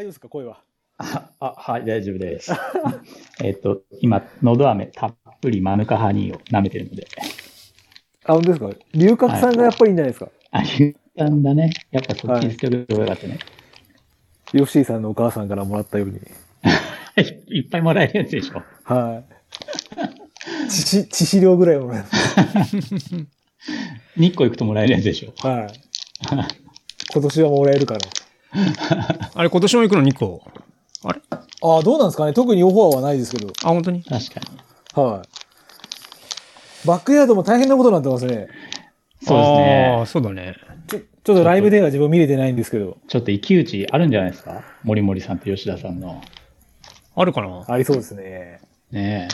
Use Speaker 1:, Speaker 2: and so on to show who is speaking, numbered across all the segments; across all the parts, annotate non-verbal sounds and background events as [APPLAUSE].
Speaker 1: るんですか、声は。
Speaker 2: あ、あはい、大丈夫です。 [LAUGHS] えっと、今、のど飴たっぷりマヌカハニーを舐めてるので。
Speaker 1: あ、本当ですか。龍角さんがやっぱりいいんじゃないですか。
Speaker 2: あ、牛タンだね。やっぱそっちにしておけばよかったね。
Speaker 1: ヨッシーさんのお母さんからもらったように。
Speaker 2: い、っぱいもらえるやつでしょ。
Speaker 1: [LAUGHS] はい。致死、致死量ぐらいもらえます。
Speaker 2: 日光行くともらえるやつでしょ。 [LAUGHS]
Speaker 1: はい。今年はもらえるから。
Speaker 3: あれ、今年も行くの2個。あれあ、
Speaker 1: ああ、どうなんですかね。特にオファーはないですけど。
Speaker 3: 本当に
Speaker 2: 確かに。
Speaker 1: はい。バックヤードも大変なことになってますね。
Speaker 2: そうです
Speaker 3: あ
Speaker 2: ね
Speaker 3: あ、。そうだね。
Speaker 1: ちょ、ちょっとライブでは自分見れてないんですけど、
Speaker 2: ちょっと生き打ちあるんじゃないですか森森さんと吉田さんの。
Speaker 3: あるかな
Speaker 1: ありそうですね。
Speaker 2: ね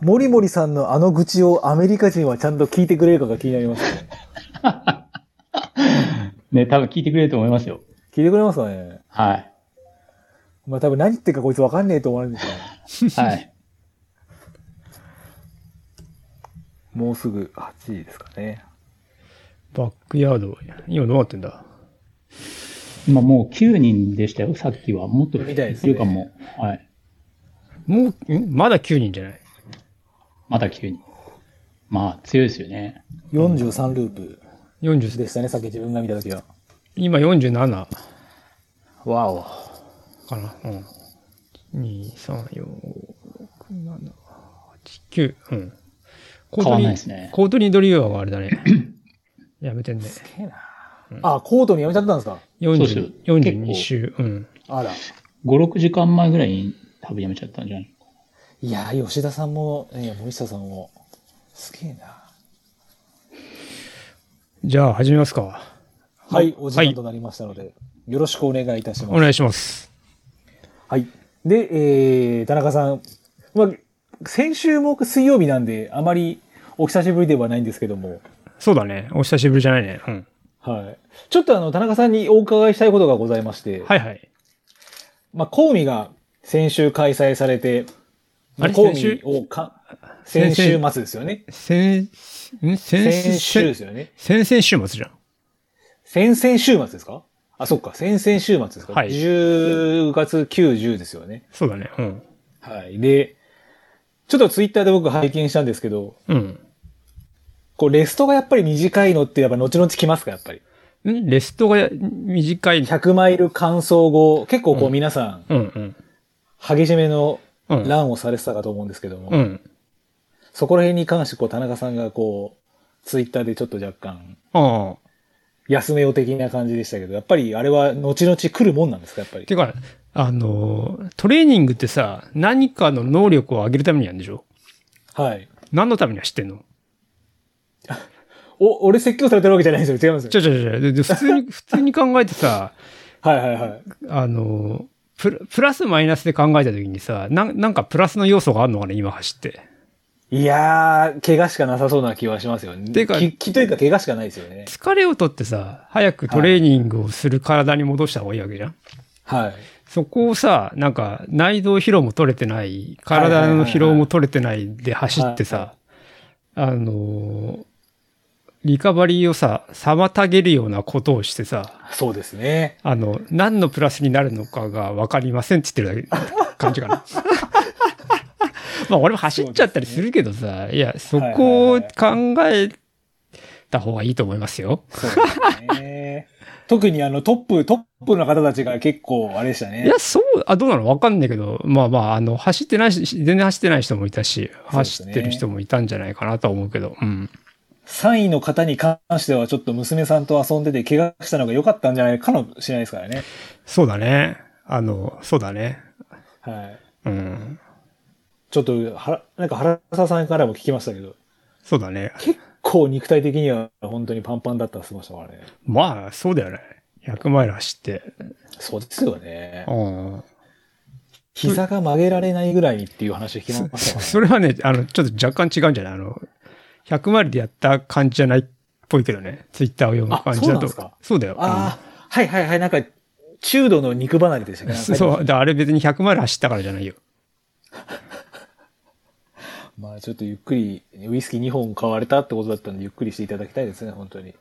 Speaker 1: モリモリさんのあの愚痴をアメリカ人はちゃんと聞いてくれるかが気になりますね。
Speaker 2: え。ね多分聞いてくれると思いますよ。
Speaker 1: 聞いてくれますかね
Speaker 2: はい。
Speaker 1: まあ多分何言ってるかこいつわかんねえと思われるんですよ。
Speaker 2: はい。
Speaker 1: もうすぐ8時ですかね。
Speaker 3: バックヤード。今どうなってんだ
Speaker 2: 今もう9人でしたよ、さっきは。もっと
Speaker 1: みたいです
Speaker 2: い
Speaker 1: ね
Speaker 2: るかも。はい。
Speaker 3: もう、んまだ9人じゃない
Speaker 2: まだ9人。まあ、強いですよね。
Speaker 1: 43ループ
Speaker 3: ?40、
Speaker 1: でしたね、さっき自分が見たときは。
Speaker 3: 今47
Speaker 1: わお。
Speaker 3: かな。うん。2、3、4、5、6、7、8、9。うん。コ
Speaker 2: 変
Speaker 3: ート
Speaker 2: わん
Speaker 3: ニ
Speaker 2: ないで
Speaker 3: ー、
Speaker 2: すね。
Speaker 3: コートニードリューアーがあれ
Speaker 2: [CLEARS THROAT]
Speaker 3: だね。やめてんね。
Speaker 1: あ、コートにやめちゃったんですか
Speaker 2: そうそう
Speaker 3: 40 42
Speaker 2: 結構
Speaker 3: 週。うん。
Speaker 1: あら。
Speaker 2: 5、6時間前ぐらいに多分やめちゃったんじゃない
Speaker 1: いやー、吉田さんも、いや、森下さんも、すげえな。
Speaker 3: じゃあ、始めますか。
Speaker 1: はい、お時
Speaker 3: は
Speaker 1: 間
Speaker 3: い
Speaker 1: となりましたので、よろしくお願いいたします。
Speaker 3: お願いします。
Speaker 1: はい。で、えー、田中さん。まあ、先週も水曜日なんで、あまりお久しぶりではないんですけども、
Speaker 3: そうだね。お久しぶりじゃないね。うん。
Speaker 1: はい。ちょっとあの、田中さんにお伺いしたいことがございまして、
Speaker 3: はいはい。
Speaker 1: まあ、コウミが先週開催されて、
Speaker 3: あれ
Speaker 1: コウミ
Speaker 3: 先週
Speaker 1: をか、
Speaker 3: 先
Speaker 1: 先
Speaker 3: 々
Speaker 1: 週末ですよね。
Speaker 3: 先、ん先
Speaker 1: 先週です
Speaker 3: 先
Speaker 1: よね。
Speaker 3: 先々週末じゃん。
Speaker 1: 先々週末ですかあ、そっか。先々週末ですか、
Speaker 3: は
Speaker 1: はいい、?10 月9、10ですよね。
Speaker 3: そうだね。うん。
Speaker 1: はい。で、ちょっとツイッターで僕拝見したんですけど、
Speaker 3: うん。
Speaker 1: こう、レストがやっぱり短いのって、やっぱ後々来ますか、やっぱり。
Speaker 3: んレストが短い。
Speaker 1: 100マイル完走後、結構こう皆さん、
Speaker 3: うんうん。
Speaker 1: 激しめの
Speaker 3: うん。
Speaker 1: ランをされてたかと思うんですけども、
Speaker 3: うん。
Speaker 1: そこら辺に関して、こう、田中さんがこう、ツイッターでちょっと若干、
Speaker 3: ああ。
Speaker 1: 安めを的な感じでしたけど、やっぱりあれは後々来るもんなんですか、やっぱり。
Speaker 3: てか、あのー、トレーニングってさ、何かの能力を上げるためにやるんでしょ
Speaker 1: はい。
Speaker 3: 何のために走ってんの
Speaker 1: お、俺説教されてるわけじゃないんですよ。違うんです
Speaker 3: ち
Speaker 1: よ。
Speaker 3: ょちょちょ、でで普通に、普通に考えてさ、
Speaker 1: はいはいはい。
Speaker 3: あのー、プラプラスマイナスで考えた時にさ、なんなんかプラスの要素があるのかな、今走って。
Speaker 1: いやー、怪我しかなさそうな気はしますよね。
Speaker 3: てか
Speaker 1: き、きというか怪我しかないですよね。
Speaker 3: 疲れをとってさ、早くトレーニングをする体に戻した方がいいわけじゃん。
Speaker 1: はい。
Speaker 3: そこをさ、なんか内臓疲労も取れてない、体の疲労も取れてないで走ってさ、あのー、リカバリーをさ、妨げるようなことをしてさ、
Speaker 1: そうですね。
Speaker 3: あの、何のプラスになるのかが分かりませんって言ってるだけ、感じか [LAUGHS] な。まあ俺も走っちゃったりするけどさ、いや、そこを考えた方がいいと思いますよ。
Speaker 1: そうです
Speaker 3: [LAUGHS]
Speaker 1: ね。特にあのトップ、トップの方たちが結構あれでした
Speaker 3: い
Speaker 1: ね。
Speaker 3: や、そう、あ、どうなのわかんないけど、まあまあ、あの、走ってないし、全然走ってない人もいたし、
Speaker 1: そうです
Speaker 3: 走
Speaker 1: ね
Speaker 3: ってる人もいたんじゃないかなとは思うけど、うん。
Speaker 1: 3位の方に関してはちょっと娘さんと遊んでて怪我したのが良かったんじゃないかもしれないですからね。
Speaker 3: そうだね。あの、そうだね。
Speaker 1: はい。
Speaker 3: うん。
Speaker 1: ちょっと、はら、なんか原沢さんからも聞きましたけど、
Speaker 3: そうだね。
Speaker 1: 結構肉体的には本当にパンパンだったら過ごしたからね。
Speaker 3: まあ、そうだよね。100マイル走って。
Speaker 1: そうですよね。
Speaker 3: うん。
Speaker 1: 膝が曲げられないぐらいにっていう話を聞きましたから
Speaker 3: そ
Speaker 1: ね
Speaker 3: [LAUGHS] それはね、あの、ちょっと若干違うんじゃないあの、100マイルでやった感じじゃないっぽいけどね。ツイッターを読む感じだ
Speaker 1: あ
Speaker 3: と。
Speaker 1: そうなんですか
Speaker 3: そうだよ。
Speaker 1: ああ、はいはいはい。なんか、中度の肉離れでした
Speaker 3: う
Speaker 1: ね
Speaker 3: ん。 [LAUGHS] そう、だからあれ別に100マイル走ったからじゃないよ。
Speaker 1: まあちょっとゆっくり、ウイスキー2本買われたってことだったんで、ゆっくりしていただきたいですね、本当に。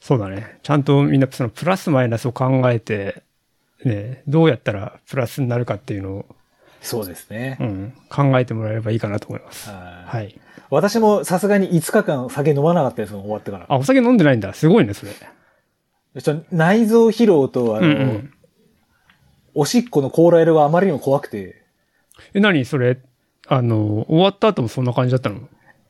Speaker 3: そうだね。ちゃんとみんなそのプラスマイナスを考えて、ね、どうやったらプラスになるかっていうのを、
Speaker 1: そうですね
Speaker 3: う。ん、考えてもらえればいいかなと思います。
Speaker 1: は。
Speaker 3: はいい。
Speaker 1: 私もさすがに5日間酒飲まなかったですもん、終わってから。
Speaker 3: あ、お酒飲んでないんだ。すごいね、それ。
Speaker 1: ちょっと内臓疲労と、あ
Speaker 3: うん
Speaker 1: の、
Speaker 3: うん。
Speaker 1: おしっこのコーラエルがあまりにも怖くて。
Speaker 3: え、何それ、あの、終わった後もそんな感じだったの
Speaker 1: い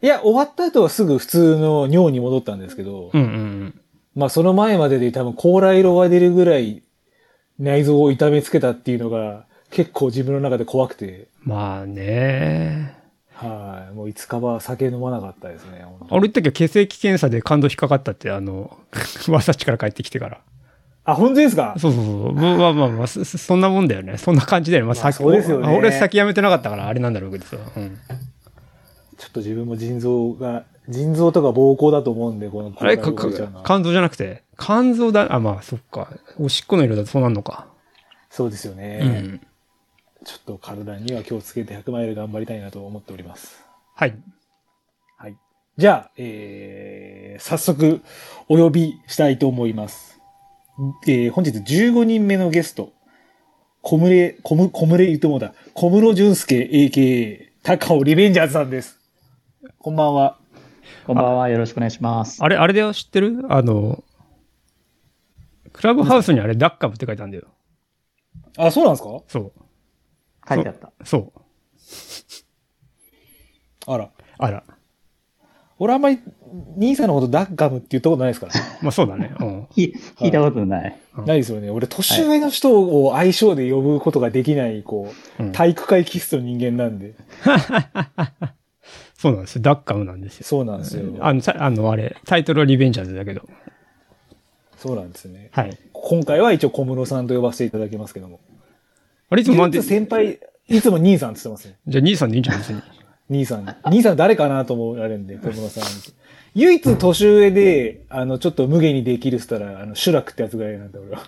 Speaker 1: や、終わった後はすぐ普通の尿に戻ったんですけど、
Speaker 3: うんうんうん。
Speaker 1: まあその前までで多分コーラ色が出るぐらい内臓を痛めつけたっていうのが結構自分の中で怖くて、
Speaker 3: まあね。
Speaker 1: はい。もう5日は酒飲まなかったですね。本当
Speaker 3: 俺言ったっけ血液検査で感動引っかかったって、あの、 [LAUGHS] わさっちから帰ってきてから。
Speaker 1: あ、本当ですか
Speaker 3: そうそうそう。ままあまあまあ、そそんなもんだよね。そんな感じだよね。まあ、
Speaker 1: まあ
Speaker 3: 先
Speaker 1: そうですよね
Speaker 3: あ俺先やめてなかったから、あれなんだろうけどさ。うん。
Speaker 1: ちょっと自分も腎臓が、腎臓とか膀胱だと思うんで、このコ
Speaker 3: あ
Speaker 1: ーラ
Speaker 3: れ
Speaker 1: 色
Speaker 3: か、か
Speaker 1: が出ちゃうのは
Speaker 3: 肝臓じゃなくて、肝臓だ、あ、まあ、そっか。おしっこの色だとそうなんのか。
Speaker 1: そうですよね。
Speaker 3: うん。
Speaker 1: ちょっと体には気をつけて100マイル頑張りたいなと思っております。
Speaker 3: はい。
Speaker 1: はい。じゃあ、えー、早速お呼びしたいと思います。えー、本日15人目のゲスト、小室、小室、小室ゆともだ、小室淳介 AKA 高尾リベンジャーズさんです。こんばんは。
Speaker 2: こんばんは、よろしくお願いします。
Speaker 3: あれ、あれだよ、知ってるあの、クラブハウスにあれ、ダッカムって書いてあるんだよ。
Speaker 1: あ、そうなんですか
Speaker 3: そ
Speaker 2: 書いてあった。
Speaker 3: う。そう。
Speaker 1: あら。
Speaker 3: あら。
Speaker 1: 俺あんまり、兄さんのことダッガムって言ったことないですから。
Speaker 3: まあ、そうだね。うん。
Speaker 2: い聞いたことない。
Speaker 1: ないですよね。俺、年上の人を愛称で呼ぶことができない、こう、
Speaker 3: うん
Speaker 1: 体育会気質の人間なんで。
Speaker 3: そうなんですよ。ダッカムなんですよ。
Speaker 1: そうなんですよ。
Speaker 3: あの、さあの、あれ、タイトルはリベンジャーズだけど。
Speaker 1: そうなんですね。
Speaker 3: はい。
Speaker 1: 今回は一応小室さんと呼ばせていただきますけども。
Speaker 3: あれ、いつもなんで、
Speaker 1: 唯一
Speaker 3: じ
Speaker 1: 先輩、いつも兄さんって言ってますね。
Speaker 3: ゃあ兄さんでいいんじゃん、別に。
Speaker 1: 兄さん。兄さん誰かなと思われるんで、小室さん。唯一年上で、あの、ちょっと無限にできるっつったら、あの、シュラクってやつぐらいなんだ、俺は。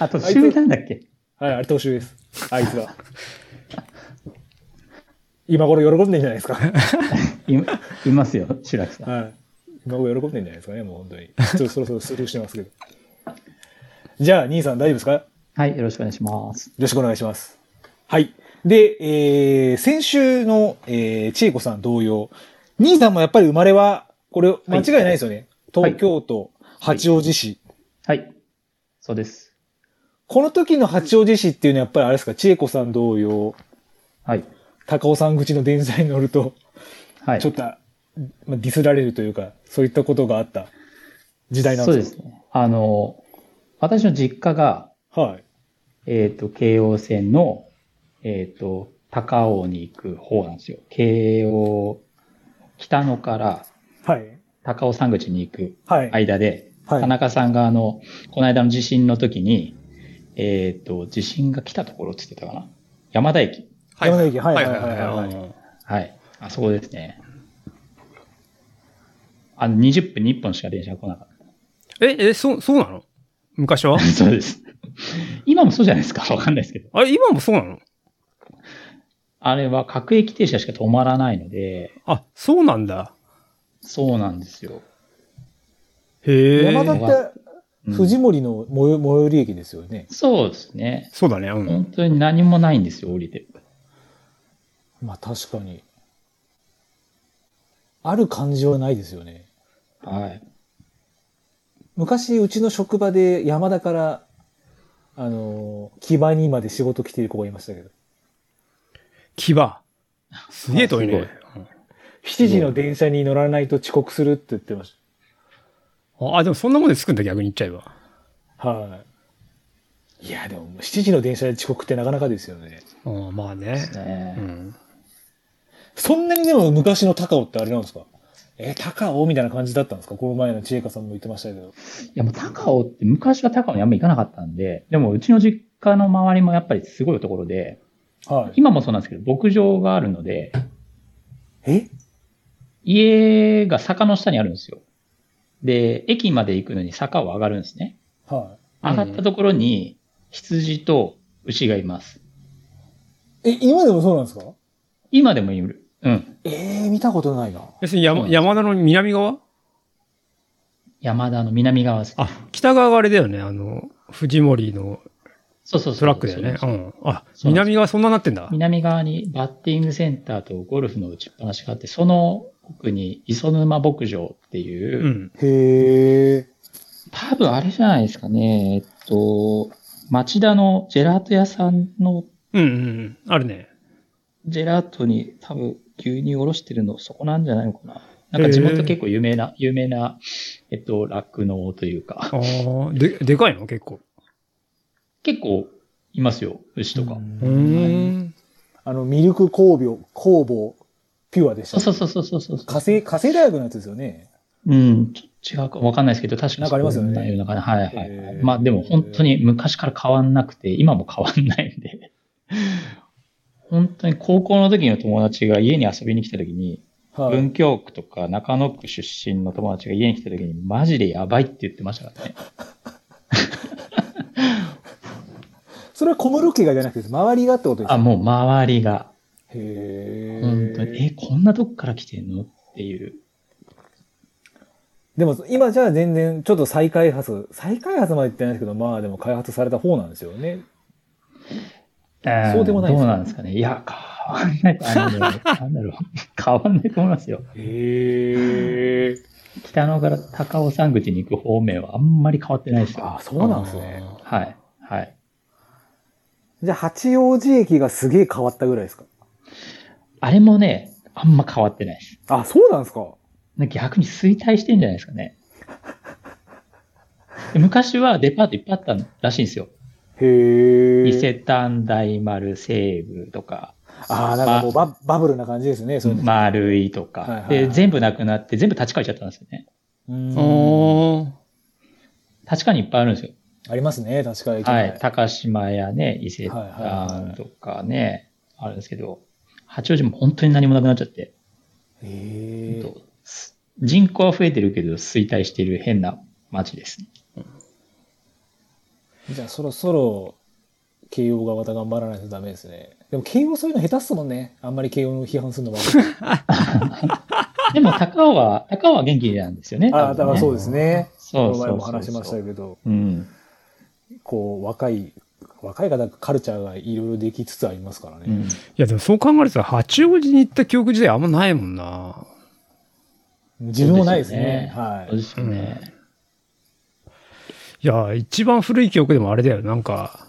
Speaker 2: あと、年上なんだっけ
Speaker 1: はい、あれ年上です。あいつが。今頃喜んでんじゃないですか。
Speaker 2: いいますよ、志らくさん。
Speaker 1: はい。今頃喜んでんじゃないですかね、もう本当に。ちょっとそろそろスルーしてますけど。じゃあ、兄さん大丈夫ですかよ
Speaker 2: はい、よろしくお願いします。
Speaker 1: ろしくお願いします。はい。で、えー、先週の、えー、千恵子さん同様、兄さんもやっぱり生まれは、これ間違いないですよね。
Speaker 2: はい
Speaker 1: 東京都八王子市。
Speaker 2: はい。そうです。
Speaker 1: この時の八王子市っていうのはやっぱりあれですか、千恵子さん同様、
Speaker 2: はい。
Speaker 1: 高尾さん口の電車に乗ると、
Speaker 2: はい。
Speaker 1: ちょっと、まあ、ディスられるというか、そういったことがあった時代なん
Speaker 2: そう
Speaker 1: です
Speaker 2: で
Speaker 1: か
Speaker 2: すね。あの、私の実家が、
Speaker 1: はい。
Speaker 2: えっ、と、京王線の、えっ、と、高尾に行く方なんですよ。京王、北野から
Speaker 1: はい。
Speaker 2: 高尾山口に行く
Speaker 1: はい。
Speaker 2: 間で、
Speaker 1: はい
Speaker 2: 田中さんがあの、この間の地震の時に、えっ、と、地震が来たところって言ってたかな山田駅。
Speaker 1: 山田駅はい
Speaker 3: はい
Speaker 1: は
Speaker 3: はいい
Speaker 1: は
Speaker 3: はいい
Speaker 1: は
Speaker 3: はいい。
Speaker 2: はい。あそこですね。あの、20分に1本しか電車が来なかっ
Speaker 3: え、え、そう、そうなの昔は
Speaker 2: た。 [LAUGHS] そうです。今もそうじゃないですか。わかんないですけど。
Speaker 3: あれ、今もそうなの
Speaker 2: あれは各駅停車しか止まらないので、
Speaker 3: あ、そうなんだ。
Speaker 2: そうなんですよ。
Speaker 3: へえ。
Speaker 1: 山田って
Speaker 2: うん
Speaker 1: 藤森の最寄最寄り駅ですよね。
Speaker 2: そうですね。
Speaker 3: そうだね。うん。
Speaker 2: 本当に何もないんですよ、降りて。
Speaker 1: まあ確かに。ある感じはないですよね。
Speaker 2: はい。
Speaker 1: 昔、うちの職場で山田から、あのー、木場にまで仕事来てる子がいましたけど、
Speaker 3: 牙。すげえ遠い
Speaker 2: あ
Speaker 3: ね。
Speaker 1: 7時の電車に乗らないと遅刻するって言ってまし
Speaker 3: うんあ、でもそんなもんで着くんだ、逆に言っちゃえば。
Speaker 1: た。はい。いや、でも7時の電車で遅刻ってなかなかですよね。
Speaker 3: うん、まあね。
Speaker 2: ね
Speaker 3: うん。
Speaker 1: そんなにでも昔の高尾ってあれなんですかえ、高尾みたいな感じだったんですかこの前の千恵香さんも言ってましたけど。
Speaker 2: いや、もう高尾って、昔は高尾にあんま行かなかったんで、でもうちの実家の周りもやっぱりすごいところで、
Speaker 1: はい。
Speaker 2: 今もそうなんですけど、牧場があるので、
Speaker 1: え
Speaker 2: 家が坂の下にあるんですよ。で、駅まで行くのに坂を上がるんですね。
Speaker 1: は
Speaker 2: 上がったところに、羊と牛がいます。
Speaker 1: い。え、今でもそうなんですか
Speaker 2: 今でもいる。うん。
Speaker 1: ええ見たことないな。
Speaker 3: 別に山
Speaker 2: うん
Speaker 3: 山田の南側
Speaker 2: 山田の南側ですね。
Speaker 3: あ、北側があれだよね。あの、藤森の
Speaker 2: そうそうそう。
Speaker 3: トラックだよね。。
Speaker 2: そううそうん
Speaker 3: あ、
Speaker 2: そう
Speaker 3: 南側そんななってんだ。
Speaker 2: 南側にバッティングセンターとゴルフの打ちっぱなしがあって、その奥に磯沼牧場っていう、
Speaker 3: うん。
Speaker 1: へえ。
Speaker 2: 多分あれじゃないですかね、えっと、町田のジェラート屋さんの
Speaker 3: うんうんうん。あるね。
Speaker 2: ジェラートに多分牛乳おろしてるのそこなんじゃないのかな。なんか地元結構有名な、有名な、えっと、酪農というか、
Speaker 3: ああ、で、でかいの結構。
Speaker 2: 結構いますよ、牛とか。
Speaker 3: うーん。
Speaker 1: あの、ミルク工房、工房、ピュアでした
Speaker 2: そう
Speaker 1: ね。
Speaker 2: そうそうそうそうそう。
Speaker 1: 火星、火星大学のやつですよね。
Speaker 2: うん、ちょ違うかわかんないですけど、確か
Speaker 1: なんかありますよね
Speaker 2: そうなんだなはいはいはい。
Speaker 1: へー
Speaker 2: まあでも本当に昔から変わんなくて、今も変わんないんで。本当に高校の時の友達が家に遊びに来た時に、
Speaker 1: はい。
Speaker 2: 文京区とか中野区出身の友達が家に来た時に、マジでやばいって言ってましたからね。
Speaker 1: それは小室家がじゃなくて、周りがってことです
Speaker 2: あ、
Speaker 1: か
Speaker 2: もう周りが、
Speaker 1: へえ。
Speaker 2: 本当に、え、こんなとこから来てんのっていう。
Speaker 1: でも、今じゃあ全然、ちょっと再開発、再開発まで言ってないですけど、まあでも開発された方なんですよね。そうでもない
Speaker 2: ん
Speaker 1: ですか
Speaker 2: どうなんですかね。いや、変わんない。 [LAUGHS] あのなんだろう。変わんないと思いますよ。
Speaker 1: へえ。
Speaker 2: 北のから高尾山口に行く方面はあんまり変わってないですよ。
Speaker 1: あ、そうなんですね。
Speaker 2: はい。はい。
Speaker 1: じゃあ、八王子駅がすげえ変わったぐらいですか
Speaker 2: あれもね、あんま変わってないです。
Speaker 1: あ、そうなんですか
Speaker 2: 逆に衰退してんじゃないですか [LAUGHS] ね。で昔はデパートいっぱいあったらしいんですよ。
Speaker 1: へえ。
Speaker 2: 伊勢丹、大丸、西武とか、
Speaker 1: ああ、なんかもうババブルな感じですね、そういうの。
Speaker 2: 丸いと
Speaker 1: はい
Speaker 2: か。
Speaker 1: はいはい
Speaker 2: で、全部なくなって、全部立ち替えちゃったんですよね。
Speaker 1: う
Speaker 3: あ
Speaker 1: ん。
Speaker 3: ー
Speaker 2: 立ち替えにいっぱいあるんですよ。
Speaker 1: ありますね、確かに。
Speaker 2: はい。高島屋ね、伊勢
Speaker 1: はいはいは
Speaker 2: 丹
Speaker 1: い
Speaker 2: とかね、あるんですけど、八王子も本当に何もなくなっちゃって。
Speaker 1: へえ。
Speaker 2: とす人口は増えてるけど衰退してる変な街ですね。
Speaker 1: じゃあ、そろそろ、慶応がまた頑張らないとダメですね。でも、慶応そういうの下手っすもんね。あんまり慶応の批判するの
Speaker 2: [LAUGHS]
Speaker 1: も悪い。[LAUGHS]
Speaker 2: でも高尾は、高尾は元気なんですよね。
Speaker 1: ああ、だからそう
Speaker 2: う
Speaker 1: ですね。
Speaker 2: そ
Speaker 1: こ
Speaker 2: う
Speaker 1: の
Speaker 2: そう
Speaker 1: 前
Speaker 2: そう
Speaker 1: も話しましたけど、
Speaker 2: うん。
Speaker 1: こう、若い、若い方、カルチャーがいろいろできつつありますから
Speaker 2: う
Speaker 1: ね。
Speaker 2: ん
Speaker 3: いや、でもそう考えるとさ、八王子に行った記憶自体あんまないもんな。
Speaker 1: 自分もないですね。
Speaker 2: そう
Speaker 1: は
Speaker 2: ですよね。
Speaker 3: いや、一番古い記憶でもあれだよ。なんか、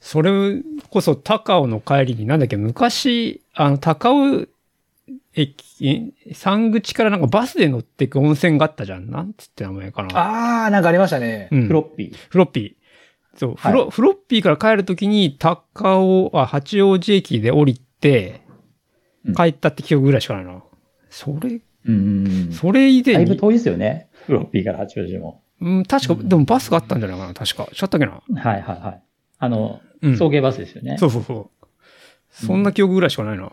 Speaker 3: それこそ高尾の帰りに、なんだっけ、昔、あの、高尾駅、山口からなんかバスで乗ってく温泉があったじゃん。なんつって名前か
Speaker 1: い。
Speaker 3: な。
Speaker 1: ああ、なんかありましたね
Speaker 3: う。ん
Speaker 2: フロッピー。
Speaker 3: フロッピー。そう、
Speaker 2: はい
Speaker 3: フロフロッピーから帰るときに、高尾、あ、八王子駅で降りて
Speaker 2: うん、
Speaker 3: 帰ったって記憶ぐらいしかないな。それ、
Speaker 2: うん。
Speaker 3: それ以
Speaker 2: だ
Speaker 3: 前
Speaker 2: いぶ
Speaker 3: に、
Speaker 2: 遠いですよね。フロッピーから八王子も。
Speaker 3: うん、確か、でもバスがあったんじゃないかな、確か。しちゃったっけな。
Speaker 2: はいはいはい。あの、
Speaker 3: うん。
Speaker 2: 送迎バスですよね。
Speaker 3: そうそうそう。そんな記憶ぐらいしかないな。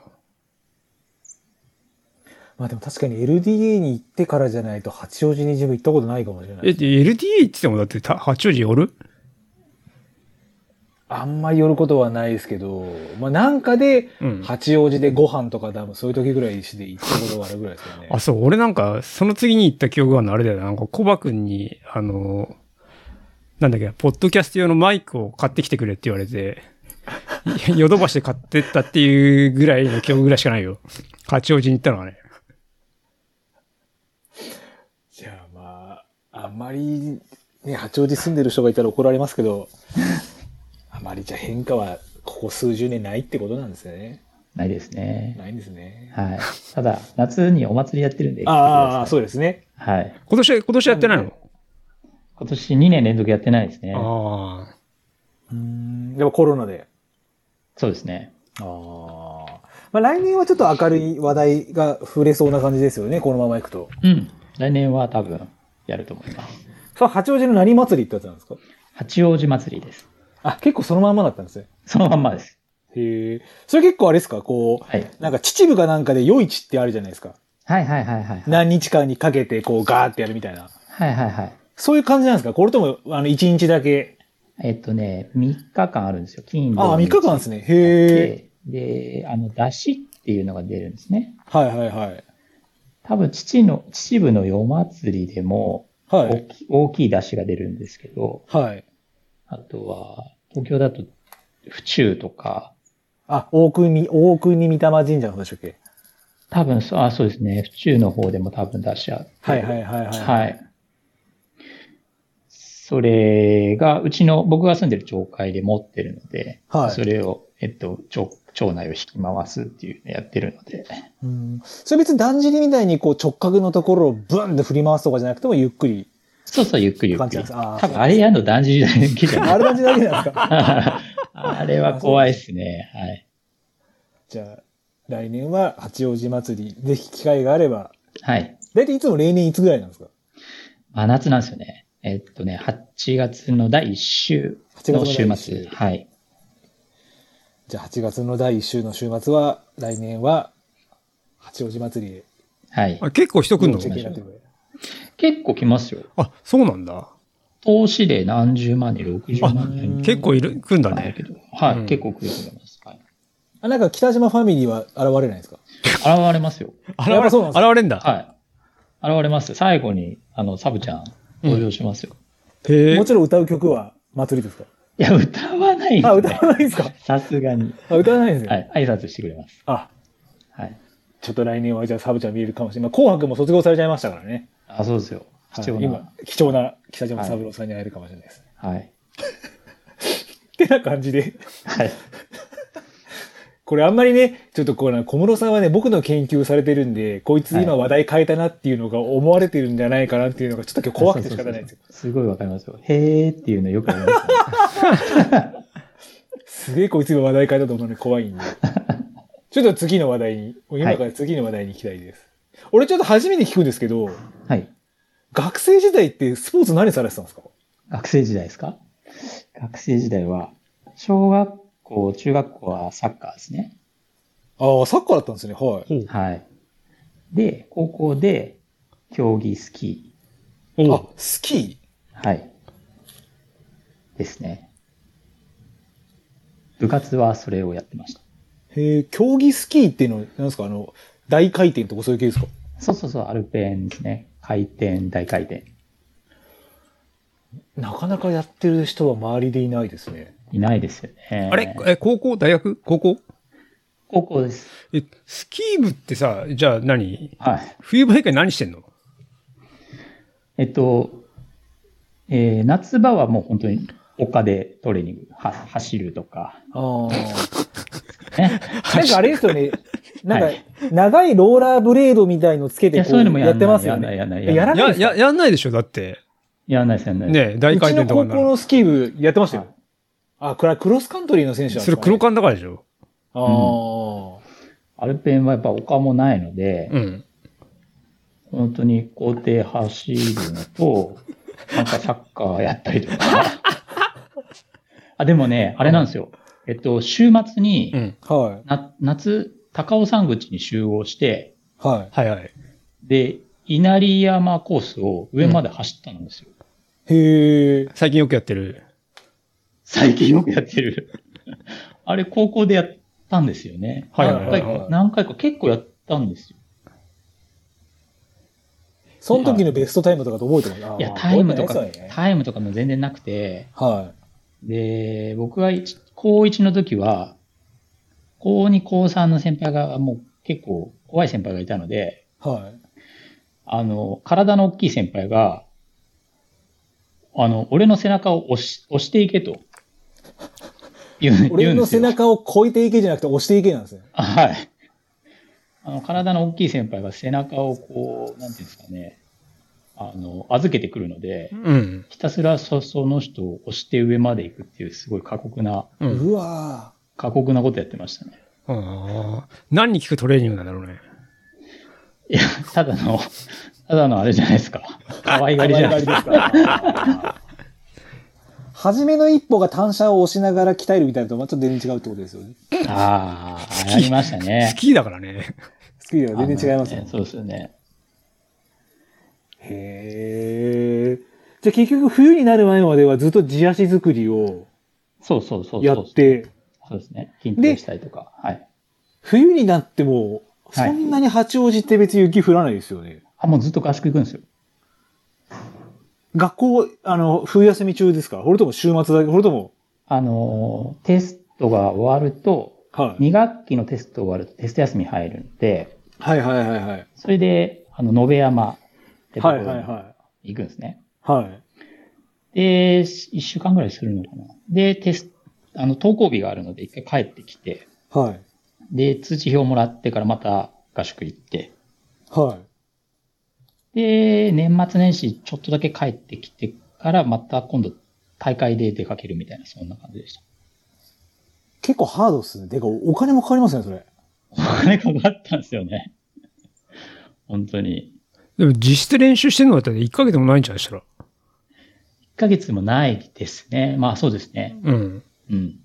Speaker 1: まあでも確かに LDA に行ってからじゃないと、八王子に自分行ったことないかもしれな
Speaker 3: え、
Speaker 1: い。
Speaker 3: で LDA って言ってもだってた八王子寄る
Speaker 1: あんまり寄ることはないですけど、まあなんかで、
Speaker 3: うん。
Speaker 1: 八王子でご飯とか多分そういう時ぐらいして行ったことがあるぐらいですよね。
Speaker 3: あ、そう、俺なんか、その次に行った記憶があるのあれだよな。なんか、コバくんに、あの、なんだっけ、ポッドキャスト用のマイクを買ってきてくれって言われて、 [LAUGHS] いヨドバシで買ってったっていうぐらいの記憶ぐらいしかないよ。八王子に行ったのはね。
Speaker 1: じゃあまあ、あんまり、ね、八王子住んでる人がいたら怒られますけ [LAUGHS] ど、あまりじゃあ変化はここ数十年ないってことなんですね。
Speaker 2: ないですね。
Speaker 1: ないんですね。
Speaker 2: はい。ただ、夏にお祭りやってるんで。
Speaker 1: ああ、
Speaker 2: う。
Speaker 1: そうですね。
Speaker 2: はい。
Speaker 3: 今年、今年やってないの
Speaker 2: 今年2年連続やってないですね。
Speaker 3: ああ。
Speaker 1: うん、でもコロナで。
Speaker 2: そうですね。
Speaker 1: ああ。まあ来年はちょっと明るい話題が触れそうな感じですよね、このまま行くと。
Speaker 2: うん。来年は多分やると思います。
Speaker 1: そう、八王子の何祭りってやつなんですか
Speaker 2: 八王子祭りです。
Speaker 1: あ、結構そのまんまだったんですね。
Speaker 2: そのまんまです。
Speaker 1: へえ。それ結構あれですかこう、
Speaker 2: はい。
Speaker 1: なんか秩父かなんかで夜市ってあるじゃないですか。
Speaker 2: はいはいはいはい。
Speaker 1: 何日間にかけてこうガーってやるみたいな。
Speaker 2: はいはいはい。
Speaker 1: そういう感じなんですかこれとも、あの、1日だけ。
Speaker 2: えっとね、3日間あるんですよ。金
Speaker 1: ああ、3日間です
Speaker 2: ね。
Speaker 1: ね。へえ。
Speaker 2: で、であの、出汁っていうのが出るんですね。
Speaker 1: はいはいはい。
Speaker 2: 多分、父の、秩父の夜祭りでも
Speaker 1: は
Speaker 2: 大
Speaker 1: い。
Speaker 2: き、大きい出汁が出るんですけど、
Speaker 1: はい。
Speaker 2: あとは、東京だと、府中とか、
Speaker 1: あ、大国、大国三玉神社の方でしたっけ
Speaker 2: 多分そう、あ、そうですね。府中の方でも多分出し合って。
Speaker 1: はいはいはいはい。
Speaker 2: はい。それが、うちの、僕が住んでる町会で持ってるので、
Speaker 1: はい
Speaker 2: それを、えっと、町、町内を引き回すっていうのやってるので、
Speaker 1: うん。それ別にだんじりみたいにこう直角のところをブンって振り回すとかじゃなくてもゆっくり。
Speaker 2: そうそう、ゆっくりゆっ
Speaker 1: 感
Speaker 2: くり。
Speaker 1: じなんですあー
Speaker 2: 多分あれやるの断じだけじゃない。
Speaker 1: あれだけなんですか
Speaker 2: [LAUGHS] あれは怖いですね。はい。
Speaker 1: じゃあ、来年は八王子祭り、ぜひ機会があれば。
Speaker 2: はい。
Speaker 1: だいたいいつも例年いつぐらいなんですか
Speaker 2: 真夏なんですよね。えっとね、8月の第1週の週末。はい。
Speaker 1: じゃあ8月の第1週の週末は、来年は八王子祭りで。
Speaker 2: はい。
Speaker 3: あ結構人来ん
Speaker 1: 要
Speaker 3: の
Speaker 1: チェックになってくれ
Speaker 2: 結構来ますよ。
Speaker 3: あ、そうなんだ。
Speaker 2: 投資で何十万人、60万
Speaker 1: うん
Speaker 2: 人。
Speaker 3: 結構いる、来んだね
Speaker 2: け。ど。はい、
Speaker 3: うん
Speaker 2: 結構来ると思います。はい、
Speaker 1: あ、なんか北島ファミリーは現れないんですか
Speaker 2: 現れますよ。
Speaker 3: 現
Speaker 1: やっ
Speaker 3: れ、
Speaker 1: ぱそうなん
Speaker 3: 現
Speaker 1: ですか
Speaker 3: れんだ。
Speaker 2: はい。現れます。最後に、あの、サブちゃん、登場しますよ。
Speaker 3: へえ
Speaker 1: も。ちろん歌う曲は祭りですか
Speaker 2: いや、歌わない
Speaker 1: あ、
Speaker 2: よ、
Speaker 1: 歌
Speaker 2: ね。
Speaker 1: わないんですか
Speaker 2: さすがに。
Speaker 1: あ、歌わないんですね。
Speaker 2: はい。挨拶してくれます。
Speaker 1: あ、
Speaker 2: はい。
Speaker 1: ちょっと来年はじゃあサブちゃん見れるかもしれない。まあ、紅白も卒業されちゃいましたからね。
Speaker 2: あ、そうですよ。
Speaker 1: は
Speaker 2: 貴
Speaker 1: い
Speaker 2: 重
Speaker 1: 今
Speaker 2: な。、
Speaker 1: 貴重な北島三郎さんに会えるかもしれないです。
Speaker 2: はい。
Speaker 1: ってな感じで。
Speaker 2: はい。
Speaker 1: これあんまりね、ちょっとこうな、小室さんはね、僕の研究されてるんで、こいつ今話題変えたなっていうのが思われてるんじゃないかなっていうのが、ちょっと今日怖くて仕方ないんですよ。
Speaker 2: そうそうそうすごいわかりますよ。へーっていうのよくわかります、ね。
Speaker 1: すげえこいつ今話題変えたと思うのに怖い
Speaker 2: [LAUGHS]
Speaker 1: んで。ちょっと次の話題に、もう今から次の話題に行きたいです。俺ちょっと初めて聞くんですけど、
Speaker 2: はい。
Speaker 1: 学生時代ってスポーツ何されてたんですか
Speaker 2: 学生時代ですか学生時代は、小学校、中学校はサッカーですね。
Speaker 1: ああ、サッカーだったんですね。はい。
Speaker 2: はい。で、高校で、競技スキ
Speaker 1: あ、スキ
Speaker 2: ー。はい。ですね。部活はそれをやってまし
Speaker 1: ー
Speaker 2: た。
Speaker 1: へえ、競技スキーっていうの、なんですかあの、大回転とかそういう系ですか
Speaker 2: そうそうそう、アルペンですね。回転、大回転。
Speaker 1: なかなかやってる人は周りでいないですね。
Speaker 2: いないですよね。
Speaker 3: あれえ、高校大学高校
Speaker 2: 高校です。
Speaker 3: え、スキー部ってさ、じゃあ何
Speaker 2: はい。
Speaker 3: 冬場以外何してんの
Speaker 2: えっと、えー夏場はもう本当に丘でトレーニング、は、走るとか、
Speaker 1: ああ。
Speaker 2: ね。
Speaker 1: なんかあれですよね。なんか
Speaker 2: はい、
Speaker 1: 長いローラーブレードみたいのつけ
Speaker 2: い
Speaker 1: て
Speaker 2: や、
Speaker 1: こ
Speaker 2: そういうのも
Speaker 1: う
Speaker 2: や
Speaker 1: や
Speaker 2: ん
Speaker 1: っ
Speaker 2: な
Speaker 1: て
Speaker 2: い
Speaker 1: ますよ
Speaker 2: やんな
Speaker 1: ね。
Speaker 2: い、やんない、
Speaker 1: やら
Speaker 2: やんな
Speaker 1: ない
Speaker 2: い。
Speaker 3: や、
Speaker 1: ですか
Speaker 3: や、やんないでしょだって。
Speaker 2: やんないです、やんないです。
Speaker 3: ねえ大
Speaker 1: う
Speaker 3: 回
Speaker 1: ちの
Speaker 3: 転とか
Speaker 1: 高
Speaker 3: に
Speaker 1: 校
Speaker 3: なる。
Speaker 1: のスキー部やってましたよ。あ、これはクロスカントリーの選手なんです
Speaker 3: そ
Speaker 1: か、
Speaker 3: れ
Speaker 1: ね、
Speaker 3: 黒缶だからでしょ
Speaker 1: あー
Speaker 2: アルペンはやっぱ丘もないので、
Speaker 3: うん。
Speaker 2: 本当に校庭走るのと、 [LAUGHS] なんかサッカーやったりとか。 [LAUGHS] あ、でもね、あれなんですよ。えっと、週末に、
Speaker 3: うん。
Speaker 1: はい。
Speaker 2: な夏、高尾山口に集合して、
Speaker 1: は
Speaker 3: はいはい。
Speaker 2: で、稲荷山コースを上まで走ったんですよ。
Speaker 1: い。へえ。
Speaker 3: 最近よくやってる。
Speaker 2: 最近よくやってる。あれ、高校でやったんですよね。
Speaker 3: はいはいは
Speaker 2: 何回
Speaker 3: い
Speaker 2: か、何回か結構やったんですよ。
Speaker 1: その時のベストタイムとかと覚えてます
Speaker 2: いや、タイムとか、
Speaker 1: 覚えてないですよね
Speaker 2: タイムとかも全然なくて、
Speaker 1: は
Speaker 2: で、僕が一高1の時は、高2、高3の先輩がもう結構怖い先輩がいたので、
Speaker 1: い。はい。
Speaker 2: あの、体の大きい先輩が、あの、俺の背中を押し、押していけと。言う、言
Speaker 1: 俺
Speaker 2: うんで
Speaker 1: の
Speaker 2: す
Speaker 1: 背
Speaker 2: よ。
Speaker 1: 中を越えていけじゃなくて押していけなんですね。
Speaker 2: あはい。あの、体の大きい先輩が背中をこう、なんていうんですかね、あの、預けてくるので
Speaker 3: う、ん。
Speaker 2: ひたすらそ、その人を押して上まで行くっていう、すごい過酷な、
Speaker 3: う。
Speaker 1: うんわ
Speaker 2: 過酷なことやってましたね。 [LAUGHS]
Speaker 3: あー何に効くトレーニングなんだろうね。
Speaker 2: いや、ただの、ただのあれじゃない
Speaker 1: [LAUGHS]
Speaker 2: ですか。可愛
Speaker 1: ぁ。
Speaker 2: がりじゃないですか。
Speaker 1: です [LAUGHS] か。初めの一歩が単車を押しながら鍛えるみたいなのとまた全然違うってことですよね。
Speaker 2: ああ、やりましたね
Speaker 3: ス。キーだからね。
Speaker 1: スキーでは全然違います
Speaker 2: あ
Speaker 1: ね
Speaker 2: の。そうですよね。
Speaker 1: へえ。じゃあ結局冬になる前まではずっと地足作りを
Speaker 2: そうそうそうそう。
Speaker 1: やっ。て、
Speaker 2: そうですね。筋トレしたりとか。はい。
Speaker 1: 冬になっても
Speaker 2: はい
Speaker 1: そんなに八王子って別に雪降らないですよね。
Speaker 2: あ、もうずっと合宿行くんですよ。
Speaker 1: 学校、あの、冬休み中ですかそれとも週末だけそれとも、
Speaker 2: あのー、テストが終わると、
Speaker 1: はい。
Speaker 2: 2学期のテスト終わるとテスト休み入るんで、
Speaker 1: はいはいはいはい。
Speaker 2: それで、あの、延山ってとこ
Speaker 1: は
Speaker 2: ろ
Speaker 1: い
Speaker 2: に
Speaker 1: はいは
Speaker 2: 行くんですね。
Speaker 1: い。はい。
Speaker 2: で、1週間ぐらいするのかな。で、テスト、あの、登校日があるので、一回帰ってきて、
Speaker 1: はい。
Speaker 2: で、通知表もらってからまた合宿行って、
Speaker 1: はい。
Speaker 2: で、年末年始ちょっとだけ帰ってきてから、また今度大会で出かけるみたいな、そんな感じでした。
Speaker 1: 結構ハードっすね。てか、お金もかかりますね、それ。
Speaker 2: お金かかったんですよね。 [LAUGHS] 本当に。
Speaker 3: でも実質練習してるのだったら1ヶ月もないんじゃないしたら。
Speaker 2: 1ヶ月もないですね。まあそうですね。
Speaker 3: うん。
Speaker 2: うん。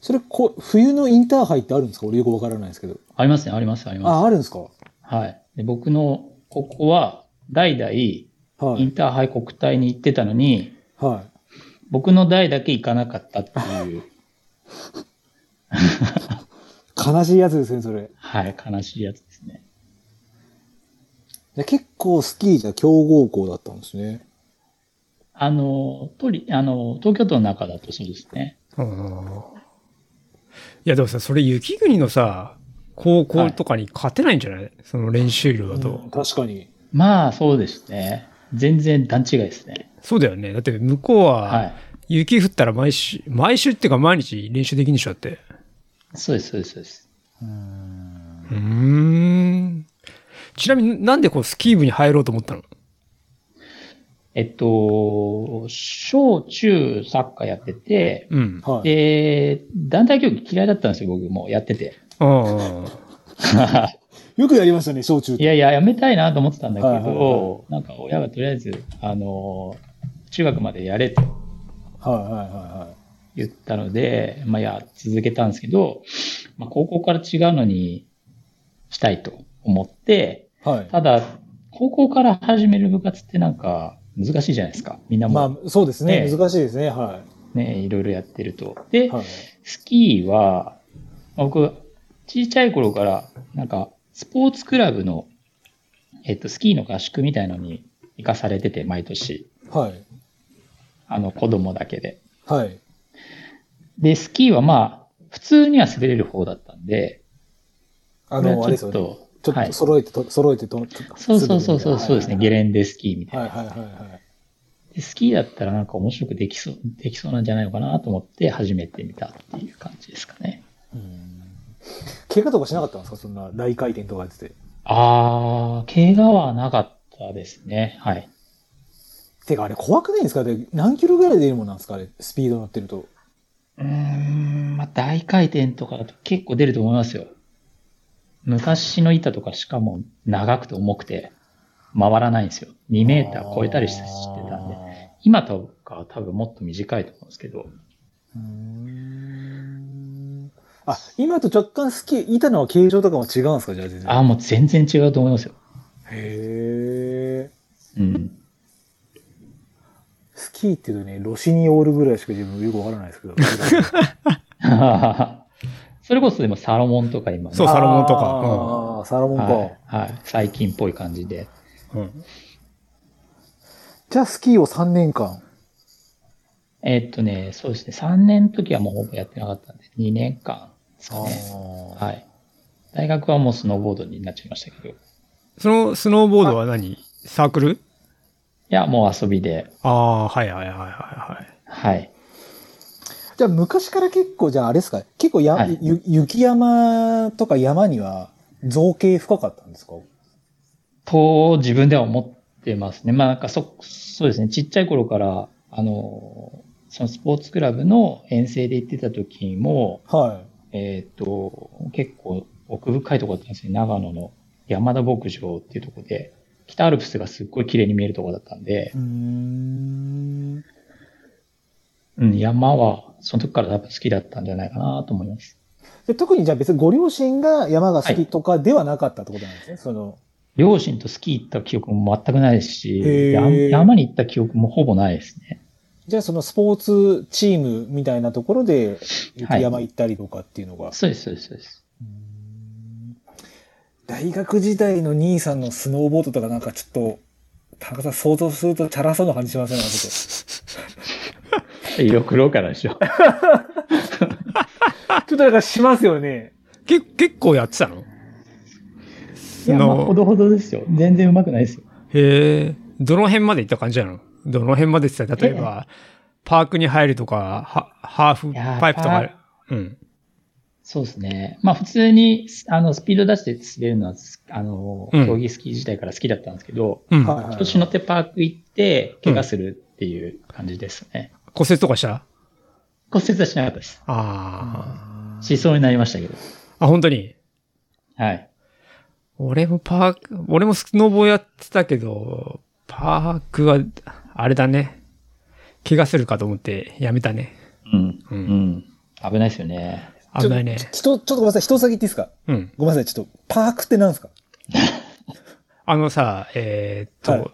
Speaker 1: それ、こ冬のインターハイってあるんですか俺よくわからないですけど。
Speaker 2: ありますね、あります、ありま
Speaker 1: あ、あるんですか
Speaker 2: す。はい。で僕の、ここは、代々、イ
Speaker 1: は
Speaker 2: ン
Speaker 1: い。
Speaker 2: ターハイ国体に行ってたのに、
Speaker 1: は
Speaker 2: 僕の代だけ行かなかったって
Speaker 1: [LAUGHS]
Speaker 2: いう、
Speaker 1: い。悲しいやつですね、それ。
Speaker 2: はい、悲しいやつですね。
Speaker 1: で結構スキーじゃ強豪校だったんですね。
Speaker 2: あの、とり、あの、東京都の中だとそうですね。
Speaker 3: うんいや、でもさ、それ雪国のさ、高校とかに勝てないんじゃない、その練習量だと、
Speaker 1: うん確かに。
Speaker 2: まあ、そうですね。全然段違いですね。
Speaker 3: そうだよね。だって向こう
Speaker 2: は。
Speaker 3: はい雪降ったら毎週、毎週っていうか毎日練習できるんでしょだって。
Speaker 2: そうです、そうです、そうです。
Speaker 3: うーん。ちなみになんでこうスキー部に入ろうと思ったの
Speaker 2: えっと、小中サッカーやってて、
Speaker 3: うん。
Speaker 1: はい。
Speaker 2: で、団体競技嫌いだったんですよ、僕もやってて。
Speaker 3: ああ。
Speaker 1: よくやりましたね、小中。
Speaker 2: いやいや、やめたいなと思ってたんだけ
Speaker 1: はいはいは
Speaker 2: ど、なんか親がとりあえず、あの、中学までやれと
Speaker 1: はいはいは
Speaker 2: 言ったので、まあ、いや、続けたんですけど、まあ、高校から違うのにしたいと思って、
Speaker 1: いはい。は。
Speaker 2: ただ、高校から始める部活ってなんか難しいじゃないですか。みんないも、
Speaker 1: まあ、そうですね。
Speaker 2: ね
Speaker 1: 難しいですね。は
Speaker 2: ね、いろいろやってると。で、
Speaker 1: い。はい。
Speaker 2: スキーは、まあ僕、小さい頃から、なんか、スポーツクラブの、えっと、スキーの合宿みたいのに行かされてて、毎年。
Speaker 1: はい。
Speaker 2: あの、子供だけで。
Speaker 1: はい。
Speaker 2: で、スキーはまあ、普通には滑れる方だったんで、
Speaker 1: あの、あ
Speaker 2: こ
Speaker 1: れ
Speaker 2: れ
Speaker 1: で
Speaker 2: は
Speaker 1: す
Speaker 2: ち
Speaker 1: よ
Speaker 2: ょ
Speaker 1: ね。
Speaker 2: っと、
Speaker 1: ちょっ
Speaker 2: はい
Speaker 1: と。揃えてと、揃えてと、
Speaker 2: そうそうそうそう、そうですね。ゲ
Speaker 1: レ
Speaker 2: レンデスキーみたい
Speaker 1: はい
Speaker 2: な。
Speaker 1: はいはいはい。
Speaker 2: でスキーだったらなんか面白くできそう、できそうなんじゃないのかなと思って始めてみたっていう感じですかね。
Speaker 1: うん怪我とかしなかったんですかそんな大回転とかやってて。
Speaker 2: あー、怪我はなかったですね。はい。
Speaker 1: てか、あれ怖くないですかで何キロぐらいで出るもんなんですかあれ、スピード乗ってると。
Speaker 2: うーん、まあ、大回転とかだと結構出ると思いますよ。昔の板とかしかも長くて重くて回らないんですよ。2メーター超えたりしてたんで。
Speaker 1: で。
Speaker 2: 今とか多分もっと短いと思うんですけど。
Speaker 1: うーんあ、今と若干スキー、板の形状とかも違うんですかじゃあ全然。
Speaker 2: ああ、もう全然違うと思いますよ。
Speaker 1: へえ。
Speaker 2: うん。 [LAUGHS]
Speaker 1: スキーっていうとね、ロシニオールぐらいしか自分よくわからないですけど。
Speaker 2: それこそでもサロモンとか今ね
Speaker 3: そうサロモンとか
Speaker 1: あーサロモンか。
Speaker 2: はい。はい。最近っぽい感じで。
Speaker 3: うん。
Speaker 1: じゃあスキーを3年間。
Speaker 2: えーっとね、そうですね。3年の時はもうほぼやってなかったんで、2年間ですかね。
Speaker 1: あ
Speaker 2: はい。大学はもうスノーボードになっちゃいましたけど。い
Speaker 3: そのスノーボードは何サークル
Speaker 2: や、もう遊びで。
Speaker 3: ああ、はいはいはいはいはい。
Speaker 2: はい。
Speaker 1: ーじゃあ昔から結構、じゃああれですか結構や、
Speaker 2: はい
Speaker 1: ゆ雪山とか山には造形深かったんですか
Speaker 2: と、自分では思ってますね。まあなんかそ、そうですね。ちっちゃい頃から、あの、そのスポーツクラブの遠征で行ってた時も、
Speaker 1: はい。
Speaker 2: えっ、と、結構奥深いところだったんですね。長野の山田牧場っていうところで、北アルプスがすっごい綺麗に見えるところだったんで
Speaker 1: う、ーん。
Speaker 2: うん、山はその時から多分好きだったんじゃないかなと思います。
Speaker 1: で特にじゃあ別にご両親が山が好きとかではなかったってことなんですね。その、
Speaker 2: 両親とスキー行った記憶も全くないですし、
Speaker 1: へ
Speaker 2: や
Speaker 1: ー
Speaker 2: 山に行った記憶もほぼないですね。
Speaker 1: じゃあそのスポーツチームみたいなところで
Speaker 2: は
Speaker 1: 雪
Speaker 2: い
Speaker 1: 山行ったりとかっていうのが。
Speaker 2: そうです、そうです、そうです。
Speaker 1: うーん大学時代の兄さんのスノーボードとかなんかちょっと、田中さん想像するとチャラそうな感じしませんなんかちょっと
Speaker 2: 色黒からでしょ。
Speaker 1: ちょっとなんかしますよね。
Speaker 3: け結構やってたの
Speaker 2: いや、まあ、
Speaker 3: の
Speaker 2: ほどほどですよ。全然うまくないですよ。
Speaker 3: へえ、どの辺まで行った感じなのどの辺までって言ったら、例えば、パークに入るとか、はハーフパイプと
Speaker 2: いや
Speaker 3: か、うん。
Speaker 2: そうですね。まあ、普通に、あの、スピード出して滑るのは、あの、
Speaker 3: うん
Speaker 2: 競技スキー自体から好きだったんですけど、
Speaker 3: うん。
Speaker 1: はいはい
Speaker 2: 調子乗ってパーク行って、怪我するっていう感じですね。
Speaker 3: 骨折とかした
Speaker 2: 骨折はしなかったです。
Speaker 3: あ
Speaker 2: しそうになりましたけど。
Speaker 3: あ。あ、本当に。
Speaker 2: はい。
Speaker 3: 俺もパーク、俺もスノボやってたけど、パークは、あれだね。怪我するかと思ってやめたね。
Speaker 2: うん。
Speaker 3: う。
Speaker 2: うんん。危ないですよね。
Speaker 3: 危ないね。
Speaker 1: ちょっと、ちょっとごめんなさい。一つだけ言っていいですか
Speaker 3: うん。
Speaker 1: ごめんなさい。ちょっと、パークって何ですか
Speaker 3: あのさ、えーっと、
Speaker 1: はい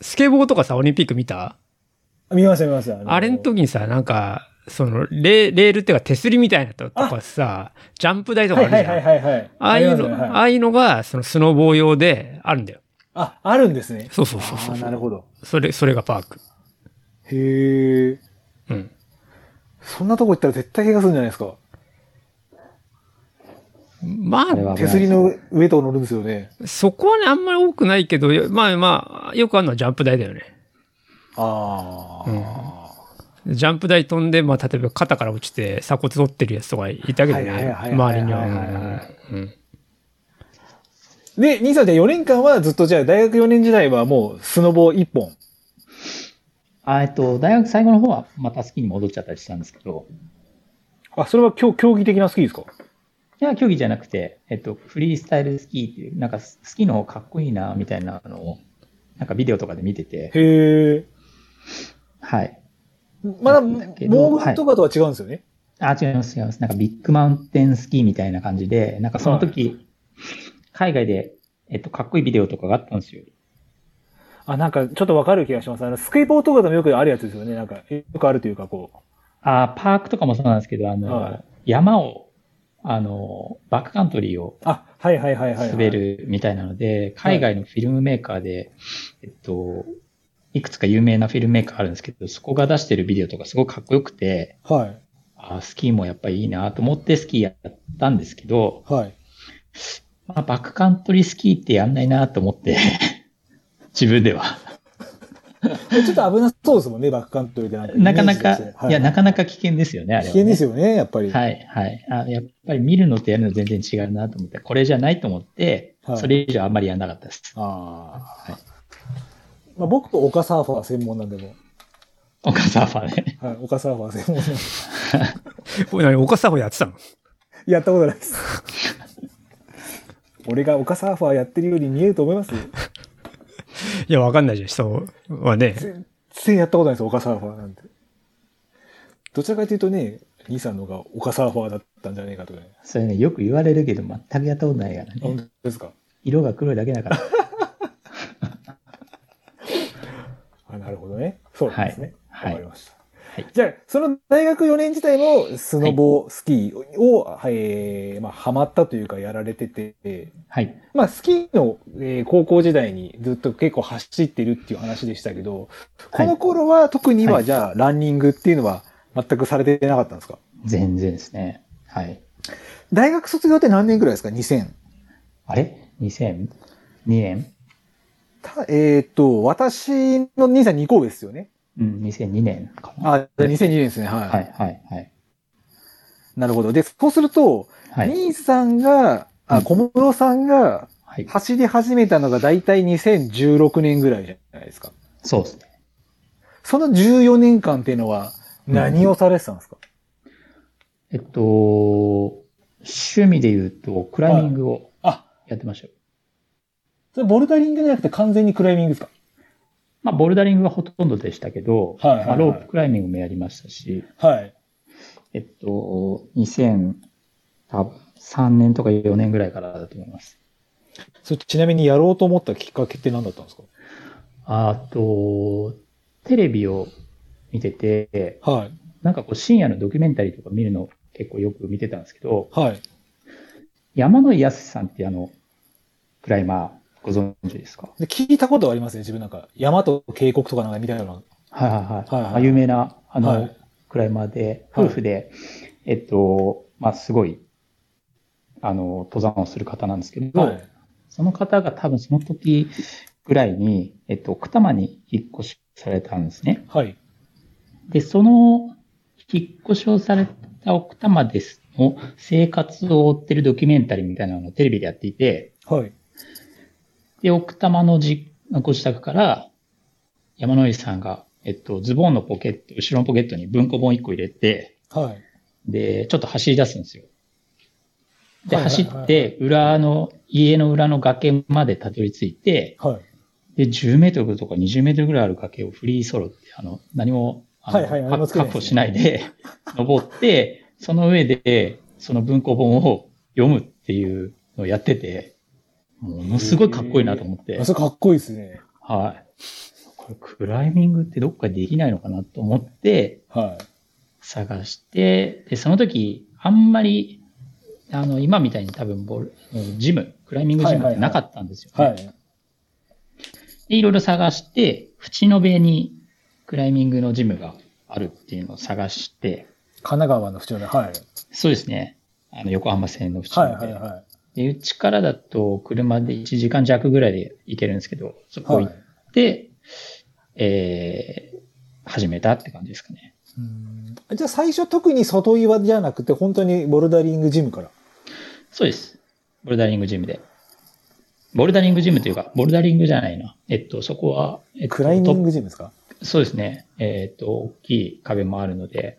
Speaker 3: スケボーとかさ、オリンピック見た
Speaker 1: あ見ました、見ました。の
Speaker 3: あれの時にさ、なんか、そのレ、レールっていうか手すりみたいなととかさ、ジャンプ台とか
Speaker 1: は
Speaker 3: あ
Speaker 1: い
Speaker 3: るじ
Speaker 1: は
Speaker 3: ゃ
Speaker 1: い
Speaker 3: ん。
Speaker 1: はいはいはい。
Speaker 3: ああいうの、
Speaker 1: りますね
Speaker 3: あ
Speaker 1: はい
Speaker 3: あいうのが、そのスノボー用であるんだよ。
Speaker 1: あ、あるんですね。
Speaker 3: そうそうそうそう
Speaker 1: あーなるほど。
Speaker 3: それ、それがパーク。
Speaker 1: へえ。
Speaker 3: うん。
Speaker 1: そんなとこ行ったら絶対怪我するんじゃないですか。
Speaker 3: ま
Speaker 2: あれは
Speaker 3: あ、
Speaker 2: 危な
Speaker 1: 手す
Speaker 2: い
Speaker 1: りの上とか乗るんですよね。
Speaker 3: そこはね、あんまり多くないけど、よまあまあ、よくあるのはジャンプ台だよね。
Speaker 1: ああ、
Speaker 3: うんジャンプ台飛んで、まあ、例えば肩から落ちて鎖骨折ってるやつとかいたけど
Speaker 1: はいはいは
Speaker 3: ね、
Speaker 1: いはい
Speaker 3: 周りには。
Speaker 1: はいはいはい
Speaker 3: うんうん
Speaker 1: で、兄さんじゃあ4年間はずっとじゃあ大学4年時代はもうスノボ1本。
Speaker 2: あえっと、大学最後の方はまたスキーに戻っちゃったりしたんですけど、
Speaker 1: あ、それは競競技的なスキーですか
Speaker 2: いや、競技じゃなくて、えっと、フリースタイルスキーっていう、なんかススキーの方かっこいいな、みたいなのを、なんかビデオとかで見てて、
Speaker 1: へえ。
Speaker 2: はい。
Speaker 1: まだ、
Speaker 2: だけど
Speaker 1: モーグルとかとは違うんですよね。
Speaker 2: あ、違います、違います。なんかビッグマウンテンスキーみたいな感じで、なんかその時、海外で、えっと、かっこいいビデオとかがあったんですよ。
Speaker 1: あ、なんかちょっとわかる気がします。あの、スケボーとかでもよくあるやつですよね。なんか、よくあるというか、こ
Speaker 2: あ、パークとかもそうなんですけど、あ
Speaker 1: は
Speaker 2: の、山を、あの、バックカントリーを
Speaker 1: う。あ、はいはいはいはい、はい。
Speaker 2: 滑。るみたいなので、海外のフィルムメーカーで、えっと、いくつか有名なフィルムメーカーあるんですけど、そこが出してるビデオとかすごくかっこよくて、
Speaker 1: はい。
Speaker 2: あスキーもやっぱりいいなと思ってスキーやったんですけど、
Speaker 1: はい。
Speaker 2: まあ、バックカントリースキーってやんないなと思って、 [LAUGHS] 自分では。
Speaker 1: ちょっと危なそうですもんね、バックカントリーでなんか。
Speaker 2: なかなか、
Speaker 1: イメージと
Speaker 2: い
Speaker 1: しては
Speaker 2: や、なかなか危険ですよね、あれは、
Speaker 1: 危険ですよね、やっぱり。
Speaker 2: はい、はいあ。やっぱり見るのとやるの全然違うなと思って、これじゃないと思って、
Speaker 1: はい
Speaker 2: それ以上あんまりやんなかったです。 [LAUGHS]
Speaker 1: ああ。
Speaker 2: はい
Speaker 1: まあ、僕と岡サーファーは専門なんでも
Speaker 2: お母さんはね。
Speaker 1: う、はい、岡サーファーは専門なんで、
Speaker 3: おい何、岡サーファーやってたの
Speaker 1: やったことない
Speaker 2: [LAUGHS]
Speaker 1: です。俺が岡サーファーやってるように見えると思います
Speaker 3: いや、わかんないじゃん、人はね。
Speaker 1: 全然やったことないです、岡サーファーなんて。どちらかというとね、兄さんの方が岡サーファーだったんじゃねえかとかね。
Speaker 2: [LAUGHS] それね、よく言われるけど、全くやったことないからね。
Speaker 1: 本当ですか
Speaker 2: 色が黒いだけだから。
Speaker 1: あなるほどね。そうなんですね。わ、
Speaker 2: [LAUGHS] はい
Speaker 1: かりました。
Speaker 2: はい
Speaker 1: じゃあ、その大学4年時代もスノボー、スキーを、はいえーまあ、ハマったというかやられてて、
Speaker 2: はい。
Speaker 1: まあ、スキーの、えー高校時代にずっと結構走ってるっていう話でしたけど、この頃は特には、
Speaker 2: はい
Speaker 1: じゃあ、ランニングっていうのは全くされてなかったんですか
Speaker 2: 全然ですね。はい。
Speaker 1: 大学卒業って何年ぐらいですか ?2000。
Speaker 2: あれ ?2002 年
Speaker 1: たえーっと、私の兄さん2校ですよね。
Speaker 2: うん、2002年かな。
Speaker 1: あ、じゃあ2002年ですね。はい。
Speaker 2: はい、はい、はい。
Speaker 1: なるほど。で、そうすると、
Speaker 2: はい。
Speaker 1: 兄さんが、
Speaker 2: う
Speaker 1: あ、
Speaker 2: ん
Speaker 1: 小室さんが
Speaker 2: はい、
Speaker 1: 走り始めたのが大体2016年ぐらいじゃないですか。
Speaker 2: そうですね。
Speaker 1: その14年間っていうのは何をされてたんですか、
Speaker 2: えっと、趣味で言うと、クライミングを
Speaker 1: あ、
Speaker 2: やってましたよ。
Speaker 1: それボルダリングじゃなくて完全にクライミングですか
Speaker 2: まあ、ボルダリングがほとんどでしたけど、
Speaker 1: はいはいはい
Speaker 2: まあ、ロープクライミングもやりましたし、
Speaker 1: はい。
Speaker 2: えっと、2003年とか4年ぐらいからだと思います。
Speaker 1: それちなみにやろうと思ったきっかけって何だったんですか
Speaker 2: あと、テレビを見てて、
Speaker 1: はい。
Speaker 2: なんかこう深夜のドキュメンタリーとか見るの結構よく見てたんですけど、
Speaker 1: はい。
Speaker 2: 山野井康さんってあの、クライマー、ご存知ですか
Speaker 1: で聞いたことはありますね、自分なんか。山と渓谷とかなんか見たような。
Speaker 2: はいはい
Speaker 1: は
Speaker 2: はいい。
Speaker 1: はい
Speaker 2: まあ有名な、あの、
Speaker 1: はい
Speaker 2: クライマーで、
Speaker 1: はい
Speaker 2: 夫婦で、えっと、まあ、すごい、あの、登山をする方なんですけど、
Speaker 1: はい。
Speaker 2: その方が多分その時ぐらいに、えっと、奥多摩に引っ越しされたんですね。
Speaker 1: はい。
Speaker 2: で、その引っ越しをされた奥多摩ですの生活を追ってるドキュメンタリーみたいなのをテレビでやっていて、
Speaker 1: はい。
Speaker 2: で、奥多摩のじご自宅から山野井さんが、えっと、ズボンのポケット、後ろのポケットに文庫本1個入れて、
Speaker 1: はい。
Speaker 2: で、ちょっと走り出すんですよ。で、
Speaker 1: はいはいは
Speaker 2: 走
Speaker 1: い
Speaker 2: って、裏の、家の裏の崖までたどり着いて、
Speaker 1: はい。
Speaker 2: で、10メートルとか20メートルぐらいある崖をフリーソロって、あの、何も、あの
Speaker 1: はいはい
Speaker 2: か
Speaker 1: 何もつけない
Speaker 2: 確保しないで、 [LAUGHS] 登って、その上で、その文庫本を読むっていうのをやってて、ものすごいかっこいいなと思って
Speaker 1: あ、それかっこいいですね。
Speaker 2: はい。これ、クライミングってどっかできないのかなと思って、
Speaker 1: はい。
Speaker 2: 探して、で、その時、あんまり、あの、今みたいに多分ボル、ジム、クライミングジムってなかったんですよ、ね
Speaker 1: はい。
Speaker 2: で、いろいろ探して、淵野辺にクライミングのジムがあるっていうのを探して、
Speaker 1: 神奈川の府中で。はい。
Speaker 2: そうですね。あの、横浜線の淵野
Speaker 1: はい
Speaker 2: 辺。
Speaker 1: はいは
Speaker 2: で、うちからだと車で1時間弱ぐらいで行けるんですけど、そ
Speaker 1: い。
Speaker 2: こ
Speaker 1: はい。
Speaker 2: 行って、えー、始めたって感じですかね。
Speaker 1: うんじゃあ最初特に外岩じゃなくて、本当にボルダリングジムから。
Speaker 2: そうです。ボルダリングジムで。ボルダリングジムというか、ボルダリングじゃないな。えっと、そこは、えっと、
Speaker 1: クライミングジムですか
Speaker 2: とそうですね。えっと、大きい壁もあるので、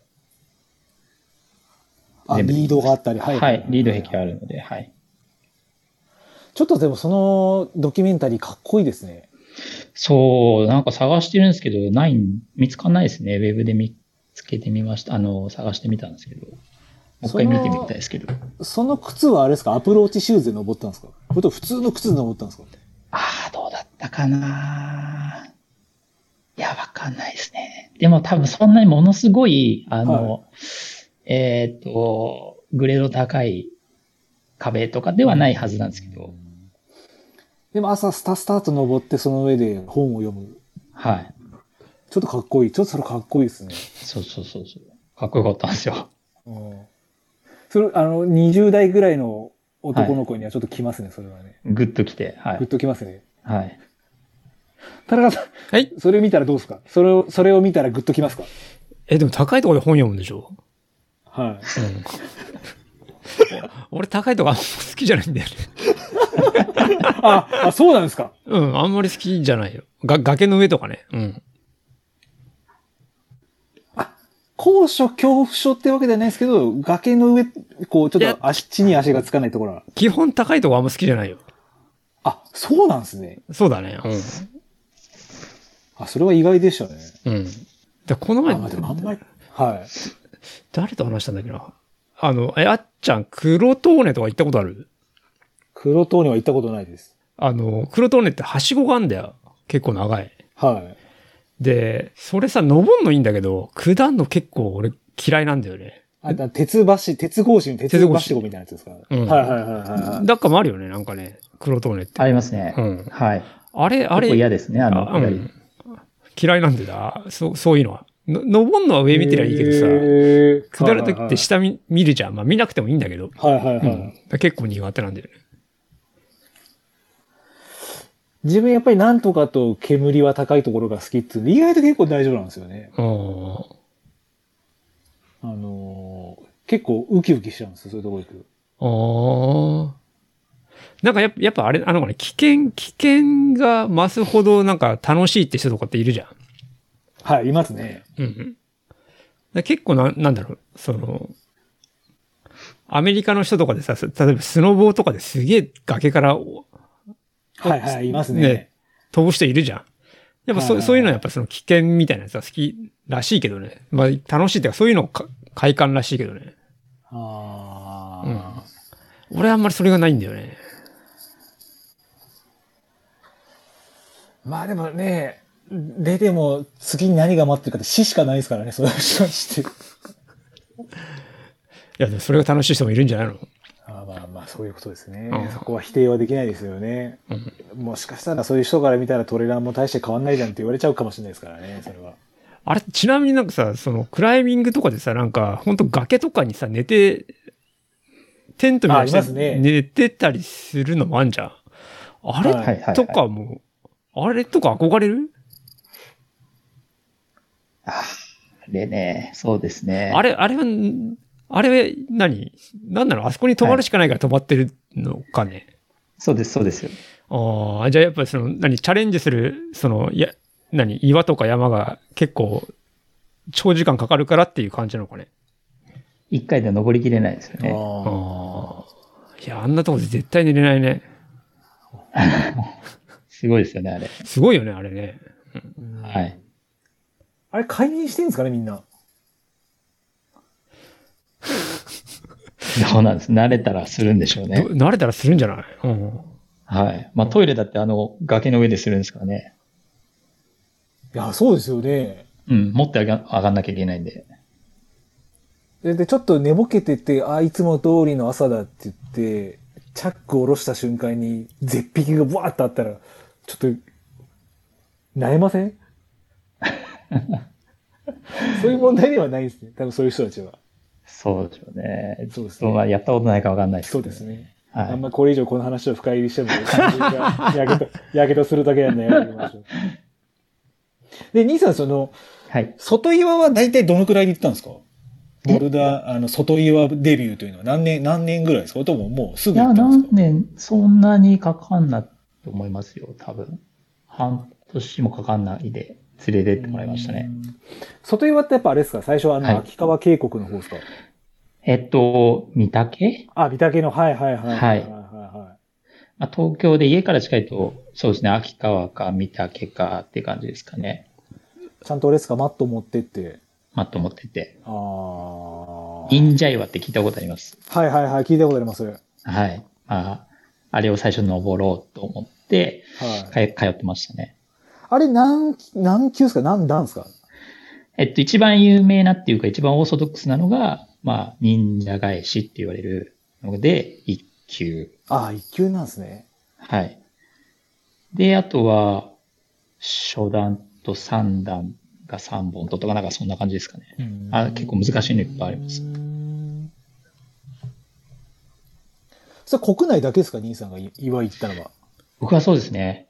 Speaker 1: あ、
Speaker 2: 全部
Speaker 1: リードがあったり。は。
Speaker 2: はいい、リード壁があるので、はい。
Speaker 1: ちょっとでもそのドキュメンタリーかっこいいですね。
Speaker 2: そう、なんか探してるんですけど、ない、見つかんないですね。ウェブで見つけてみました。あの、探してみたんですけど。もう一回見てみたいですけど。
Speaker 1: その靴はあれですかアプローチシューズで登ったんですかそれとも普通の靴で登ったんですか
Speaker 2: ああ、どうだったかないや、わかんないですね。でも多分そんなにものすごい、あの、えっ、と、グレード高い壁とかではないはずなんですけど、
Speaker 1: でも朝スタスタと登ってその上で本を読む。
Speaker 2: はい。
Speaker 1: ちょっとかっこいい。ちょっとそれかっこいいですね。
Speaker 2: そうそうそうそう。かっこよかったんですよ。
Speaker 1: うん。それ、あの、20代ぐらいの男の子にはちょっときますね、それはね。
Speaker 2: グッときて、は
Speaker 1: ぐっ
Speaker 2: い。
Speaker 1: ときますね。
Speaker 2: はい。
Speaker 1: 田中さん、
Speaker 3: はい。
Speaker 1: それを見たらどうですかそれを、それを見たらぐっときますか
Speaker 3: え、でも高いところで本読むんでしょ
Speaker 1: はい。
Speaker 3: うん俺高いとこあんま好きじゃないんだよね。
Speaker 1: あ、あ、そうなんですか
Speaker 3: うん、あんまり好きじゃないよ。が、崖の上とかね。うん。
Speaker 1: 高所恐怖症ってわけじゃないですけど、崖の上、こう、ちょっと足地に足がつかないところは。
Speaker 3: 基本高いとこあんま好きじゃないよ。
Speaker 1: あ、そうなんですね。
Speaker 3: そうだね。
Speaker 1: あ、それは意外でしたね。
Speaker 3: うん。うん。で、この
Speaker 1: あ、
Speaker 3: 前、
Speaker 1: まあ、でもあんまり。はい。
Speaker 3: 誰と話したんだっけな。あの、えあっちゃん、黒トーネとか行ったことある
Speaker 1: 黒塔には行ったことないです。
Speaker 3: あの、黒トーネってはしごがあんだよ。結構長い。
Speaker 1: はい。
Speaker 3: で、それさ、登んのいいんだけど、下んの結構俺嫌いなんだよね。
Speaker 1: あ、だ鉄橋、鉄格子、鉄橋子みたいなやつですか、
Speaker 3: うん
Speaker 1: はいはいはいはい。
Speaker 3: だっかもあるよね、なんかね。黒トーネって。
Speaker 2: ありますね。
Speaker 3: うん
Speaker 2: はい。
Speaker 3: あれ、あ
Speaker 2: あ
Speaker 3: れ、
Speaker 2: れ嫌ですね、あの、
Speaker 3: あう
Speaker 2: 下り
Speaker 3: ん、嫌いなんでだ。そう、そういうのは。の登んのは上見てりゃいいけどさ、下るときって下見見るじゃん。まあ見なくてもいいんだけど。
Speaker 1: はいはいはい。
Speaker 3: うん、結構苦手なんだよね。
Speaker 1: 自分やっぱりなんとかと煙は高いところが好きっていうの意外と結構大丈夫なんですよね。
Speaker 3: うん。
Speaker 1: あのー結構ウキウキしちゃうんですよ、そういうところ行く。
Speaker 3: ああ。なんかやっぱやっぱあれ、あのね、危険、危険が増すほどなんか楽しいって人とかっているじゃん。
Speaker 1: はい、いますね。
Speaker 3: うんうん。だ結構な、なんだろう、その、アメリカの人とかでさ、す例えばスノボーとかですげえ崖からお
Speaker 1: はいはい、いますね。
Speaker 3: ね飛ぶ人いるじゃん。やっ
Speaker 1: はいは
Speaker 3: ぱそ,、
Speaker 1: いはいう
Speaker 3: そういうのはやっぱその危険みたいなやつは好きらしいけどね。まあ楽しいっていうかそういうのか快感らしいけどね。
Speaker 1: あ
Speaker 3: うん
Speaker 1: あ、。
Speaker 3: 俺はあんまりそれがないんだよね。
Speaker 1: まあでもね、出ても次に何が待ってるかって死しかないですからね、それを人にして。
Speaker 3: いやでもそれが楽しい人もいるんじゃないの
Speaker 1: あーまあままあそういうことですね
Speaker 3: う。ん
Speaker 1: そこは否定はできないですよね。
Speaker 3: うん
Speaker 1: もしかしたらそういう人から見たらトレーラーも大して変わんないじゃんって言われちゃうかもしれないですからね、それは。
Speaker 3: あれ、ちなみになんかさ、その、クライミングとかでさ、なんか、ほんと崖とかにさ、寝て、テントみた
Speaker 1: あ
Speaker 3: いに
Speaker 1: あ
Speaker 3: し
Speaker 1: ります
Speaker 3: て
Speaker 1: ね
Speaker 3: 寝てたりするのもあんじゃん。あ
Speaker 1: は
Speaker 3: れ
Speaker 1: い
Speaker 2: はいはい。
Speaker 3: とかも、あれとか憧れる
Speaker 2: あれね、そうですね。
Speaker 3: あれ、あれは、あれ、何なんなのあそこに止まるしかないから止まってるのかね。
Speaker 2: そうです、そうですよ。
Speaker 3: ああ、じゃあやっぱりその、何、チャレンジする、その、いや、何、岩とか山が結構、長時間かかるからっていう感じなのかね。
Speaker 2: 一回で登りきれないですよね。
Speaker 3: あ
Speaker 1: あ
Speaker 3: あ。いや、あんなとこで絶対寝れないね。
Speaker 2: すごいですよね、あれ。
Speaker 3: すごいよね、あれね。
Speaker 1: ー
Speaker 2: はい。
Speaker 1: あれ解任してるんですかね、みんな。
Speaker 2: どうなんです。慣れたらするんでしょうね
Speaker 3: ど。慣れたらするんじゃないうん。
Speaker 2: はい。まあトイレだってあの崖の上でするんですからね。
Speaker 1: いや、そうですよね。
Speaker 2: うん。持って上が上がんなきゃいけないんで。
Speaker 1: で、でちょっと寝ぼけてて、あ、いつも通りの朝だって言って、チャックを下ろした瞬間に絶壁がブワーッとあったら、ちょっと、なえま
Speaker 2: [LAUGHS]
Speaker 1: せんそういう問題ではないですね。多分そういう人たちは。
Speaker 2: そうでしょうね。
Speaker 1: そうですね
Speaker 2: ちょっとまあやったことないかわかんないです
Speaker 1: そう
Speaker 2: けど
Speaker 1: です。ね。
Speaker 2: は
Speaker 1: あん
Speaker 2: い。
Speaker 1: まこれ以上この話を深入りしても、やけど、やけどするだけなんでやめとき
Speaker 2: [LAUGHS]
Speaker 1: ましょう。で、兄さん、その、
Speaker 2: はい。
Speaker 1: 外岩は大体どのくらいで行ったんですかボルダー、あの、外岩デビューというのは何年、何年ぐらいですかとももうす
Speaker 2: い
Speaker 1: ぐ行
Speaker 2: や、
Speaker 1: ったん
Speaker 2: 何
Speaker 1: ですか
Speaker 2: 年、そんなにかかんないと思いますよ、多分。半年もかかんないで連れてってもらいましたね。。
Speaker 1: 外岩ってやっぱあれですか最初はあ
Speaker 2: はい
Speaker 1: の、秋川渓谷の方ですか、
Speaker 2: えっと、御嶽
Speaker 1: あ、御嶽の、はいはいはい。
Speaker 2: はい
Speaker 1: は
Speaker 2: まあ、東京で家から近いと、そうですね、秋川か御嶽かって感じですかね。
Speaker 1: い。ちゃんとあれですかマット持ってって。
Speaker 2: まあ、と思ってて。
Speaker 1: ああ。
Speaker 2: インジャイワって聞いたことあります。
Speaker 1: はいはいはい。聞いたことあります。はい。
Speaker 2: はい。まあ、あれを最初登ろうと思って、か通ってましたね。
Speaker 1: あれ何、何級ですか何段ですか
Speaker 2: えっと、一番有名なっていうか、一番オーソドックスなのが、まあ、忍者返しって言われるので、一級。
Speaker 1: ああ、一級なんですね。
Speaker 2: はい。で、あとは、初段と三段が三本ととか、なんかそんな感じですかね。あ結構難しいのいっぱいあります
Speaker 1: うーん。それ国内だけですか兄さんがい岩行ったのは。
Speaker 2: 僕はそうですね。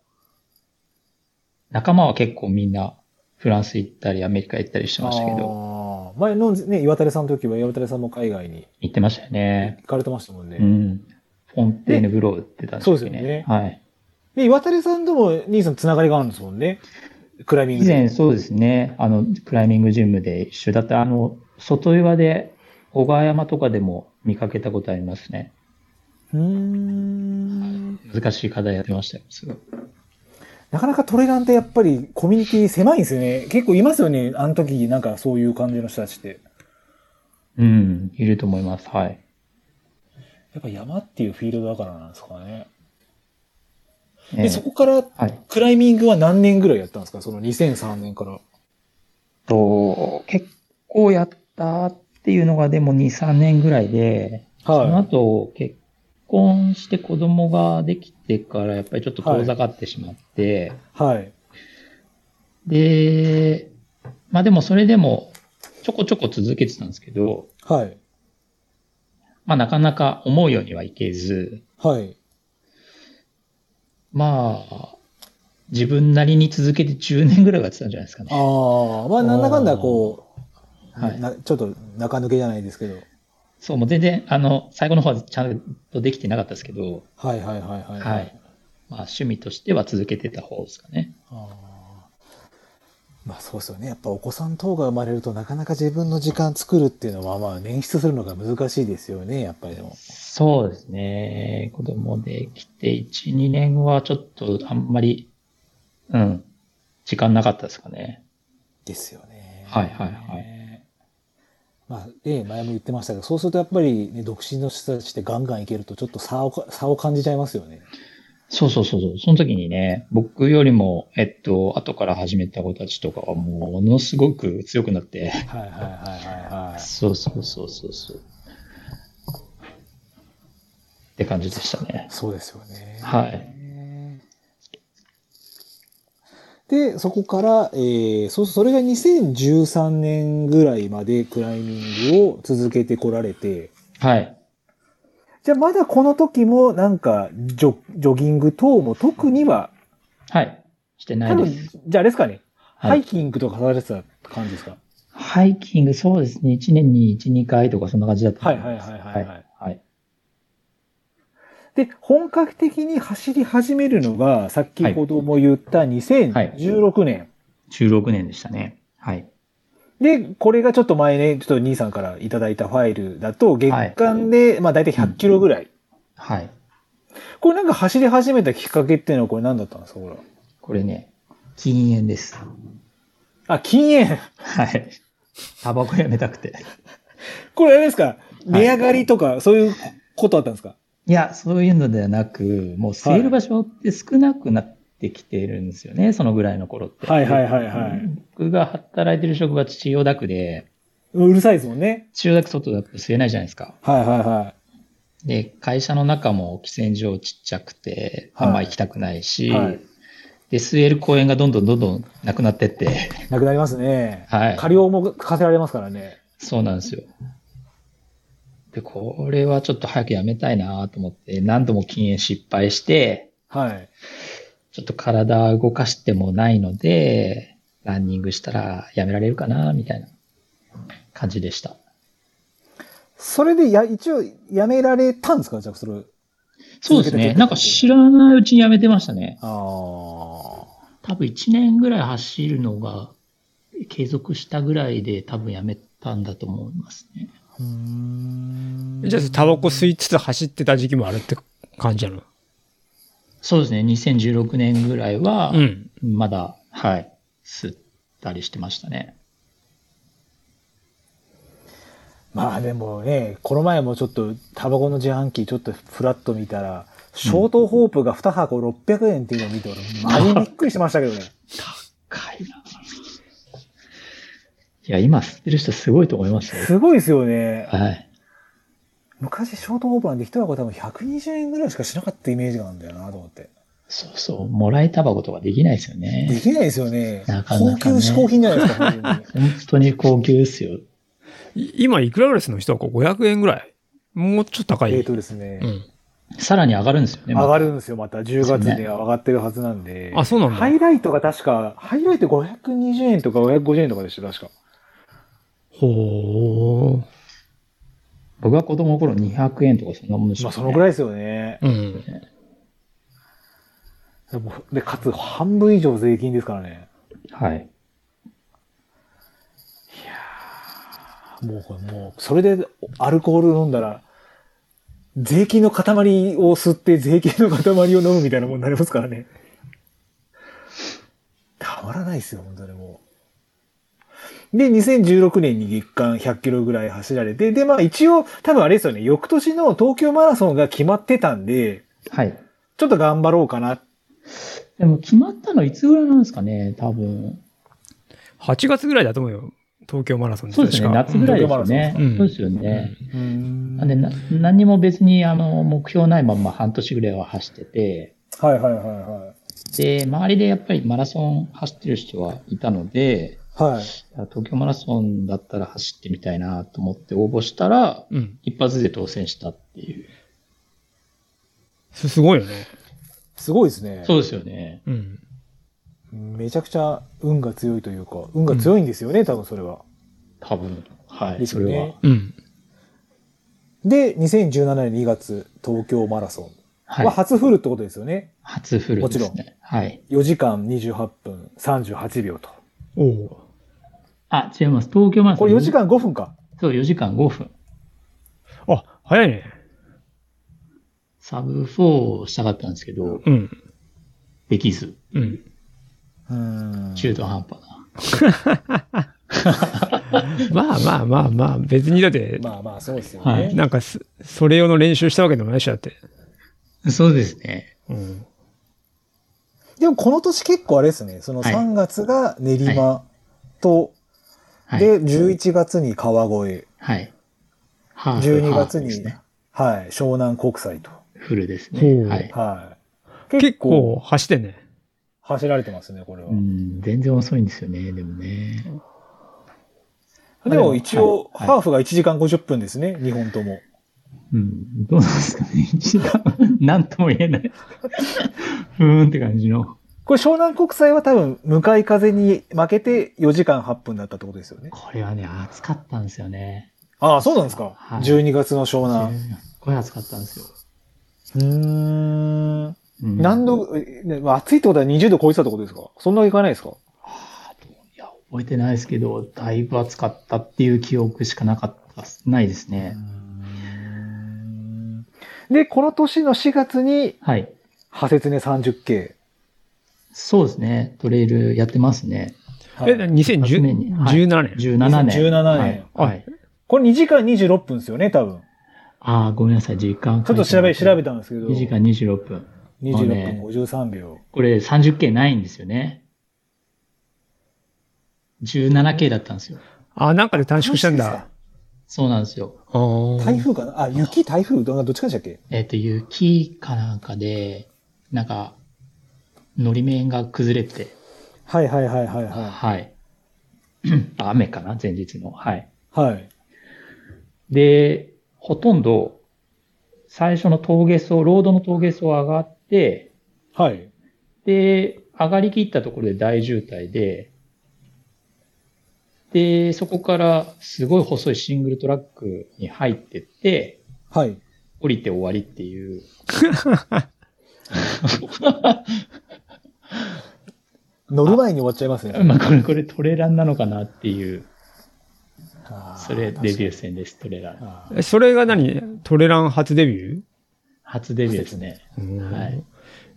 Speaker 2: 仲間は結構みんな、フランス行ったり、アメリカ行ったりしてましたけど、
Speaker 1: ど。前のね、岩垂さんの時は岩垂さんも海外に
Speaker 2: 行ってましたよね。
Speaker 1: 行かれてましたもんね。
Speaker 2: うん。フォンテーヌブローってたん
Speaker 1: そうですよね
Speaker 2: はい。
Speaker 1: で、岩垂さんとも兄さんつながりがあるんですもんね。クライミング
Speaker 2: 以
Speaker 1: で。
Speaker 2: 前そうですね、あの、クライミングジムで一緒だった、あの、外岩で、小川山とかでも見かけたことありますね。
Speaker 1: うーん。
Speaker 2: 難しい課題やってましたよ、すごい。
Speaker 1: なかなかトレランってやっぱりコミュニティ狭いんですよね。結構いますよね。あの時なんかそういう感じの人たちって。
Speaker 2: うん、いると思います。はい。
Speaker 1: やっぱ山っていうフィールドだからなんですかね。
Speaker 2: ええ
Speaker 1: で、そこから
Speaker 2: はい。
Speaker 1: クライミングは何年ぐらいやったんですかその2003年から。
Speaker 2: と、結構やったっていうのがでも2、3年ぐらいで、その
Speaker 1: は
Speaker 2: 後、結婚して子供ができてから、やっぱりちょっと遠ざかってしまって、
Speaker 1: い。はい。
Speaker 2: で、まあでもそれでも、ちょこちょこ続けてたんですけど、
Speaker 1: はい。
Speaker 2: まあなかなか思うようにはいけず、
Speaker 1: はい。
Speaker 2: まあ、自分なりに続けて10年ぐらいはやってたんじゃないですかね。
Speaker 1: ああ、まあ、なんだかんだこう、
Speaker 2: はい。
Speaker 1: なちょっと中抜けじゃないですけど。
Speaker 2: そう、もう全然、あの、最後の方はちゃんとできてなかったですけど、
Speaker 1: はいはいはいはい。
Speaker 2: はい。まあ趣味としては続けてた方ですかね。
Speaker 1: あーまあそうですよね。やっぱお子さん等が生まれるとなかなか自分の時間作るっていうのはまあ捻出するのが難しいですよね、やっぱりでも。
Speaker 2: そうですね。子供できて1、2年はちょっとあんまり、うん、時間なかったですかね。
Speaker 1: ですよね。
Speaker 2: はいはいはい。
Speaker 1: まあ、で、前も言ってましたけど、そうするとやっぱりね、独身の人たちってガンガンいけるとちょっと差をか、差を感じちゃいますよね。
Speaker 2: そうそうそうそう。その時にね、僕よりも、えっと、後から始めた子たちとかはものすごく強くなって。
Speaker 1: はいはいはいはいはい。
Speaker 2: そうそうそうそうそう。って感じでしたね。
Speaker 1: そうですよね。
Speaker 2: はい。
Speaker 1: で、そこから、えー、そう、それが2013年ぐらいまでクライミングを続けてこられて、
Speaker 2: はい。
Speaker 1: じゃあまだこの時もなんかジョ、ジョギング等も特には、
Speaker 2: はい。してな
Speaker 1: 多
Speaker 2: いで
Speaker 1: 分、
Speaker 2: す。
Speaker 1: じゃああれですかね、
Speaker 2: はい
Speaker 1: ハイキングとかされてた感じですか
Speaker 2: ハイキング、そうですね。1年に1、2回とかそんな感じだったと
Speaker 1: はい
Speaker 2: 思
Speaker 1: はいい
Speaker 2: ます。
Speaker 1: はいはい。はい、
Speaker 2: はい。
Speaker 1: で、本格的に走り始めるのが、さっきほども言った2016年。
Speaker 2: 16年でしたね。はい。
Speaker 1: で、これがちょっと前ね、ちょっと兄さんからいただいたファイルだと、月間で、まあ大体100キロぐらい。
Speaker 2: はい。
Speaker 1: これなんか走り始めたきっかけっていうのはこれ何だったんですかこれは
Speaker 2: これね、禁煙です。
Speaker 1: あ、禁煙。 [LAUGHS]
Speaker 2: はい。タバコやめたくて。
Speaker 1: これあれですか値上がりとか、そういうことあったんですか、
Speaker 2: いや、そういうのではなく、もう吸える場所って少なくなってきているんですよね、そのぐらいの頃って。
Speaker 1: はい、はいはいはいはい。
Speaker 2: 僕が働いてる職場、千代田区で、
Speaker 1: うるさいですもんね。
Speaker 2: 千代田区外だと吸えないじゃないですか。
Speaker 1: はいはいは
Speaker 2: で、会社の中も喫煙所ちっちゃくて、
Speaker 1: はい
Speaker 2: あんま行きたくないし、
Speaker 1: はい
Speaker 2: で、吸える公園がどんどんどんどんなくなってって、 [LAUGHS]
Speaker 1: い。なくなりますね。
Speaker 2: はい。
Speaker 1: 過料も課せられますからね。
Speaker 2: そうなんですよ。で、これはちょっと早くやめたいなと思って、何度も禁煙失敗して、
Speaker 1: はい。
Speaker 2: ちょっと体動かしてもないので、ランニングしたらやめられるかなみたいな感じでした。
Speaker 1: それでや、一応、やめられたんですかじゃあ、それ。
Speaker 2: そうですね。なんか知らないうちにやめてましたね。
Speaker 1: あ
Speaker 2: 多分1年ぐらい走るのが継続したぐらいで多分やめたんだと思いますね。
Speaker 1: あ。うーん
Speaker 3: じゃあ、タバコ吸いつつ走ってた時期もあるって感じなの
Speaker 2: そうですね。2016年ぐらいは
Speaker 3: う、ん。
Speaker 2: まだ、はい、吸ったりしてましたね。
Speaker 1: まあでもね、この前もちょっと、タバコの自販機、ちょっとフラッと見たら、ショートホープが2箱600円っていうのを見て、俺、マジびっくりしましたけどね。
Speaker 2: 高いな。いや、今吸ってる人すごいと思いますよ。
Speaker 1: すごいですよね。
Speaker 2: はい。
Speaker 1: 昔、ショートホープなんて1箱多分120円ぐらいしかしなかったイメージがあるんだよなと思って。
Speaker 2: そうそう。もらいタバコとかできないですよ
Speaker 1: で
Speaker 2: ね。
Speaker 1: きないですよね。
Speaker 2: なかなかね
Speaker 1: 高級嗜好品じゃないですか、本当に。
Speaker 2: 本当に高級ですよ。
Speaker 3: い今、いくらぐらいするの一箱 ?500 円ぐらいもうちょっと高
Speaker 1: [LAUGHS]
Speaker 3: い。
Speaker 1: えーとですね、
Speaker 3: うん。
Speaker 2: さらに上がるんですよね。ま
Speaker 1: 上
Speaker 2: た
Speaker 1: がるんですよ、また。10月
Speaker 2: です
Speaker 1: に
Speaker 2: ね
Speaker 1: は上がってるはずなんで。
Speaker 3: あ、そうなん
Speaker 1: ハ
Speaker 3: だ。
Speaker 1: イライトが確か、ハイライト520円とか550円とかでした、確か。
Speaker 3: ほ
Speaker 2: 僕は子供の頃200円とかそんなもんでした、
Speaker 1: まあ、
Speaker 2: ね。
Speaker 1: そのぐらいですよね。
Speaker 3: ー。うん。
Speaker 1: でもで、かつ、半分以上税金ですからね。
Speaker 2: はい。
Speaker 1: もうこれ、もう、それでアルコール飲んだら、税金の塊を吸って税金の塊を飲むみたいなもんになりますからね。たまらないですよ、本当にもう。で、2016年に月間100キロぐらい走られて、で、まあ一応、多分あれですよね、翌年の東京マラソンが決まってたんで、
Speaker 2: はい。
Speaker 1: ちょっと頑張ろうかな。
Speaker 2: でも決まったのいつぐらいなんですかね、多分。
Speaker 3: 8月ぐらいだと思うよ。東京マラソン
Speaker 2: そうですね、
Speaker 3: 確か
Speaker 2: 夏ぐらいですよね。
Speaker 3: うん
Speaker 2: そうですよね。
Speaker 1: うん
Speaker 2: なんでな、何も別に、あの、目標ないまんま半年ぐらいは走ってて、
Speaker 1: はいはいはいは
Speaker 2: で、周りでやっぱりマラソン走ってる人はいたので、
Speaker 1: い。はい。
Speaker 2: 東京マラソンだったら走ってみたいなと思って応募したら、
Speaker 3: うん。
Speaker 2: 一発で当選したっていう。
Speaker 3: すすごいよね。
Speaker 1: すごいですね。
Speaker 2: そうですよね。
Speaker 3: うん。
Speaker 1: めちゃくちゃ運が強いというか、運が強いんですよね、多分それは。
Speaker 2: 多分。は
Speaker 1: で
Speaker 2: い、
Speaker 1: す
Speaker 2: そ
Speaker 1: よね
Speaker 2: れは。
Speaker 3: うん。
Speaker 1: で、2017年2月、東京マラソンは
Speaker 2: はい。
Speaker 1: 初フルってことですよね。
Speaker 2: 初フルですね。はい。
Speaker 1: 4時間28分38秒と。
Speaker 3: おお。
Speaker 2: あ、違います。東京マラソ
Speaker 1: こ
Speaker 2: ン。
Speaker 1: れ4時間5分か。
Speaker 2: そう、4時間5分。
Speaker 3: あ、早いね。
Speaker 2: サブ4をしたかったんですけど、
Speaker 3: うん。
Speaker 2: できず、
Speaker 3: うん。
Speaker 1: うーん。
Speaker 2: 中途半端な。
Speaker 3: まあまあまあまあ、別にだって、
Speaker 1: まあまあ、そうですよ
Speaker 2: はい
Speaker 1: ね。
Speaker 3: なんかす、それ用の練習したわけでもないしだって。
Speaker 2: そうですね。
Speaker 3: うん。
Speaker 1: でもこの年結構あれですね。その
Speaker 2: はい
Speaker 1: 3月が練馬と、
Speaker 2: はい。
Speaker 1: で、11月に川越、
Speaker 2: はい。ハーフ
Speaker 1: 12月
Speaker 2: ハーフです
Speaker 1: に
Speaker 2: ね。、
Speaker 1: はい、湘南国際と。
Speaker 2: フルです
Speaker 3: ほ
Speaker 2: ね。
Speaker 3: う
Speaker 2: はい。
Speaker 1: はい。
Speaker 3: 結構走ってんね。
Speaker 1: 走られてますね、これは
Speaker 2: う。ん、全然遅いんですよね、でもね。
Speaker 1: でも一応、
Speaker 2: はい
Speaker 1: ハーフが1時間50分ですね、2本とも。
Speaker 2: うん、どうなんですかね。 [LAUGHS] 一番、なんとも言えない。ふーんって感じの。
Speaker 1: これ湘南国際は多分、向かい風に負けて4時間8分だったってことですよね。
Speaker 2: これはね、暑かったんですよね。
Speaker 1: ああ、そうなんですか。
Speaker 2: はい
Speaker 1: 12月の湘南。
Speaker 2: すっごい暑かったんですよ。
Speaker 1: うーん。
Speaker 2: うん
Speaker 1: 何度、えね暑いってことは20度超えてたってことですかそんなにいかないですか
Speaker 2: いや、覚えてないですけど、だいぶ暑かったっていう記憶しかなかったっす、ないですね。
Speaker 1: で、この年の4月に、
Speaker 2: はい。
Speaker 1: ハセツネ 30K。
Speaker 2: そうですね。トレイルやってますね。
Speaker 1: はい
Speaker 3: え、2017
Speaker 2: 年にはい
Speaker 3: 年
Speaker 2: 17年。
Speaker 1: 2017年
Speaker 2: はい。はい、
Speaker 1: これ2時間26分ですよね、多分。
Speaker 2: ああ、ごめんなさい、時間
Speaker 1: ちょっと調べ、調べ
Speaker 2: た。
Speaker 1: たんですけど。
Speaker 2: 2時間26分。
Speaker 1: 26分53秒。
Speaker 2: これ 30K ないんですよね。17K だったんですよ。
Speaker 3: あ、なんかで短縮したんだ。
Speaker 2: そうなんですよ。
Speaker 3: あー
Speaker 1: 台風かなあ、雪、台風どんなどっちかでしたっけ
Speaker 2: えっ、と、雪かなんかで、なんか、のり面が崩れて、
Speaker 1: はいはいはいはいは
Speaker 2: はい。雨かな前日の。はい。
Speaker 1: い。はい。
Speaker 2: で、ほとんど、最初の峠層、ロードの峠層上がって、
Speaker 1: はい。
Speaker 2: で、上がりきったところで大渋滞で、で、そこからすごい細いシングルトラックに入ってって、
Speaker 1: はい。
Speaker 2: 降りて終わりっていう。 [LAUGHS]
Speaker 1: 乗る前に終わっちゃいますね。
Speaker 2: まあ、これ、これトレランなのかなっていう、
Speaker 1: あー
Speaker 2: それデビュー戦です、トレラン。
Speaker 1: あ
Speaker 3: えそれが何トレラン初デビュ
Speaker 2: 初デビューですね。
Speaker 3: ー
Speaker 2: はい。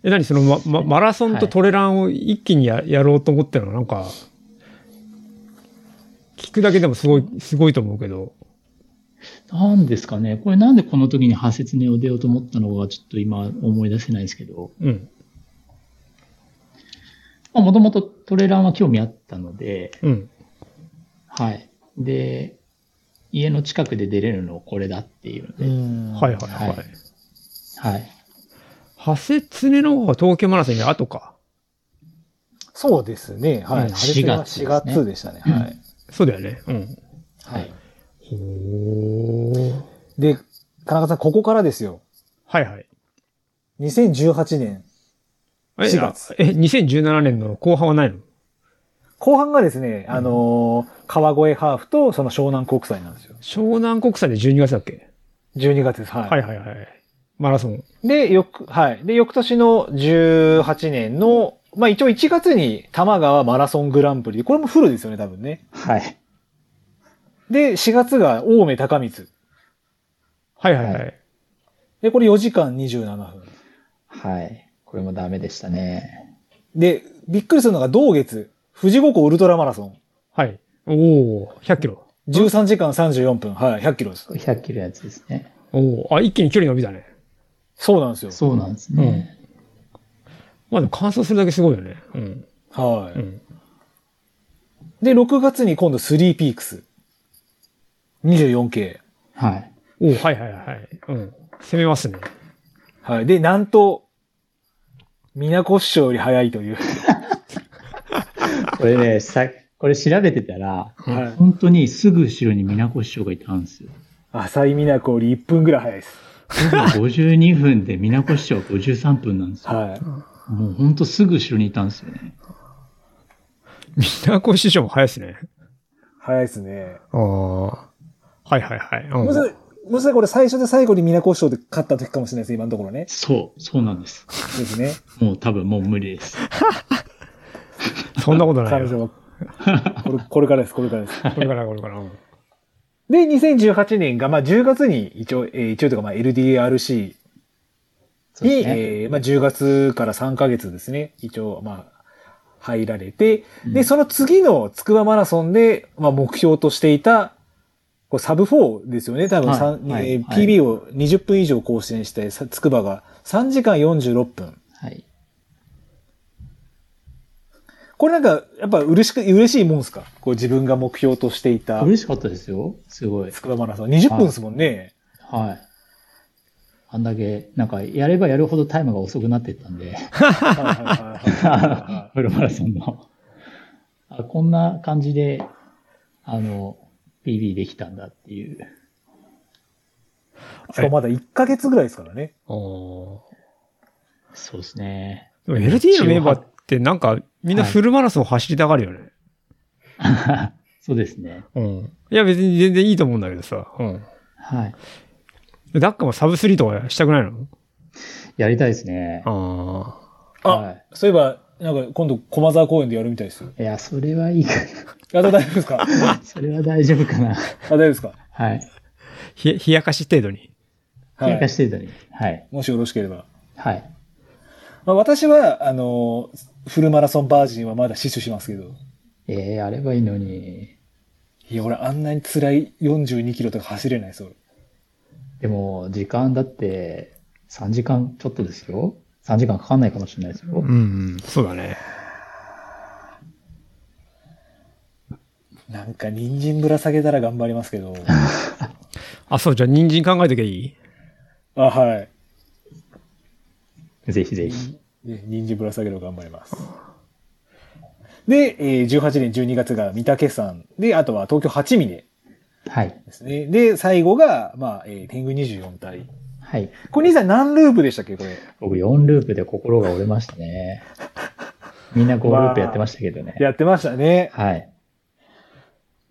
Speaker 3: え、何そのま、ま、マラソンとトレランを一気にややろうと思ってるのなんか、聞くだけでもすごい、すごいと思うけど。
Speaker 2: なんですかね。これなんでこの時に派説ねを出ようと思ったのか、ちょっと今思い出せないですけど。
Speaker 3: うん。
Speaker 2: まあ、もともとトレーラーは興味あったので、
Speaker 3: うん。
Speaker 2: はい。で、家の近くで出れるのこれだっていうの
Speaker 1: ー
Speaker 2: で、
Speaker 1: うん
Speaker 3: はいはいはい。
Speaker 2: はいはい。
Speaker 3: ハセツネの方が東京マラソンより後か。
Speaker 1: そうですね。は
Speaker 2: う
Speaker 1: い。
Speaker 2: ん4月
Speaker 1: 4月でしたね。はい。
Speaker 3: そうだよね。うん。
Speaker 2: はい。
Speaker 3: ほー。
Speaker 1: で、田中さん、ここからですよ。
Speaker 3: はいはい。
Speaker 1: 2018年。
Speaker 3: え、
Speaker 1: 4月
Speaker 3: あえ、2017年の後半はないの
Speaker 1: 後半がですね、あのー川越ハーフとその湘南国際なんですよ。
Speaker 3: 湘南国際で12月だっけ、
Speaker 1: 12月です。はい。
Speaker 3: はい、はいはいはいマラソン。
Speaker 1: で、翌、はい。で、翌年の18年の、まあ一応1月に多摩川マラソングランプリ。これもフルですよね、多分ね。
Speaker 2: はい。
Speaker 1: で、4月が青梅高光。
Speaker 3: はいはいはい。
Speaker 2: は
Speaker 1: で、これ4時間27分。
Speaker 2: はい。これもダメでしたね。
Speaker 1: で、びっくりするのが同月、富士五湖ウルトラマラソン。
Speaker 3: はい。おお100キロ。
Speaker 1: 13時間34分。はい、100キロです
Speaker 2: こ。れ100キロやつですね。
Speaker 3: おおあ、一気に距離伸びたね。
Speaker 1: そうなんですよ。
Speaker 2: そうなんですね。
Speaker 3: まあでも乾燥するだけすごいよね。うん。
Speaker 1: は
Speaker 3: うん。
Speaker 1: い。で、6月に今度3ピークス。24K。
Speaker 2: はい。
Speaker 3: おおはいはいはい。うん。攻めますね。
Speaker 1: はい。で、なんと、宮古市長より早いという。
Speaker 2: これね、さ、これ調べてたら、
Speaker 1: はい。
Speaker 2: 本当にすぐ後ろに皆越師匠がいたん [LAUGHS] ですよ。
Speaker 1: 浅井美奈子より1分ぐらい早いです。
Speaker 2: 52分で皆越師匠53分なんですよ。
Speaker 1: はい。
Speaker 2: もう本当すぐ後ろにいたんですよね。
Speaker 3: みなこ師匠も早いですね。
Speaker 1: 早いですね。
Speaker 3: ああ。はいはいはい。
Speaker 1: もし
Speaker 3: う
Speaker 1: か
Speaker 3: ん。
Speaker 1: したらもしかしたらこれ最初で最後に皆古市長で勝った時かもしれないです、今のところね。
Speaker 2: そう、そうなんです。
Speaker 1: ですね。
Speaker 2: もう多分もう無理です。
Speaker 3: そんなことない
Speaker 1: 彼
Speaker 3: よ。
Speaker 1: 女は。これ、 [LAUGHS] これからです、これからです。
Speaker 3: これからこれから。うん
Speaker 1: で、2018年が、まあ、10月に一応、えー一応というか、まあ、LDRC
Speaker 2: そうで
Speaker 1: に、
Speaker 2: すね
Speaker 1: えーまあ、10月から3ヶ月ですね。一応、まあ、入られて、
Speaker 2: う
Speaker 1: で、
Speaker 2: ん
Speaker 1: その次のつくばマラソンで、まあ、目標としていた、これサブ4ですよね。多分、
Speaker 2: はい
Speaker 1: 三
Speaker 2: はい
Speaker 1: えー
Speaker 2: はい
Speaker 1: PB を20分以上更新して、さつくばが3時間46分。
Speaker 2: はい。
Speaker 1: これなんか、やっぱ嬉しく、嬉しいもんすかこう自分が目標としていた、
Speaker 2: 嬉しかったですよ。すごい
Speaker 1: つ。くばマラソン。20分ですもんね。
Speaker 2: はい。あんだけ、なんか、やればやるほどタイムが遅くなってったん [LAUGHS] で、
Speaker 1: はいはいはいは
Speaker 2: フルマラソンの。あ、こんな感じで、あの、PB できたんだっていう。
Speaker 1: い。しかもまだ1ヶ月ぐらいですからね。
Speaker 3: お
Speaker 2: そうですね。
Speaker 3: ーでも LD のメンバーってなんかみんなフルマラソン走りたがるよね。
Speaker 2: [LAUGHS] そうですね。
Speaker 3: うん。いや別に全然いいと思うんだけどさ。うん。
Speaker 2: はい。
Speaker 3: ダッカもサブ3とかしたくないの
Speaker 2: やりたいですね。
Speaker 3: あ
Speaker 1: あ
Speaker 2: は
Speaker 1: そういえば、なんか今度駒沢公園でやるみたいですよ。
Speaker 2: い。いや、それはいいか
Speaker 1: あ、大丈夫 [LAUGHS] ですかあ、
Speaker 2: な。それは大丈夫かな。
Speaker 1: 大丈夫ですか
Speaker 2: はい。
Speaker 3: あ。ひ、冷やかし程度に。
Speaker 1: は
Speaker 2: 経過
Speaker 1: い。
Speaker 2: してたに。はい。
Speaker 1: もしよろしければ。
Speaker 2: はい。
Speaker 1: まあ、私は、あのー、フルマラソンバージンはまだ死守しますけど。
Speaker 2: ええやればいいのに。
Speaker 1: いや、俺あんなに辛い42キロとか走れないです、俺。
Speaker 2: でも、時間だって、3時間ちょっとですよ。3時間かかんないかもしれないですよ。
Speaker 3: うんうん。そうだね。
Speaker 1: なんか人参ぶら下げたら頑張りますけ [LAUGHS] ど。
Speaker 3: あ、そう、じゃあ人参考えときゃいい
Speaker 1: あ、はい。
Speaker 2: ぜひぜひ。
Speaker 1: ね人参ぶら下げるを頑張ります。で、えー18年12月が御嶽山。で、あとは東京八峰
Speaker 2: はい。
Speaker 1: ですね。で、最後が、まあ、えー天狗24体。
Speaker 2: はい。
Speaker 1: これ兄さん何ループでしたっけ、これ。
Speaker 2: 僕4ループで心が折れまし
Speaker 1: [LAUGHS]
Speaker 2: たね。みんな5ループやってましたけどね。
Speaker 1: やってましたね。
Speaker 2: はい。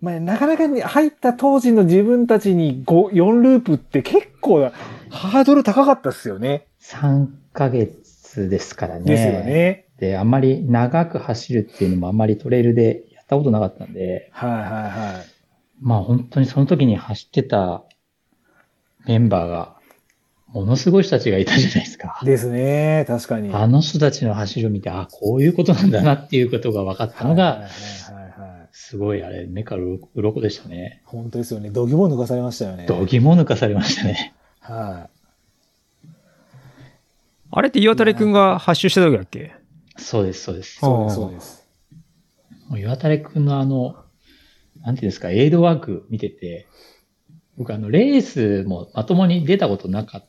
Speaker 1: まあ、なかなかね、入った当時の自分たちに5、4ループって結構な、ハードル高かったっすよね。
Speaker 2: 3ヶ月ですからね。
Speaker 1: ですよね。
Speaker 2: で、あんまり長く走るっていうのもあんまりトレイルでやったことなかったんで、
Speaker 1: はいはいはい。
Speaker 2: まあ本当にその時に走ってたメンバーが、ものすごい人たちがいたじゃないですか。
Speaker 1: ですね、確かに。
Speaker 2: あの人たちの走りを見て、あ、こういうことなんだなっていうことが分かったの
Speaker 1: はいは
Speaker 2: が、
Speaker 1: いはいはい、
Speaker 2: すごいあれ、目から鱗でしたね。
Speaker 1: 本当ですよね。度肝を抜かされましたよね。
Speaker 2: 度肝抜かされましたね。 [LAUGHS]
Speaker 1: は
Speaker 3: あれって岩垂くんが発注した時だっけ
Speaker 2: そうです、そうです
Speaker 1: い。。そうです、
Speaker 3: あー
Speaker 1: そうです。
Speaker 2: もう岩垂くんのあの、なんていうんですか、エイドワーク見てて、僕あの、レースもまともに出たことなかっ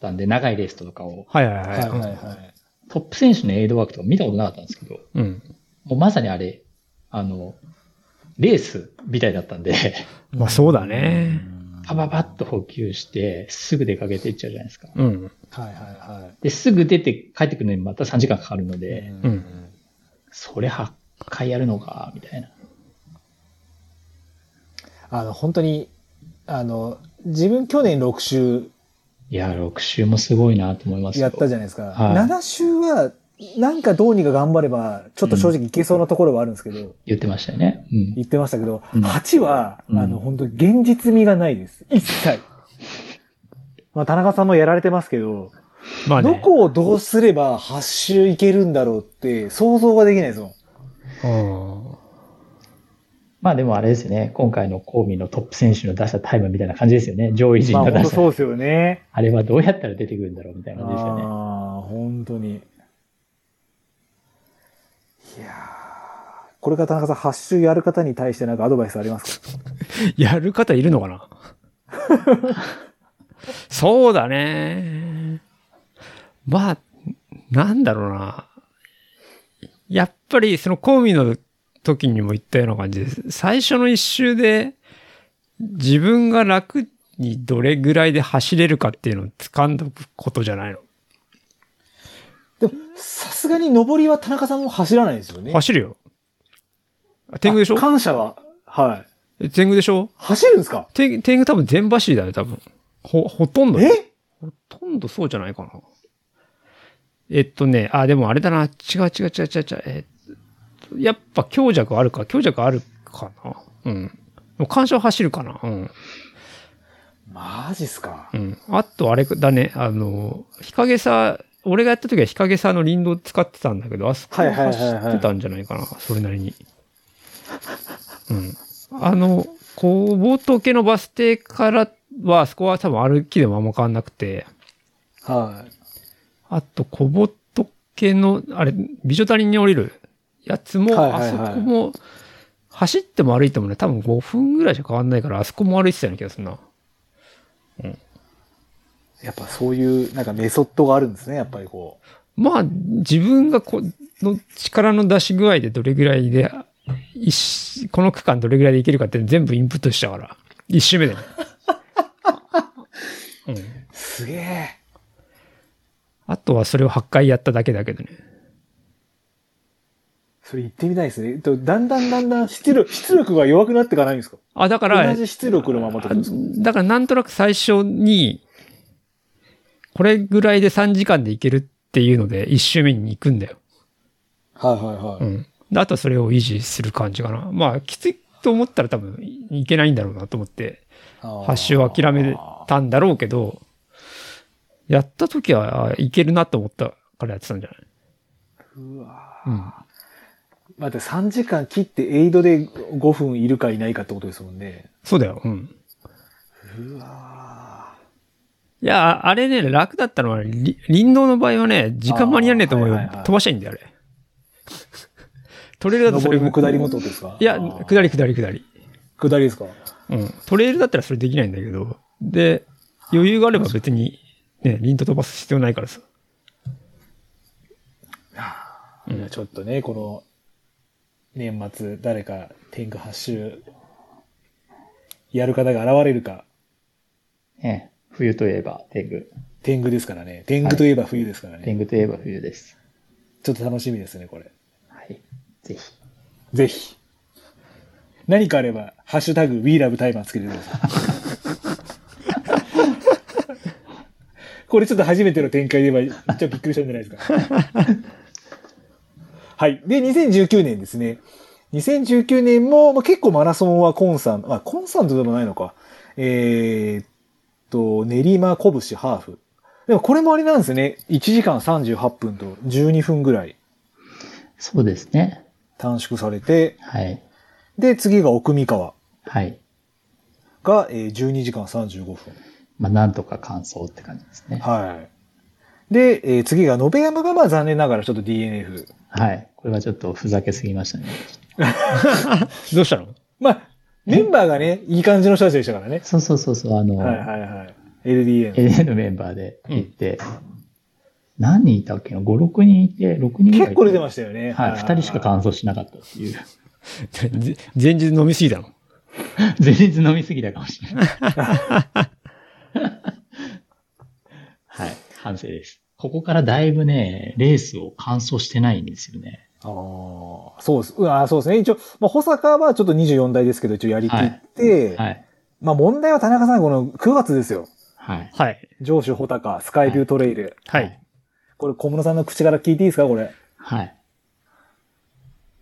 Speaker 2: たんで、長いレースとかを、
Speaker 3: はいはい
Speaker 1: は
Speaker 3: はいい。
Speaker 1: はいはい。
Speaker 2: トップ選手のエイドワークとか見たことなかったんですけど、
Speaker 3: うん。
Speaker 2: もうまさにあれ、あの、レースみたいだったんで、
Speaker 3: まあそうだね。
Speaker 2: パパパッと補給して、すぐ出かけていっちゃうじゃないですか。
Speaker 3: うん。
Speaker 1: はいはいはい。
Speaker 2: で、すぐ出て帰ってくるのにまた3時間かかるので、
Speaker 1: うん
Speaker 3: うん
Speaker 2: それ8回やるのか、みたいな。
Speaker 1: あの、本当に、あの、自分去年6週
Speaker 2: いや、6周もすごいなと思いますよ
Speaker 1: やったじゃないですか。
Speaker 2: はい
Speaker 1: 7週は、なんかどうにか頑張れば、ちょっと正直いけそうなところはあるんですけど、
Speaker 2: 言ってましたよね。うん。
Speaker 1: 言ってましたけど、
Speaker 2: うん
Speaker 1: 8は、
Speaker 2: うん
Speaker 1: あの、本当に現実味がないです。一切。まあ、田中さんもやられてますけど、
Speaker 3: まあね。
Speaker 1: どこをどうすれば8周いけるんだろうって想像ができないですもん。
Speaker 3: う
Speaker 2: まあでもあれですよね、今回のコーミのトップ選手の出したタイムみたいな感じですよね、上位陣
Speaker 1: まあ、
Speaker 2: が
Speaker 1: 本
Speaker 2: 出
Speaker 1: 当
Speaker 2: した。
Speaker 1: そうですよね。
Speaker 2: あれはどうやったら出てくるんだろうみたい
Speaker 1: あ
Speaker 2: な感じですよね。
Speaker 1: あー、本当に。いやーこれから田中さん、8周やる方に対してなんかアドバイスありますか
Speaker 3: んやる方いるのかなそうだね。まあ、なんだろうな。やっぱりそのコーミの時にも言ったような感じです。最初の一周で自分が楽にどれぐらいで走れるかっていうのを掴んどくことじゃないの。
Speaker 1: でも、さすがに上りは田中さんも走らないですよね。
Speaker 3: 走るよ。あ天狗でしょ
Speaker 1: あ感謝は、はい。
Speaker 3: え天狗でしょ
Speaker 1: 走るんですか
Speaker 3: 天天狗多分全走りだよ、多分。ほ、ほとんどよ。
Speaker 1: え
Speaker 3: ほとんどそうじゃないかな。えっとね、あ、でもあれだな。違う違う違う違う違う。えっと、やっぱ強弱あるか。強弱あるかな。うん。でも干渉走るかな。うん。
Speaker 1: マジっすか
Speaker 3: うん。あとあれだね。あの、日陰さ、俺がやった時は日陰さの林道使ってたんだけど、あそこ
Speaker 1: はいはいはい
Speaker 3: 走
Speaker 1: はい
Speaker 3: ってたんじゃないかな。それなりに。うん。あの、小仏のバス停からは、あそこは多分歩きでもあんま変わんなくて、
Speaker 1: はい。
Speaker 3: あと、小仏の、あれ、美女谷に降りるやつも、
Speaker 1: はいはいはい
Speaker 3: あそこも、走っても歩いてもね、多分5分ぐらいしか変わんないから、あそこも歩いてたような気がするな。
Speaker 1: やっぱそういう、なんかメソッドがあるんですね、やっぱりこ
Speaker 3: まあ、自分がこの力の出し具合でどれぐらいで、一しこの区間どれぐらいでいけるかって全部インプットしたから、一周目でね。うん、
Speaker 1: う。すげえ。
Speaker 3: あとはそれを8回やっただけだけどね。
Speaker 1: それ行ってみたいですね。えっと、だんだんだんだん出力、出力が弱くなっていかないんですか
Speaker 3: あ、だから、
Speaker 1: 同じ出力のままとかですか
Speaker 3: だからなんとなく最初に、これぐらいで3時間でいけるっていうので、1周目に行くんだよ。
Speaker 1: はいはいうはい。
Speaker 3: ん。であとはそれを維持する感じかな。まあ、きついと思ったら多分いけないんだろうなと思って、
Speaker 1: あー
Speaker 3: 発周を諦めたんだろうけど、やった時はあいけるなと思ったからやってたんじゃないう
Speaker 1: わ
Speaker 3: うん。
Speaker 1: 待って、3時間切ってエイドで5分いるかいないかってことですもんね。
Speaker 3: そうだよ。うん。
Speaker 1: うわ
Speaker 3: いや、あれね、楽だったのは、り林道の場合はね、時間間に合わねえと思うよ。
Speaker 1: あーはいはいはい
Speaker 3: 飛ばしゃいいんだよ、あれ。トレイルだとそ
Speaker 1: 上
Speaker 3: れ
Speaker 1: りも下りもってことですか
Speaker 3: いや、
Speaker 1: あー
Speaker 3: 下り下り下り。
Speaker 1: 下りですか
Speaker 3: うん。トレイルだったらそれできないんだけど、で、余裕があれば別に、ね、林道飛ばす必要ないからさ。うん
Speaker 1: いやちょっとね、この、年末、誰か、天下発周、やる方が現れるか、
Speaker 2: ね、冬といえば天狗。
Speaker 1: 天狗ですからね。天狗といえば冬ですからね。
Speaker 2: 天狗といえば冬です。
Speaker 1: ちょっと楽しみですね、これ。
Speaker 2: はい。ぜひ。
Speaker 1: ぜひ。何かあれば、ハッシュタグ、WeLoveTimer つけてください。これちょっと初めての展開で言えば、ちょっとびっくりしたんじゃないですか。はい。で、2019年ですね。2019年も、まあ、結構マラソンはコンサン、まあ、コンサントでもないのか。えーっと、練馬拳ハーフ。でもこれもあれなんですね。1時間38分と12分ぐらい
Speaker 2: そうですね。
Speaker 1: 短縮されて、
Speaker 2: はい。
Speaker 1: で、次が奥三河
Speaker 2: はい。
Speaker 1: が、えー12時間35分。
Speaker 2: まあ、なんとか完走って感じですね。
Speaker 1: はい。で、えー次が延山が、まあ残念ながらちょっと DNF。
Speaker 2: はい。これはちょっとふざけすぎましたね。
Speaker 3: どうしたの [LAUGHS]
Speaker 1: まあ、メンバーがね、いい感じの人たちでしたからね。
Speaker 2: そうそうそうそう、あの、
Speaker 1: はいはいはい。LDA の。
Speaker 2: LA のメンバーで行って、何人いたっけな ?5、6人いて、6人ぐらいい
Speaker 1: 結構出てま
Speaker 2: し
Speaker 1: したよね。
Speaker 2: はい、2人しか完走しなかったっていう。 [LAUGHS]
Speaker 3: ぜ前日飲みすぎたの
Speaker 2: 前日飲みすぎたかもしれない。 [LAUGHS] はい、反省です。ここからだいぶね、レースを完走してないんですよね。
Speaker 1: あーそうです。うん、あーそうですね。一応、まあ、保坂はちょっと24台ですけど、一応やりきって、
Speaker 2: はい。
Speaker 1: まあ問題は田中さん、この9月ですよ。
Speaker 2: はい。
Speaker 3: はい。
Speaker 1: 上州穂高、スカイビュートレイル。
Speaker 3: はい。
Speaker 1: これ、小室さんの口から聞いていいですかこれ。
Speaker 2: はい。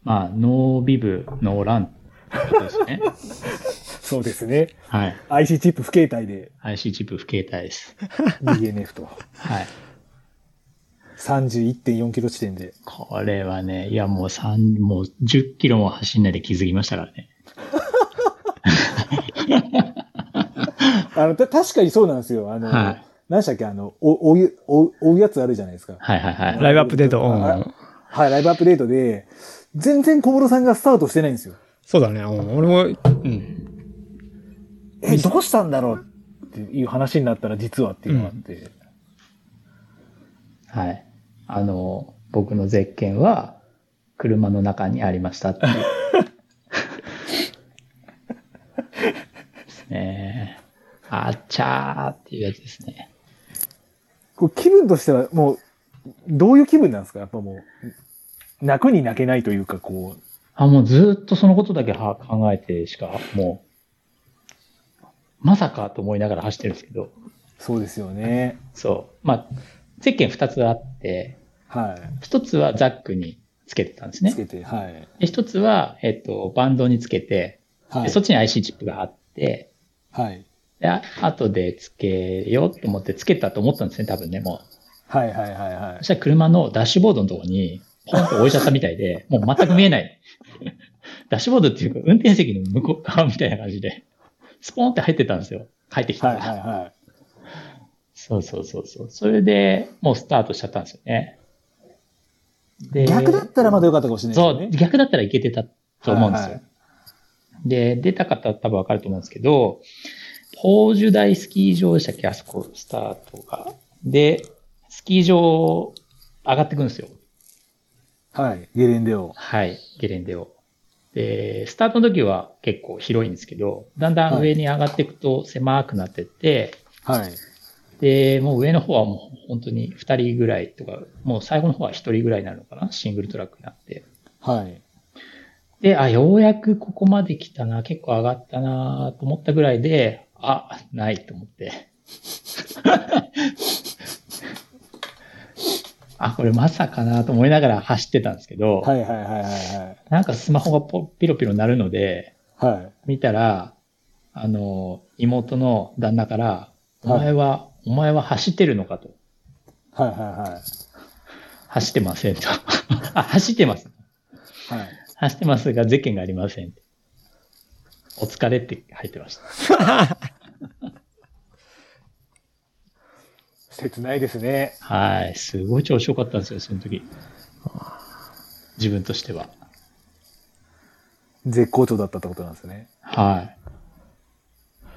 Speaker 2: まあ、ノービブ、ノーランってことです [LAUGHS] ね。
Speaker 1: そうですね。
Speaker 2: はい。
Speaker 1: IC チップ不携帯
Speaker 2: [LAUGHS]
Speaker 1: で
Speaker 2: IC チップ不携帯です。
Speaker 1: DNF と。
Speaker 2: はい。
Speaker 1: 31.4キロ地点で。
Speaker 2: これはね、いやもう3、もう10キロも走んないで気づきましたからね。
Speaker 1: あの、た、確かにそうなんですよ。あの、
Speaker 2: はい
Speaker 1: 何でしたっけ、あの、お、おゆ、お、おうやつあるじゃないですか。
Speaker 2: はいはいはい。
Speaker 3: ライブアップデート。う
Speaker 1: あ
Speaker 3: ん、
Speaker 1: はい、ライブアップデートで、全然小室さんがスタートしてないんですよ。
Speaker 3: そうだね。うん俺も、うん。
Speaker 1: え、どうしたんだろうっていう話になったら実はっていうのがあって。
Speaker 2: はい。あの、僕のゼッケンは、車の中にありました [LAUGHS] っていう。ですねあっちゃーっていうやつですね。
Speaker 1: こう気分としてはもう、どういう気分なんですかやっぱもう、泣くに泣けないというか、こう、
Speaker 2: あ、もうずーっとそのことだけは考えてしか、もう、まさかと思いながら走ってるんですけど、
Speaker 1: そうですよね。
Speaker 2: そう。まあ、ゼッケン2つあって、
Speaker 1: は
Speaker 2: 1つはザックにつけてたんです
Speaker 1: い。
Speaker 2: ね
Speaker 1: つ。けて、はい。
Speaker 2: で1つは、えっと、バンドにつけて、
Speaker 1: は
Speaker 2: で
Speaker 1: い
Speaker 2: そ。っちに IC チップがあって、
Speaker 1: はい。
Speaker 2: で、あ後でつけようと思って、つけたと思ったんですね、多分ね、もう。
Speaker 1: はいはいはいはい
Speaker 2: そし。たら車のダッシュボードのとこに、ポンと置いちゃったみたい
Speaker 1: [LAUGHS]
Speaker 2: で、もう全く見えない。ダッシュボードっていうか、運転席の向こう側みたいな感じで、スポンって入ってたんですよ。入ってきた
Speaker 1: は
Speaker 2: ら。
Speaker 1: いはいはい。
Speaker 2: そうそうそうそう。それでもうスタートしちゃったんですよね。で
Speaker 1: 逆だったらまだ良かったかもしれない
Speaker 2: そ
Speaker 1: ですね
Speaker 2: う、。逆だったらいけてたと思うんですよ。
Speaker 1: はいは
Speaker 2: で、出た方は多分わかると思うんですけど、宝珠台スキー場でしたっけあそこ、スタートが。で、スキー場上がってくんですよ。
Speaker 1: はい。ゲレンデを。
Speaker 2: はい、ゲレンデを。で、スタートの時は結構広いんですけど、だんだん上に上がっていくと狭くなってって、
Speaker 1: はい。
Speaker 2: で、もう上の方はもう本当に2人ぐらいとか、もう最後の方は1人ぐらいになるのかなシングルトラックになって。
Speaker 1: はい。
Speaker 2: で、あ、ようやくここまで来たな、結構上がったなと思ったぐらいで、あ、ないと思って。 [LAUGHS] あ、これまさかなと思いながら走ってたんですけど、
Speaker 1: はいはいはいはいはい。
Speaker 2: なんかスマホがポピロピロ鳴るので、
Speaker 1: はい。
Speaker 2: 見たら、あの、妹の旦那から、お
Speaker 1: はい
Speaker 2: 前は、お前は走ってるのかと。
Speaker 1: はいはいはい。
Speaker 2: 走ってませんと。 [LAUGHS] あ、走ってます。
Speaker 1: はい。
Speaker 2: 走ってますが、ゼッケンがありません。お疲れって入ってました。
Speaker 1: 切ないですね。
Speaker 2: はい。すごい調子良かったんですよ、その時。自分としては。
Speaker 1: 絶好調だったってことなんですね。
Speaker 2: はい。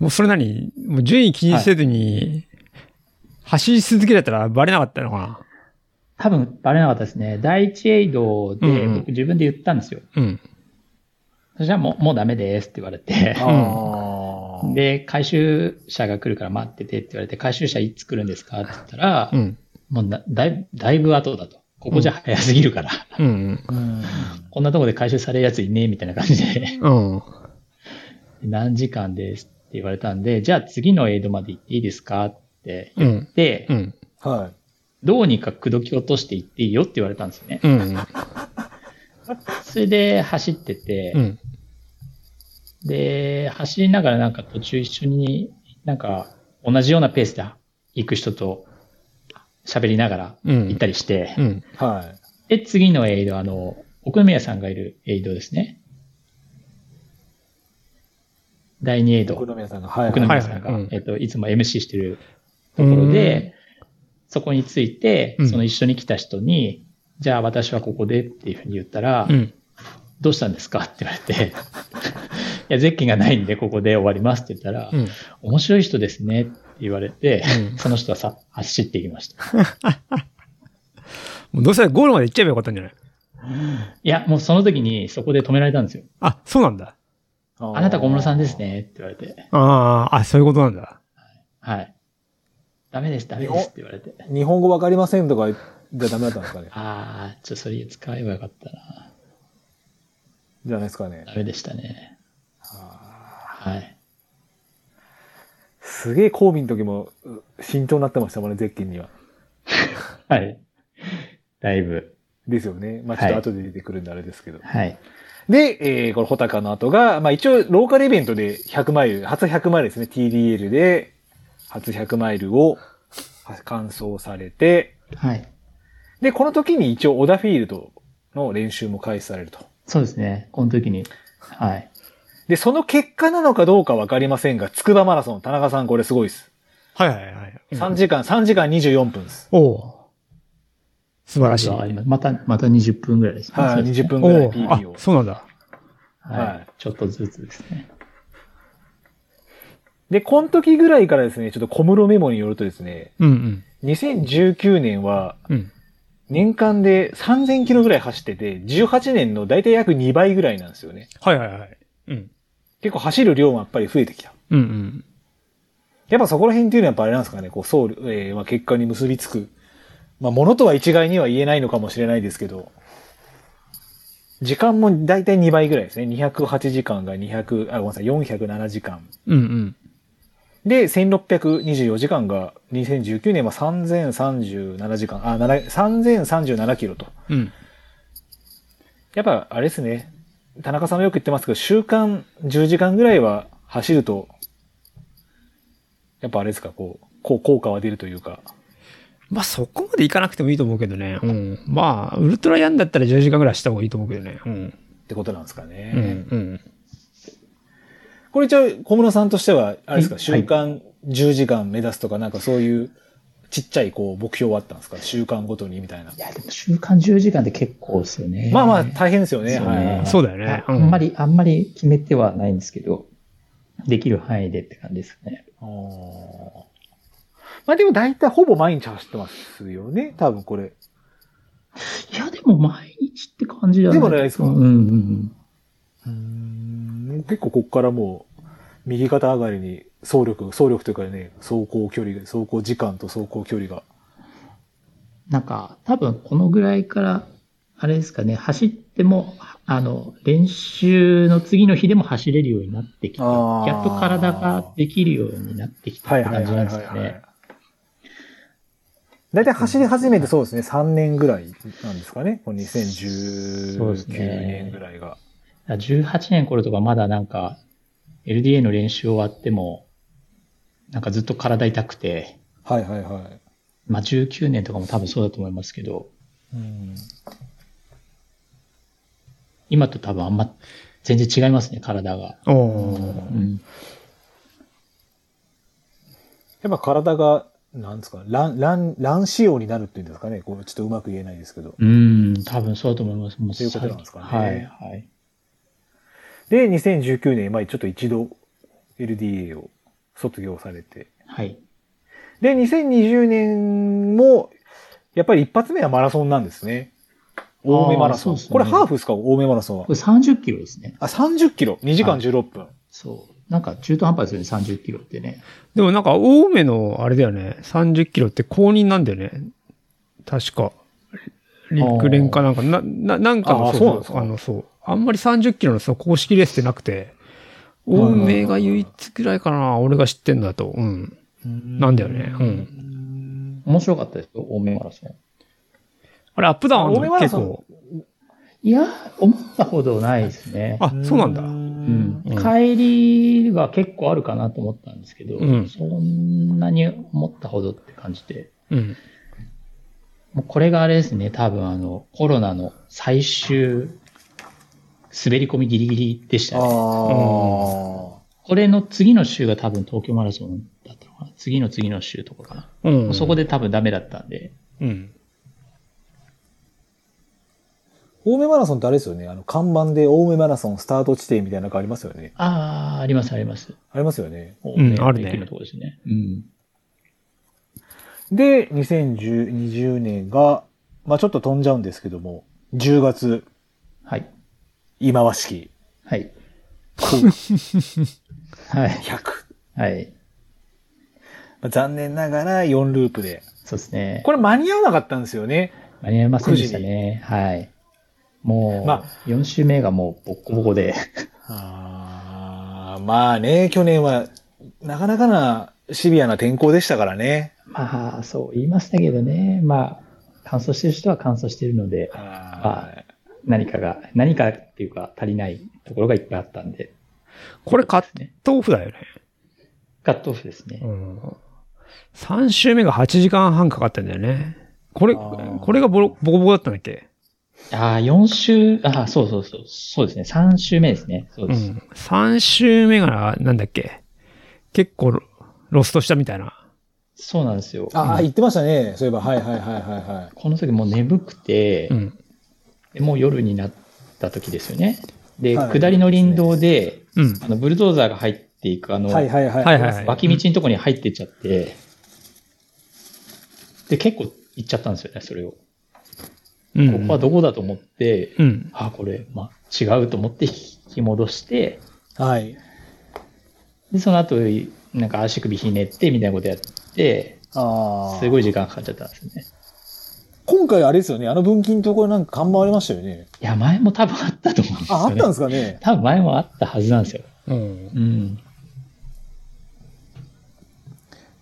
Speaker 3: もうそれ何もう順位気にせずに、走り続けられたらバレなかったのかな
Speaker 2: 多分、バレなかったですね。第一エイドで、
Speaker 3: うんうん
Speaker 2: 僕自分で言ったんですよ。
Speaker 3: うん。
Speaker 2: そしたらもう、もうダメですって言われて。
Speaker 1: ああ。
Speaker 2: で、回収車が来るから待っててって言われて、回収車いつ来るんですかって言ったら、
Speaker 3: うん。
Speaker 2: もうなだいぶだいぶ後だと。ここじゃ早すぎるから、
Speaker 3: うん。
Speaker 1: うん。
Speaker 2: こんなとこで回収されるやついねえみたいな感じで、 [LAUGHS]
Speaker 3: うん。
Speaker 2: 何時間ですって言われたんで、じゃあ次のエイドまで行っていいですかって
Speaker 3: う
Speaker 2: 言
Speaker 3: ん
Speaker 2: っ。て、
Speaker 3: うん。
Speaker 1: はい。
Speaker 2: どうにか口説き落として行っていいよって言われたんですよね。
Speaker 3: うん。
Speaker 2: それで走ってて、
Speaker 3: うん。
Speaker 2: で、走りながらなんか途中一緒になんか同じようなペースで行く人と喋りながら
Speaker 3: うん。
Speaker 2: 行ったりして、
Speaker 3: うん。
Speaker 1: は
Speaker 2: で、次のエイド、あの、奥宮さんがいるエイドですね。第2エイ
Speaker 1: い。
Speaker 2: ド、
Speaker 1: 奥
Speaker 2: 奥
Speaker 1: 宮さんが、はい。
Speaker 3: 宮
Speaker 2: 宮さんが、
Speaker 3: はいはいうん
Speaker 2: えっと、いつも MC してるところで、そこについて
Speaker 3: うん、
Speaker 2: その一緒に来た人に、じゃあ私はここでっていうふうに言ったら、
Speaker 3: うん。
Speaker 2: どうしたんですかって言われて、い [LAUGHS] や、ゼッケンがないんでここで終わりますって言ったら、
Speaker 3: うん。
Speaker 2: 面白い人ですねって言われて、
Speaker 3: うん
Speaker 2: その人はさ、走っていきました。
Speaker 3: もうどうせゴールまで行っちゃえばよかったんじゃない
Speaker 2: いや、もうその時にそこで止められたんですよ。
Speaker 3: あ、そうなんだ。
Speaker 1: あ
Speaker 2: あなた小室さんです
Speaker 1: ね。
Speaker 2: ねって言われて。
Speaker 3: ああ、あ、そういうことなんだ。
Speaker 2: はい。ダメです、ダメですって言われて。
Speaker 1: 日本語わかりませんとかじゃダメだったんですかね。
Speaker 2: ああ、ちょ、それ使えばよかったな。
Speaker 1: じゃないですかね。
Speaker 2: ダメでしたね。はい。
Speaker 1: すげえ、公民の時もう慎重になってましたもんね、ゼッキンには。
Speaker 2: はい。だいぶ。
Speaker 1: ですよね。まあちょっ
Speaker 2: は
Speaker 1: と
Speaker 2: い
Speaker 1: 後で出てくるんであれですけど。
Speaker 2: はい。
Speaker 1: で、えー、この穂高の後が、まあ一応、ローカルイベントで100マイル、初100マイルですね、TDL で、初100マイルをは完走されて、
Speaker 2: はい。
Speaker 1: で、この時に一応、オダフィールドの練習も開始されると。
Speaker 2: そうですね。この時に。はい。
Speaker 1: で、その結果なのかどうかわかりませんが、筑波マラソン、田中さんこれすごいです。
Speaker 3: はいはいはい。
Speaker 1: 3時間、3時間24分です。
Speaker 3: おおう素晴らしい。
Speaker 2: うわ今また、また20分ぐらいですね。
Speaker 1: はい、
Speaker 2: そうですね
Speaker 1: 20分ぐらい
Speaker 3: お
Speaker 1: PB
Speaker 3: お
Speaker 1: を
Speaker 3: あ、。そうなんだ。
Speaker 1: は
Speaker 2: はいい。ちょっとずつですね。
Speaker 1: で、この時ぐらいからですね、ちょっと小室メモによるとですね、
Speaker 3: うん
Speaker 1: 2019年は、
Speaker 3: うん。うん。
Speaker 1: 年間で3000キロぐらい走ってて、18年の大体約2倍ぐらいなんですよね。
Speaker 3: はいはいはい。うん。
Speaker 1: 結構走る量もやっぱり増えてきた。
Speaker 3: うんうん。
Speaker 1: やっぱそこら辺っていうのはやっぱあれなんですかね、こう、総力、えーまあ、結果に結びつく。まあ、ものとは一概には言えないのかもしれないですけど、時間も大体2倍ぐらいですね。208時間が200、あ、ごめんなさい、407時間。
Speaker 3: うんうん。
Speaker 1: で、1624時間が2019年は3037時間、あ、7 3037キロと。
Speaker 3: うん。
Speaker 1: やっぱ、あれですね。田中さんもよく言ってますけど、週間10時間ぐらいは走ると、やっぱあれですか、こう、こう効果は出るというか。
Speaker 3: まあそこまでいかなくてもいいと思うけどね。うん。まあ、ウルトラやんだったら10時間ぐらいした方がいいと思うけどね。うん。
Speaker 1: ってことなんですか
Speaker 3: う
Speaker 1: ね。
Speaker 3: んうん。
Speaker 1: これ一応、小室さんとしては、あれですか、
Speaker 2: はい
Speaker 1: 週間10時間目指すとか、なんかそういうちっちゃいこう目標はあったんですか週間ごとにみたいな。
Speaker 2: いや、でも週間10時間って結構ですよね。
Speaker 1: まあまあ、大変ですよ
Speaker 2: で
Speaker 1: ね。
Speaker 2: すよ
Speaker 1: はい。
Speaker 3: そうだよね
Speaker 2: あ
Speaker 3: うん
Speaker 2: あんまり、あんまり決めてはないんですけど、できる範囲でって感じですね。
Speaker 1: あーまあでも大体ほぼ毎日走ってますよね、多分これ。
Speaker 2: いや、でも毎日って感じじゃない
Speaker 1: でもないですか
Speaker 2: うんうんうん。
Speaker 1: うーん結構こっからもう、右肩上がりに走力、走力というかね、走行距離が、走行時間と走行距離が。
Speaker 2: なんか、多分このぐらいから、あれですかね、走っても、あの、練習の次の日でも走れるようになってきて、
Speaker 1: あ
Speaker 2: や
Speaker 1: ー
Speaker 2: っと体ができるようになってきた
Speaker 1: は
Speaker 2: っ
Speaker 1: い
Speaker 2: て
Speaker 1: はい
Speaker 2: 感じ
Speaker 1: はい
Speaker 2: な
Speaker 1: は
Speaker 2: ん
Speaker 1: い、
Speaker 2: ですか
Speaker 1: はい
Speaker 2: ね。。
Speaker 1: 大体走り始めてそうですね、3年ぐらいなんですかね、この
Speaker 2: そうです
Speaker 1: 2019
Speaker 2: ね
Speaker 1: 年ぐらいが。
Speaker 2: 18年頃とかまだなんか、LDA の練習終わっても、なんかずっと体痛くて、
Speaker 1: はいはいはい。
Speaker 2: まあ19年とかも多分そうだと思いますけど、
Speaker 1: うん
Speaker 2: 今と多分あんま全然違いますね、体が。
Speaker 3: おお
Speaker 2: うん。
Speaker 1: やっぱ体が、なんですか、乱、乱、乱仕様になるっていうんですかね。こう、ちょっとうまく言えないですけど。
Speaker 2: うん、多分そうだと思います。もう
Speaker 1: ということなんですかね
Speaker 2: はい、はい。
Speaker 1: で、2019年、まあちょっと一度 LDA を卒業されて。
Speaker 2: はい。
Speaker 1: で、2020年も、やっぱり一発目はマラソンなんですね。青梅マラソン。
Speaker 2: あーそうですね
Speaker 1: これハーフですか青梅マラソンは
Speaker 2: こ。れ30キロですね。
Speaker 1: あ、30キロ。2時間16分。
Speaker 2: そう。なんか中途半端ですよね、30キロってね。
Speaker 3: でもなんか、青梅のあれだよね、30キロって公認なんだよね。確か。陸連かなんか、な、な、なんかの
Speaker 1: あーそうなんですか
Speaker 3: あの、そう。あんまり30キロのその公式レースってなくて、
Speaker 1: いはい
Speaker 3: 青
Speaker 1: はい
Speaker 3: 梅が唯一くらいかな、俺が知ってんだと。うん。なんだよねうん
Speaker 1: ん。
Speaker 2: 面白かったですよ、青梅マラソン。
Speaker 3: あれ、アップダウン
Speaker 1: 青梅マ
Speaker 3: は
Speaker 1: ラ
Speaker 3: 結
Speaker 1: ソン
Speaker 3: 構。
Speaker 2: いや、思ったほどないですね。
Speaker 3: あ、そうなんだ。
Speaker 2: うん
Speaker 3: うん
Speaker 2: 帰りが結構あるかなと思ったんですけど、
Speaker 3: うん
Speaker 2: そんなに思ったほどって感じで。
Speaker 3: うん。
Speaker 2: もうこれがあれですね、多分あの、コロナの最終、滑り込みギリギリでした
Speaker 1: あ
Speaker 2: ね。
Speaker 1: あ。
Speaker 2: これの次の週が多分東京マラソンだったのかな。次の次の週とかかな。
Speaker 3: うん。
Speaker 2: そこで多分ダメだったんで。
Speaker 3: うん。
Speaker 1: 青梅マラソンってあれですよね。あの、看板で青梅マラソンスタート地点みたいなのがありますよね。
Speaker 2: ああ、ありますあります。
Speaker 1: ありますよね。
Speaker 3: んあるね
Speaker 2: 駅のとこですね。うん。
Speaker 1: で、2020年が、まあちょっと飛んじゃうんですけども、10月、
Speaker 2: はい。
Speaker 1: 今和式、
Speaker 2: はい。
Speaker 1: 100。
Speaker 2: はい。はい。
Speaker 1: まあ残念ながら4ループで。
Speaker 2: そうですね。
Speaker 1: これ間に合わなかったんですよね。
Speaker 2: 間に合いませんでしたね。はい。もう、
Speaker 1: まあ
Speaker 2: 4週目がもうボッコボコで、
Speaker 1: あーまあね、去年は、なかなかなシビアな天候でしたからね。
Speaker 2: まあ、そう言いましたけどね。まあ、乾燥してる人は乾燥してるので、
Speaker 1: はい。
Speaker 2: 何かが、何かっていうか足りないところがいっぱいあったんで、
Speaker 3: これカットオフだよね。
Speaker 2: カットオフですね
Speaker 3: う。ん。3周目が8時間半かかったんだよね。これ、
Speaker 1: あー
Speaker 3: これがボロボコボコだったんだっけ
Speaker 2: ああ、4週、ああ、そうそうそう、そうですね。3週目ですね。そう
Speaker 3: う
Speaker 2: です。
Speaker 3: ん。3周目がなんだっけ結構ロロストしたみたいな。
Speaker 2: そうなんですよ。
Speaker 1: ああ、言ってましたね。そういえば、はいはいはいはいはい。
Speaker 2: この時もう眠くて
Speaker 3: う、ん。
Speaker 2: でもう夜になった時ですよね。で、
Speaker 1: はい
Speaker 2: 下りの林道で、
Speaker 3: うん。
Speaker 2: あの、ブルドーザーが入っていく、あの、
Speaker 1: はいはいはい。
Speaker 3: はいはいはい
Speaker 2: 脇道のとこに入ってっちゃって、で、結構行っちゃったんですよね、それを。
Speaker 3: うん。
Speaker 2: ここはどこだと思って、
Speaker 3: うん。
Speaker 2: あ、これ、まあ、違うと思って引き戻して、
Speaker 1: はい。
Speaker 2: で、その後、なんか足首ひねって、みたいなことやって、
Speaker 1: ああ。
Speaker 2: すごい時間かかっちゃったんですよね。
Speaker 1: 今回あれですよね、あの文金のところなんか看板ありましたよね。
Speaker 2: いや、前も多分あったと思うんですよ、ね。
Speaker 1: あ、あったんですすかね。
Speaker 2: 多分前もあったはずなんですよ。
Speaker 3: うん。
Speaker 2: うん。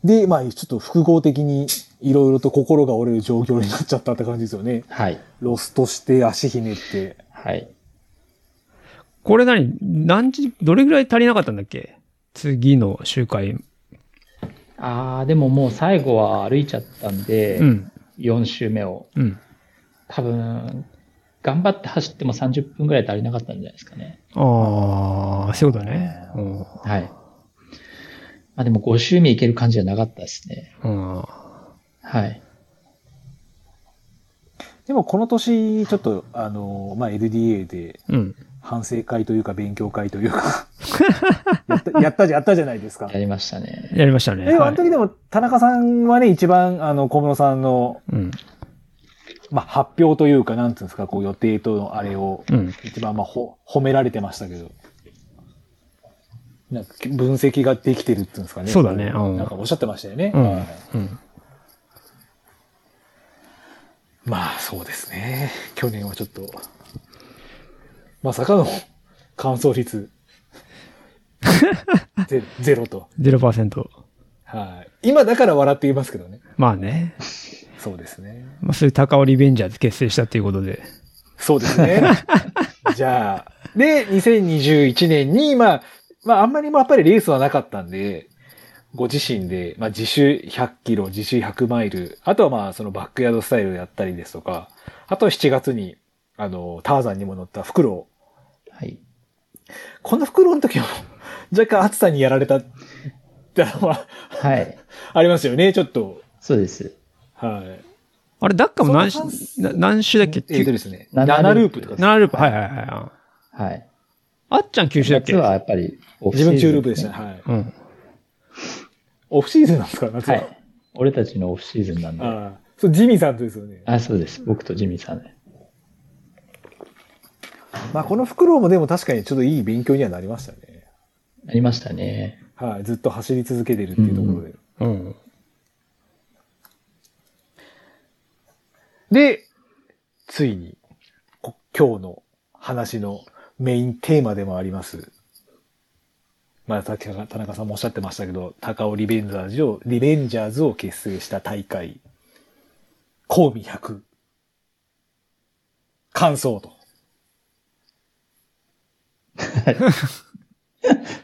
Speaker 1: で、まあ、ちょっと複合的にいろいろと心が折れる状況になっちゃったって感じですよね。
Speaker 2: はい。
Speaker 1: ロストして、足ひねって。
Speaker 2: はい。
Speaker 3: これ何何時、どれぐらい足りなかったんだっけ次の周回。
Speaker 2: あー、でももう最後は歩いちゃったんで、
Speaker 3: うん。
Speaker 2: 4周目を。
Speaker 3: うん。
Speaker 2: 多分、頑張って走っても30分ぐらい足りなかったんじゃないですかね。
Speaker 3: ああ、そういうことね。うん。
Speaker 2: はい。まあでも5周目いける感じじゃなかったですね。
Speaker 3: うん。
Speaker 2: はい。
Speaker 1: でもこの年、ちょっと、あの、まあ、LDA で
Speaker 3: うん。 [LAUGHS]
Speaker 1: 反省会というか勉強会というか、やったやったじゃやったじゃないですか
Speaker 2: や。りましたね。
Speaker 3: やりましたね。
Speaker 1: え、あ
Speaker 3: は
Speaker 1: の
Speaker 3: い
Speaker 1: 時でも、田中さんはね、一番、あの、小室さんの、
Speaker 3: うん。
Speaker 1: まあ、発表というか、なんていうんですか、こう、予定とのあれを、
Speaker 3: うん。
Speaker 1: 一番、まあ、ほ、褒められてましたけど。なんか、分析ができてるっていうんですかね。
Speaker 3: そうだねうん
Speaker 1: なんかおっしゃってましたよね。
Speaker 3: うん
Speaker 1: はい
Speaker 3: うん。
Speaker 1: まあ、そうですね。去年はちょっと、まさかの、乾燥率、ゼロゼロと。
Speaker 3: 0%。
Speaker 1: はい。今だから笑っていますけどね。
Speaker 3: まあね。
Speaker 1: そうですね。
Speaker 3: まあそういう高尾リベンジャーズ結成したということで。
Speaker 1: そうですね。じゃあ、で、2021年に、まあ、まあ、あんまりもやっぱりレースはなかったんで、ご自身で、まあ、自主100キロ、自主100マイル、あとはまあ、そのバックヤードスタイルやったりですとか、あとは7月に、あの、ターザンにも乗ったフクロウ。
Speaker 2: はい。
Speaker 1: このフクロウの時も、若干暑さにやられた、ってのは、
Speaker 2: はい。
Speaker 1: ありますよね、ちょっと。
Speaker 2: そうです。
Speaker 1: はい。
Speaker 3: あれ、ダッカも何
Speaker 1: そんな感
Speaker 3: し、な何種だっけ
Speaker 1: えっと
Speaker 3: 九
Speaker 1: ですね、7
Speaker 2: 7
Speaker 1: ル
Speaker 2: ル
Speaker 1: ー
Speaker 2: ー
Speaker 1: プ
Speaker 2: プ
Speaker 1: とか、
Speaker 3: 7ループ。はいはいはいはい。
Speaker 2: はい。
Speaker 3: あっちゃん九種だっけ
Speaker 2: 夏はやっぱりオフシ
Speaker 1: 自
Speaker 2: ーズ
Speaker 1: 分
Speaker 2: ン、
Speaker 1: 中ループでしたね。はい。
Speaker 3: うん。
Speaker 1: オフシーズンなんですか、夏
Speaker 2: は
Speaker 1: は。
Speaker 2: い。俺たちのオフシーズンなんで。あ
Speaker 1: ああ。そう、ジミーさんとですよね。
Speaker 2: そうです。僕とジミーさんね。
Speaker 1: まあ、このフクロウもでも確かにちょっといい勉強にはなりましたね。
Speaker 2: ありましたね。
Speaker 1: はい、ずっと走り続けてるっていうところで。
Speaker 3: うん。
Speaker 1: で、ついに、こ今日の話のメインテーマでもあります。まあ、さっき田中さんもおっしゃってましたけど、高尾リベンジャーズを、リベンジャーズを結成した大会、神戸100、感想と。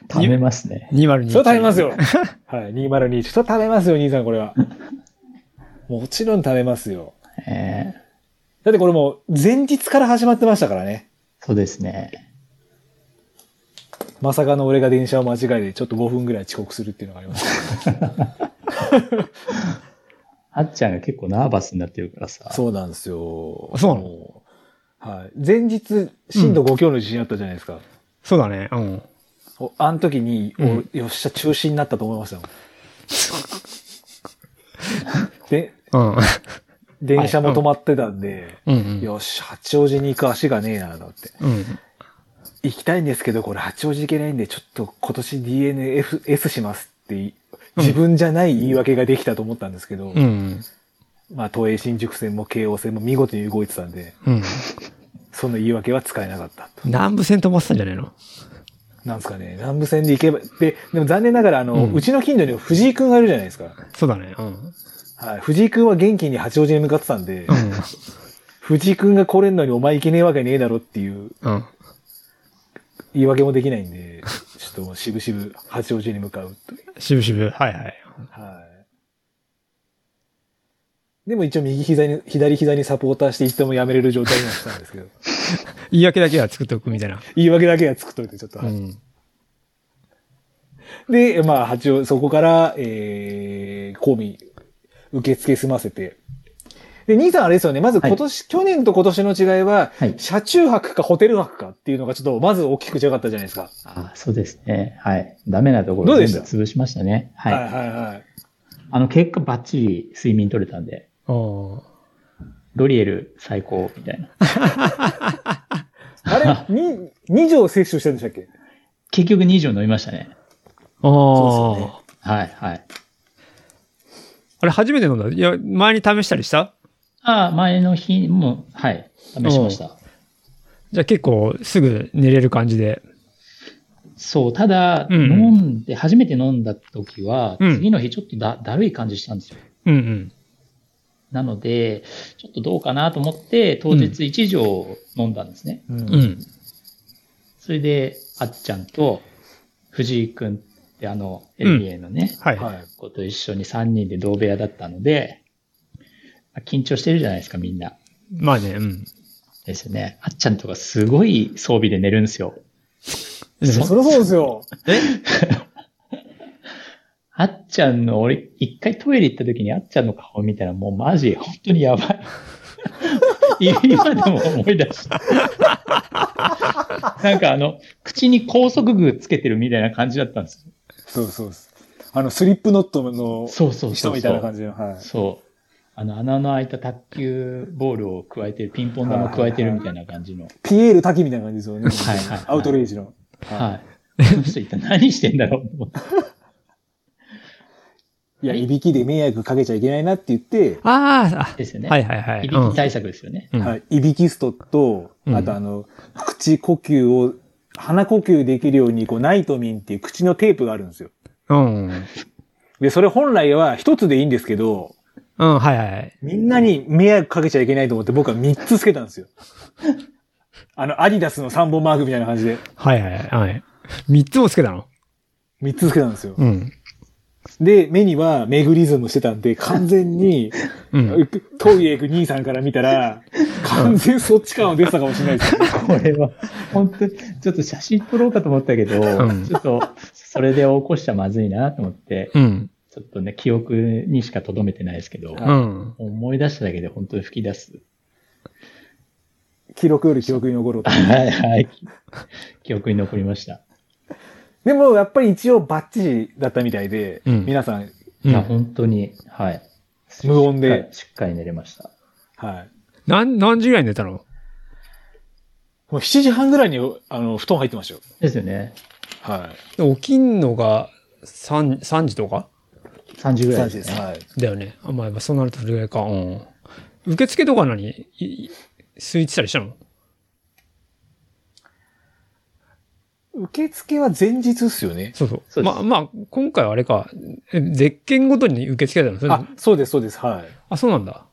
Speaker 2: 貯めますね。
Speaker 3: 202。
Speaker 1: それは食べますよ。 [LAUGHS] はい、2021。それは食べますよ、兄さん、これは。もちろん食べますよ。
Speaker 2: えー
Speaker 1: だってこれもう前日から始まってましたからね。
Speaker 2: そうですね。
Speaker 1: まさかの俺が電車を間違えてちょっと5分ぐらい遅刻するっていうのがありました。
Speaker 2: あっちゃんが結構ナーバスになってるからさ。
Speaker 1: [LAUGHS] そうなんですよ。
Speaker 3: そうなの
Speaker 1: もうはい。前日、震度5強の地震あったじゃないですか。
Speaker 3: そうだね。うん。
Speaker 1: おあの時に、お
Speaker 3: うん
Speaker 1: よっしゃ、中止になったと思いました [LAUGHS] もん。で、
Speaker 3: うん。
Speaker 1: 電車も止まってたんで、
Speaker 3: うん
Speaker 1: よっしゃ、八王子に行く足がねえな、と思って。
Speaker 3: うん。うん。
Speaker 1: 行きたいんですけど、これ八王子行けないんで、ちょっと今年 DNFS しますって、自分じゃない言い訳ができたと思ったんですけど、
Speaker 3: うん。
Speaker 1: まあ東映新宿線も京王線も見事に動いてたんで、
Speaker 3: うん。
Speaker 1: その言い訳は使えなかったと。
Speaker 3: 南部線飛ばってたんじゃないの
Speaker 1: なんですかね、南部線で行けば、で、でも残念ながら、あの、う
Speaker 3: うん
Speaker 1: ちの近所には藤井くんがいるじゃないですか。
Speaker 3: そうだね。うん。
Speaker 1: はい。藤井くんは元気に八王子に向かってたんで、
Speaker 3: うん。
Speaker 1: 藤井くんが来れんのにお前行けねえわけねえだろっていう
Speaker 3: うん。
Speaker 1: 言い訳もできないん [LAUGHS] で、ちょっともう渋々八王子に向かうという。
Speaker 3: しぶしぶ。はいはい。
Speaker 1: はい。でも一応右膝に、左膝にサポーターしていつでもやめれる状態にはしたんですけ [LAUGHS] ど、
Speaker 3: 言い訳だけは作っておくみたいな。
Speaker 1: 言い訳だけは作っといて、ちょっと。
Speaker 3: うん。
Speaker 1: で、まあ、八王、そこから、えー、神戸、受付済ませて。で、兄さんあれですよね、まず今年、去年と今年の違いは、
Speaker 2: はい
Speaker 1: 車中泊かホテル泊かっていうのがちょっと、まず大きく違かったじゃないですか。
Speaker 2: あそうですね。はい。ダメなところ
Speaker 1: どうでした
Speaker 2: 全部潰しましたね。はい。
Speaker 1: はいはいはい。
Speaker 2: あの、結果バッチリ睡眠取れたんで、
Speaker 3: おー
Speaker 2: ロリエル最高みたいな。
Speaker 1: あ [LAUGHS] れ、に、2錠摂取してるんでしたっけ
Speaker 2: 結局2錠飲みましたね。
Speaker 1: そうですよ
Speaker 3: ああ。
Speaker 2: はい、はい。
Speaker 3: あれ、初めて飲んだいや、前に試したりした
Speaker 2: ああ、前の日も、はい、試しました。
Speaker 3: じゃあ結構すぐ寝れる感じで。
Speaker 2: そう、ただ、
Speaker 3: うん
Speaker 2: 飲んで、初めて飲んだ時は、
Speaker 3: うん
Speaker 2: 次の日ちょっとだだるい感じしたんですよ。
Speaker 3: うんうん。
Speaker 2: なので、ちょっとどうかなと思って、当日1錠飲んだんですね。
Speaker 1: うん
Speaker 3: うん。
Speaker 2: それで、あっちゃんと藤井くんって、あの、NBA のね、
Speaker 3: はい。
Speaker 1: はい。
Speaker 2: 子と一緒に3人で同部屋だったので、まあ緊張してるじゃないですか、みんな。
Speaker 3: まあね、うん。
Speaker 2: ですよね。あっちゃんとかすごい装備で寝るんですよ。
Speaker 1: そそりゃそうですよ。
Speaker 2: あっちゃんの、俺、一回トイレ行った時にあっちゃんの顔見たらもうマジ、本当にやば [LAUGHS] い。 [LAUGHS] 今でも思い出した。なんかあの、口口に高速具つけてるみたいな感じだったんですよ。
Speaker 1: そうそうです。あの、スリップノットの
Speaker 2: そうそうそ
Speaker 1: 人
Speaker 2: う
Speaker 1: みたいな感じの、はい。
Speaker 2: そう。あの、穴の開いた卓球ボールを加えてる、ピンポン玉を加えてるみたいな感じの。
Speaker 1: ピエール滝みたいな感じですよね。
Speaker 2: はいはいはい
Speaker 1: アウトレイジの。は
Speaker 2: はい。その人一体何してんだろうと思って
Speaker 1: いや、いびきで迷惑かけちゃいけないなって言って、
Speaker 3: あ
Speaker 2: ですよ
Speaker 3: あ、
Speaker 2: ね。
Speaker 3: はいはいはい。
Speaker 2: いび
Speaker 3: うん
Speaker 2: き対策ですよね。
Speaker 3: うん
Speaker 1: はい、いびきストと、
Speaker 3: うん
Speaker 1: あとあの、口呼吸を、鼻呼吸できるように、こう、ナイトミンっていう口のテープがあるんですよ。
Speaker 3: うん。
Speaker 1: で、それ本来は一つでいいんですけど、
Speaker 3: うん、はいはい。
Speaker 1: みんなに迷惑かけちゃいけないと思って僕は3つつけたんですよ。 [LAUGHS] あの、アディダスの3本マークみたいな感じで
Speaker 3: はいはいはい。三つもつけたの
Speaker 1: 3つつけたんですよ。
Speaker 3: うん。
Speaker 1: で、目にはメグリズムしてたんで、完全に、
Speaker 3: うん。
Speaker 1: トイレ行く兄さんから見たら、完全そっち感は出てたかもしれないです。
Speaker 3: [LAUGHS]
Speaker 2: これは、本当にちょっと写真撮ろうかと思ったけど、
Speaker 3: うん
Speaker 2: ちょっと、それで起こしちゃまずいなと思って、
Speaker 3: うん。
Speaker 2: ちょっとね、記憶にしか留めてないですけど、
Speaker 3: うん。
Speaker 2: 思い出しただけで本当に吹き出す。
Speaker 1: 記録より記憶に残ろうと。
Speaker 2: はいはい。記憶に残りました。
Speaker 1: でも、やっぱり一応バッチリだったみたいで、
Speaker 3: うん
Speaker 1: 皆さん、
Speaker 3: うん
Speaker 2: いや、本当に、はい。
Speaker 1: 無音
Speaker 2: しっか
Speaker 1: で、
Speaker 2: りしっかり寝れました。
Speaker 1: はい。
Speaker 3: 何、何時ぐらいに寝たの
Speaker 1: もう7時半ぐらいに、あの、布団入ってましたよ。
Speaker 2: ですよね。
Speaker 1: はい。
Speaker 3: 起きんのが三三時とか
Speaker 2: 3時ぐら
Speaker 1: 3
Speaker 2: い
Speaker 1: 時
Speaker 2: で
Speaker 1: ですす。
Speaker 2: ね。
Speaker 1: はい。
Speaker 3: だよね。あ、まあ、やっぱそうなるとそれぐらいか。うん。受付とか何いいスイッチしたりしたの
Speaker 1: 受付は前日っすよね。
Speaker 3: そうそう。
Speaker 2: そうです。
Speaker 3: まあ、まあ、今回はあれか。え絶見ごとに受付だよね。それ
Speaker 1: あ、そうです、そうです。はい。
Speaker 3: あ、そうなんだ。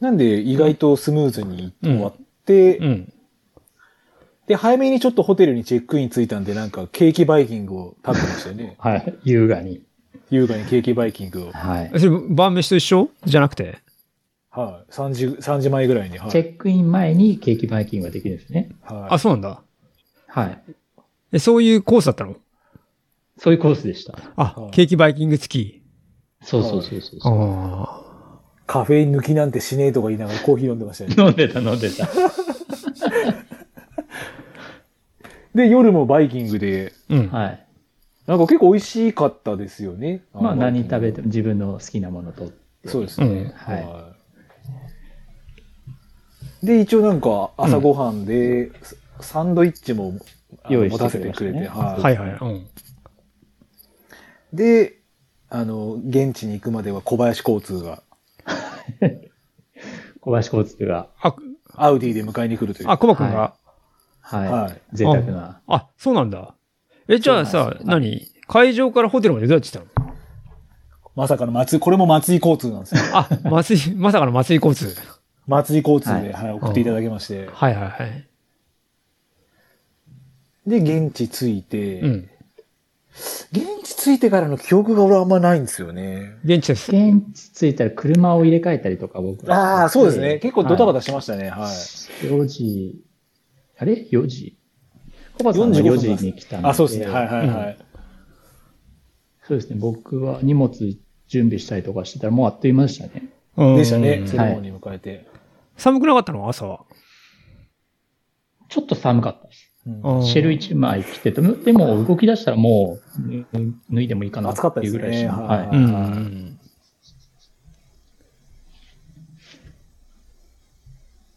Speaker 1: なんで、意外とスムーズに終わって、
Speaker 3: うん。
Speaker 1: で、早めにちょっとホテルにチェックインついたんで、なんか、ケーキバイキングを食べてましたよね
Speaker 2: はい。優雅に。
Speaker 1: 優雅にケーキバイキングを。
Speaker 2: はい。
Speaker 3: それ、晩飯と一緒じゃなくて。
Speaker 1: はい。3時、3時前ぐらいに。は
Speaker 2: チ
Speaker 1: い。
Speaker 2: ェックイン前にケーキバイキングができるんですね。
Speaker 1: は
Speaker 3: あ、
Speaker 1: い、
Speaker 3: そうなんだ。
Speaker 2: はい。
Speaker 3: え、そういうコースだったの
Speaker 2: そういうコースでした。
Speaker 3: あ
Speaker 1: は、い
Speaker 3: ケーキバイキング付き。
Speaker 2: そうそうそうそうそう。
Speaker 3: あ
Speaker 1: カフェイン抜きなんてしねえとか言いながらコーヒー飲んでましたよね。
Speaker 2: 飲んでた飲んでた。
Speaker 1: で、夜もバイキングで、
Speaker 3: あ。うん。
Speaker 2: はい。
Speaker 1: なんか結構美味しかったですよね。
Speaker 2: まあ
Speaker 1: の
Speaker 2: 何食べても自分の好きなものと。
Speaker 1: そうです
Speaker 3: う
Speaker 1: ね。
Speaker 3: ん。
Speaker 2: はい
Speaker 1: はい。で、一応なんか朝ごはんで、サンドイッチもあの
Speaker 2: 用意
Speaker 1: 持
Speaker 2: したて
Speaker 1: せ
Speaker 2: く
Speaker 1: て
Speaker 2: れました
Speaker 1: く
Speaker 2: ね
Speaker 1: れて、はい
Speaker 3: はいはい。うん。
Speaker 1: で、あの、現地に行くまでは小林交通が、
Speaker 2: 小林コーツが、
Speaker 3: あ、
Speaker 1: アウディで迎えに来るという。
Speaker 3: あ、コバ君が。
Speaker 2: はい。
Speaker 1: はい
Speaker 2: 贅沢な。
Speaker 3: あ、そうなんだ。え、じゃあ
Speaker 2: そうな
Speaker 3: さ
Speaker 2: んで、すよ
Speaker 3: 何会場からホテルまでどうやって来たの
Speaker 1: まさかの松井、これも松井交通なんです
Speaker 2: [LAUGHS]
Speaker 1: よ。
Speaker 3: あ、松井、 [LAUGHS] まさかの松井交通。
Speaker 1: 松井交通で、
Speaker 2: は
Speaker 1: はい、送っていただきまして。
Speaker 3: はいはいはい。
Speaker 1: で、現地着いて、
Speaker 3: うん。
Speaker 1: 現地着いてからの記憶が俺あんまないんですよね。
Speaker 3: 現地です。
Speaker 2: 現地着いたら車を入れ替えたりとか僕
Speaker 1: ああ、そうですね。結構ドタバ
Speaker 2: タ。
Speaker 1: タしましたね。はい。
Speaker 2: 4時、あれ ?4 時。コバさんが4
Speaker 1: 45
Speaker 2: 時に来たの
Speaker 1: あ、そうですね。はいはいはい。
Speaker 2: そうですね。僕は荷物準備したりとかしてたらもうあっという間でしたね。
Speaker 3: うん
Speaker 1: でしたね。セレ
Speaker 2: はい
Speaker 1: モニー迎えて。
Speaker 3: 寒くなかったの朝は。
Speaker 2: ちょっと寒かったです。
Speaker 1: うん
Speaker 3: うん
Speaker 2: シェル1枚着てて、でも動き出したらもううん脱いでもいいかな
Speaker 1: 暑かった
Speaker 2: っ
Speaker 1: で
Speaker 2: ていう
Speaker 1: す
Speaker 2: ぐらい
Speaker 1: ね。
Speaker 2: した。は
Speaker 1: はい
Speaker 2: い。
Speaker 3: うん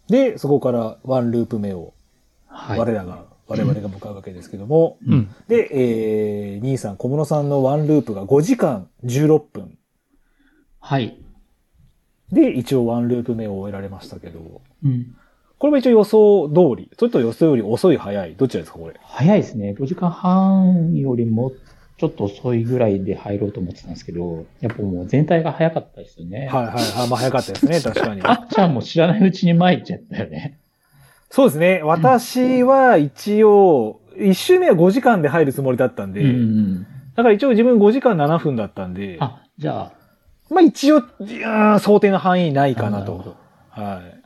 Speaker 1: で、そこからワンループ目を、
Speaker 2: はい。
Speaker 1: 我らが、我々が向かうわけですけども、
Speaker 3: う
Speaker 2: うんん。
Speaker 1: で、えー、兄さん、小室さんのワンループが5時間16分
Speaker 2: はい。
Speaker 1: で、一応ワンループ目を終えられましたけど、
Speaker 2: うん。
Speaker 1: これも一応予想通り、それと予想より遅い早い、どっちらですか、これ。
Speaker 2: 早いですね。5時間半よりもちょっと遅いぐらいで入ろうと思ってたんですけど、やっぱもう全体が早かったですよね。
Speaker 1: はいはいはい、まあ早かったです
Speaker 2: [LAUGHS]
Speaker 1: ね、確かに。
Speaker 2: あっちゃんも知らないうちに前行っちゃったよね。
Speaker 1: そうですね、私は一応、1周目は5時間で入るつもりだったん [LAUGHS] で、
Speaker 2: うん。
Speaker 1: だから一応自分5時間7分だったんで、
Speaker 2: あ、じゃあ、
Speaker 1: まあ一応、いやー想定の範囲ないかな
Speaker 2: るほ
Speaker 1: と。
Speaker 2: ど。
Speaker 1: はい。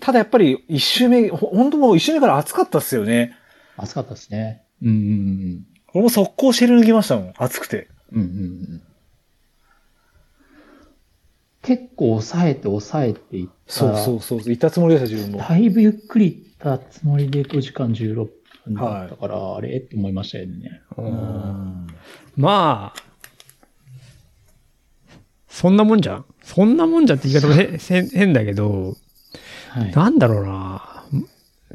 Speaker 1: ただやっぱり一周目、ほ本当もう一周目から暑かったっすよね。
Speaker 2: 暑かったですね。うんうん
Speaker 1: 俺も速攻シェル抜きましたもん。暑くて。
Speaker 2: うん。うんうんうん。結構抑えて抑えていった
Speaker 1: そうそうそう。行ったつもりでした、自分も。
Speaker 2: だいぶゆっくりいったつもりで5時間16分だったから、あれって思いましたよね。
Speaker 1: うん
Speaker 3: まあ、そんなもんじゃん。そんなもんじゃんって言い方もへ変変だけど、
Speaker 2: はい。
Speaker 3: なんだろうな。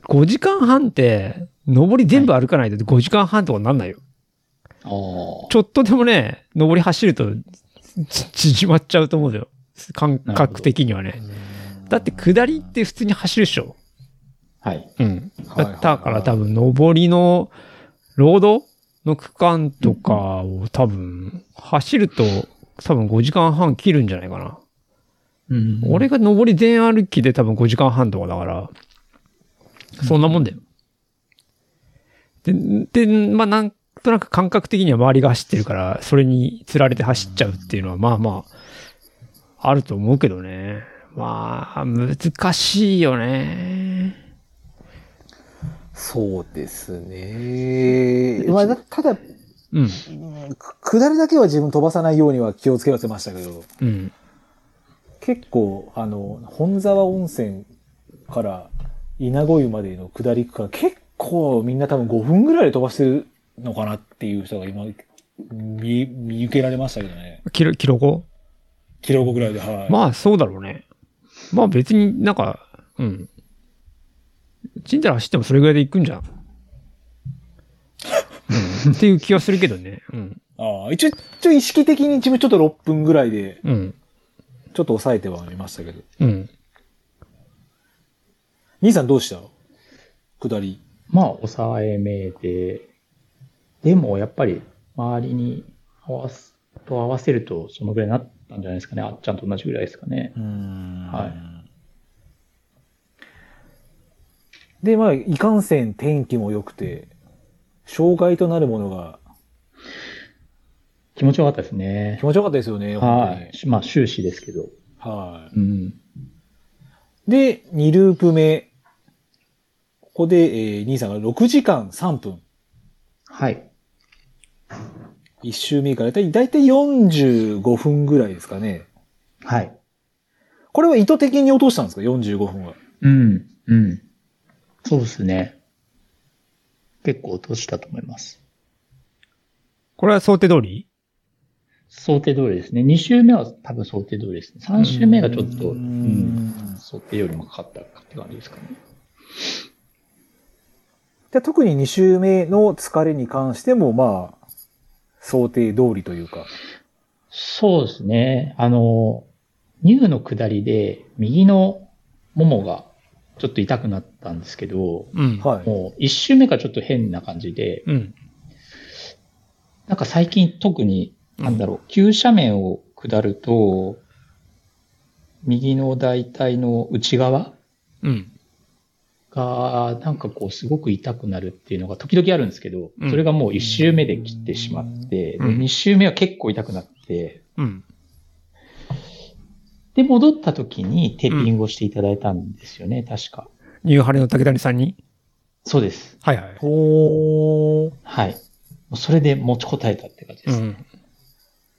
Speaker 3: 5時間半って、上り全部歩かないと5時間半とかなんないよ。
Speaker 2: あー
Speaker 3: ちょっとでもね、上り走るとち縮まっちゃうと思うよ。感
Speaker 2: なるほ
Speaker 3: 覚
Speaker 2: ど
Speaker 3: 的にはね。だって下りって普通に走るでしょ。
Speaker 2: はい。
Speaker 3: うん。
Speaker 1: はいはいはい
Speaker 3: だから多分、上りの、ロードの区間とかを多分、走ると、多分5時間半切るんじゃないかな。
Speaker 2: うん
Speaker 3: 俺が上り全歩きで多分5時間半とかだから、そんなもんだよ。で、で、まあなんとなく感覚的には周りが走ってるから、それに釣られて走っちゃうっていうのは、まあまあ、あると思うけどね。まあ、難しいよね。
Speaker 1: そうですね。まあ、だただ、
Speaker 3: うん。
Speaker 1: うんく下りだけは自分飛ばさないようには気をつけはせましたけど、
Speaker 3: うん。
Speaker 1: 結構、あの、本沢温泉から稲子湯までの下り区間、結構みんな多分5分ぐらいで飛ばしてるのかなっていう人が今、見、見受けられましたけどね。
Speaker 3: キロ、キロ5
Speaker 1: キロ後ぐらいで、はい。
Speaker 3: まあそうだろうね。まあ別になんか、うん。チンタラ走ってもそれぐらいで行くんじゃん。うん、っていう気はするけどね。うん。
Speaker 1: ああ、一応、一応意識的に自分ちょっと6分ぐらいで、
Speaker 3: うん。
Speaker 1: ちょっと抑えてはありましたけど。
Speaker 3: うん。
Speaker 1: 兄さんどうした下り。。
Speaker 2: まあ、抑えめで、でもやっぱり周りに合わすと合わせると、そのぐらいになったんじゃないですかね。あっちゃんと同じぐらいですかね。はい
Speaker 1: で、まあ、いかんせん天気も良くて、障害となるものが
Speaker 2: 気持ちよかったですね
Speaker 1: 気。持ちよかったですよね、
Speaker 2: は
Speaker 1: 本
Speaker 2: い。まあ、終始ですけど。
Speaker 1: 当に。は
Speaker 2: うん。
Speaker 1: い。で、2ループ目。ここで、えー兄さんが6時間3分。
Speaker 2: はい。
Speaker 1: 1周目からだいたい45分ぐらいですかね。
Speaker 2: はい。
Speaker 1: これは意図的に落としたんですか ?45 分は。
Speaker 2: うん。うん。そうですね。結構落としたと思います。
Speaker 3: これは想定通り
Speaker 2: 想定通りですね。2周目は多分想定通りですね。3周目がちょっと、
Speaker 1: う
Speaker 2: うんん、想定よりもかかったかって感じですかね。
Speaker 1: で特に2周目の疲れに関しても、まあ、想定通りというか。
Speaker 2: そうですね。あの、ニューの下りで、右のももがちょっと痛くなったんですけど、
Speaker 3: うん。
Speaker 1: はい。
Speaker 2: もう1周目がちょっと変な感じで、
Speaker 3: うん。
Speaker 2: なんか最近特に、なんだろう、急斜面を下ると、右の大体の内側
Speaker 3: うん。
Speaker 2: が、なんかこう、すごく痛くなるっていうのが時々あるんですけど
Speaker 3: う、ん
Speaker 2: それがもう1周目で切ってしまって、
Speaker 3: うん
Speaker 2: 2周目は結構痛くなって、
Speaker 3: うん。
Speaker 2: で、戻った時にテーピングをしていただいたんですよね、確か。
Speaker 3: ニューハレの竹谷さんに
Speaker 2: そうです。
Speaker 3: はいはい。
Speaker 1: おー。
Speaker 2: はい。もうそれで持ちこたえたって感じで
Speaker 3: う
Speaker 2: す。
Speaker 3: ん。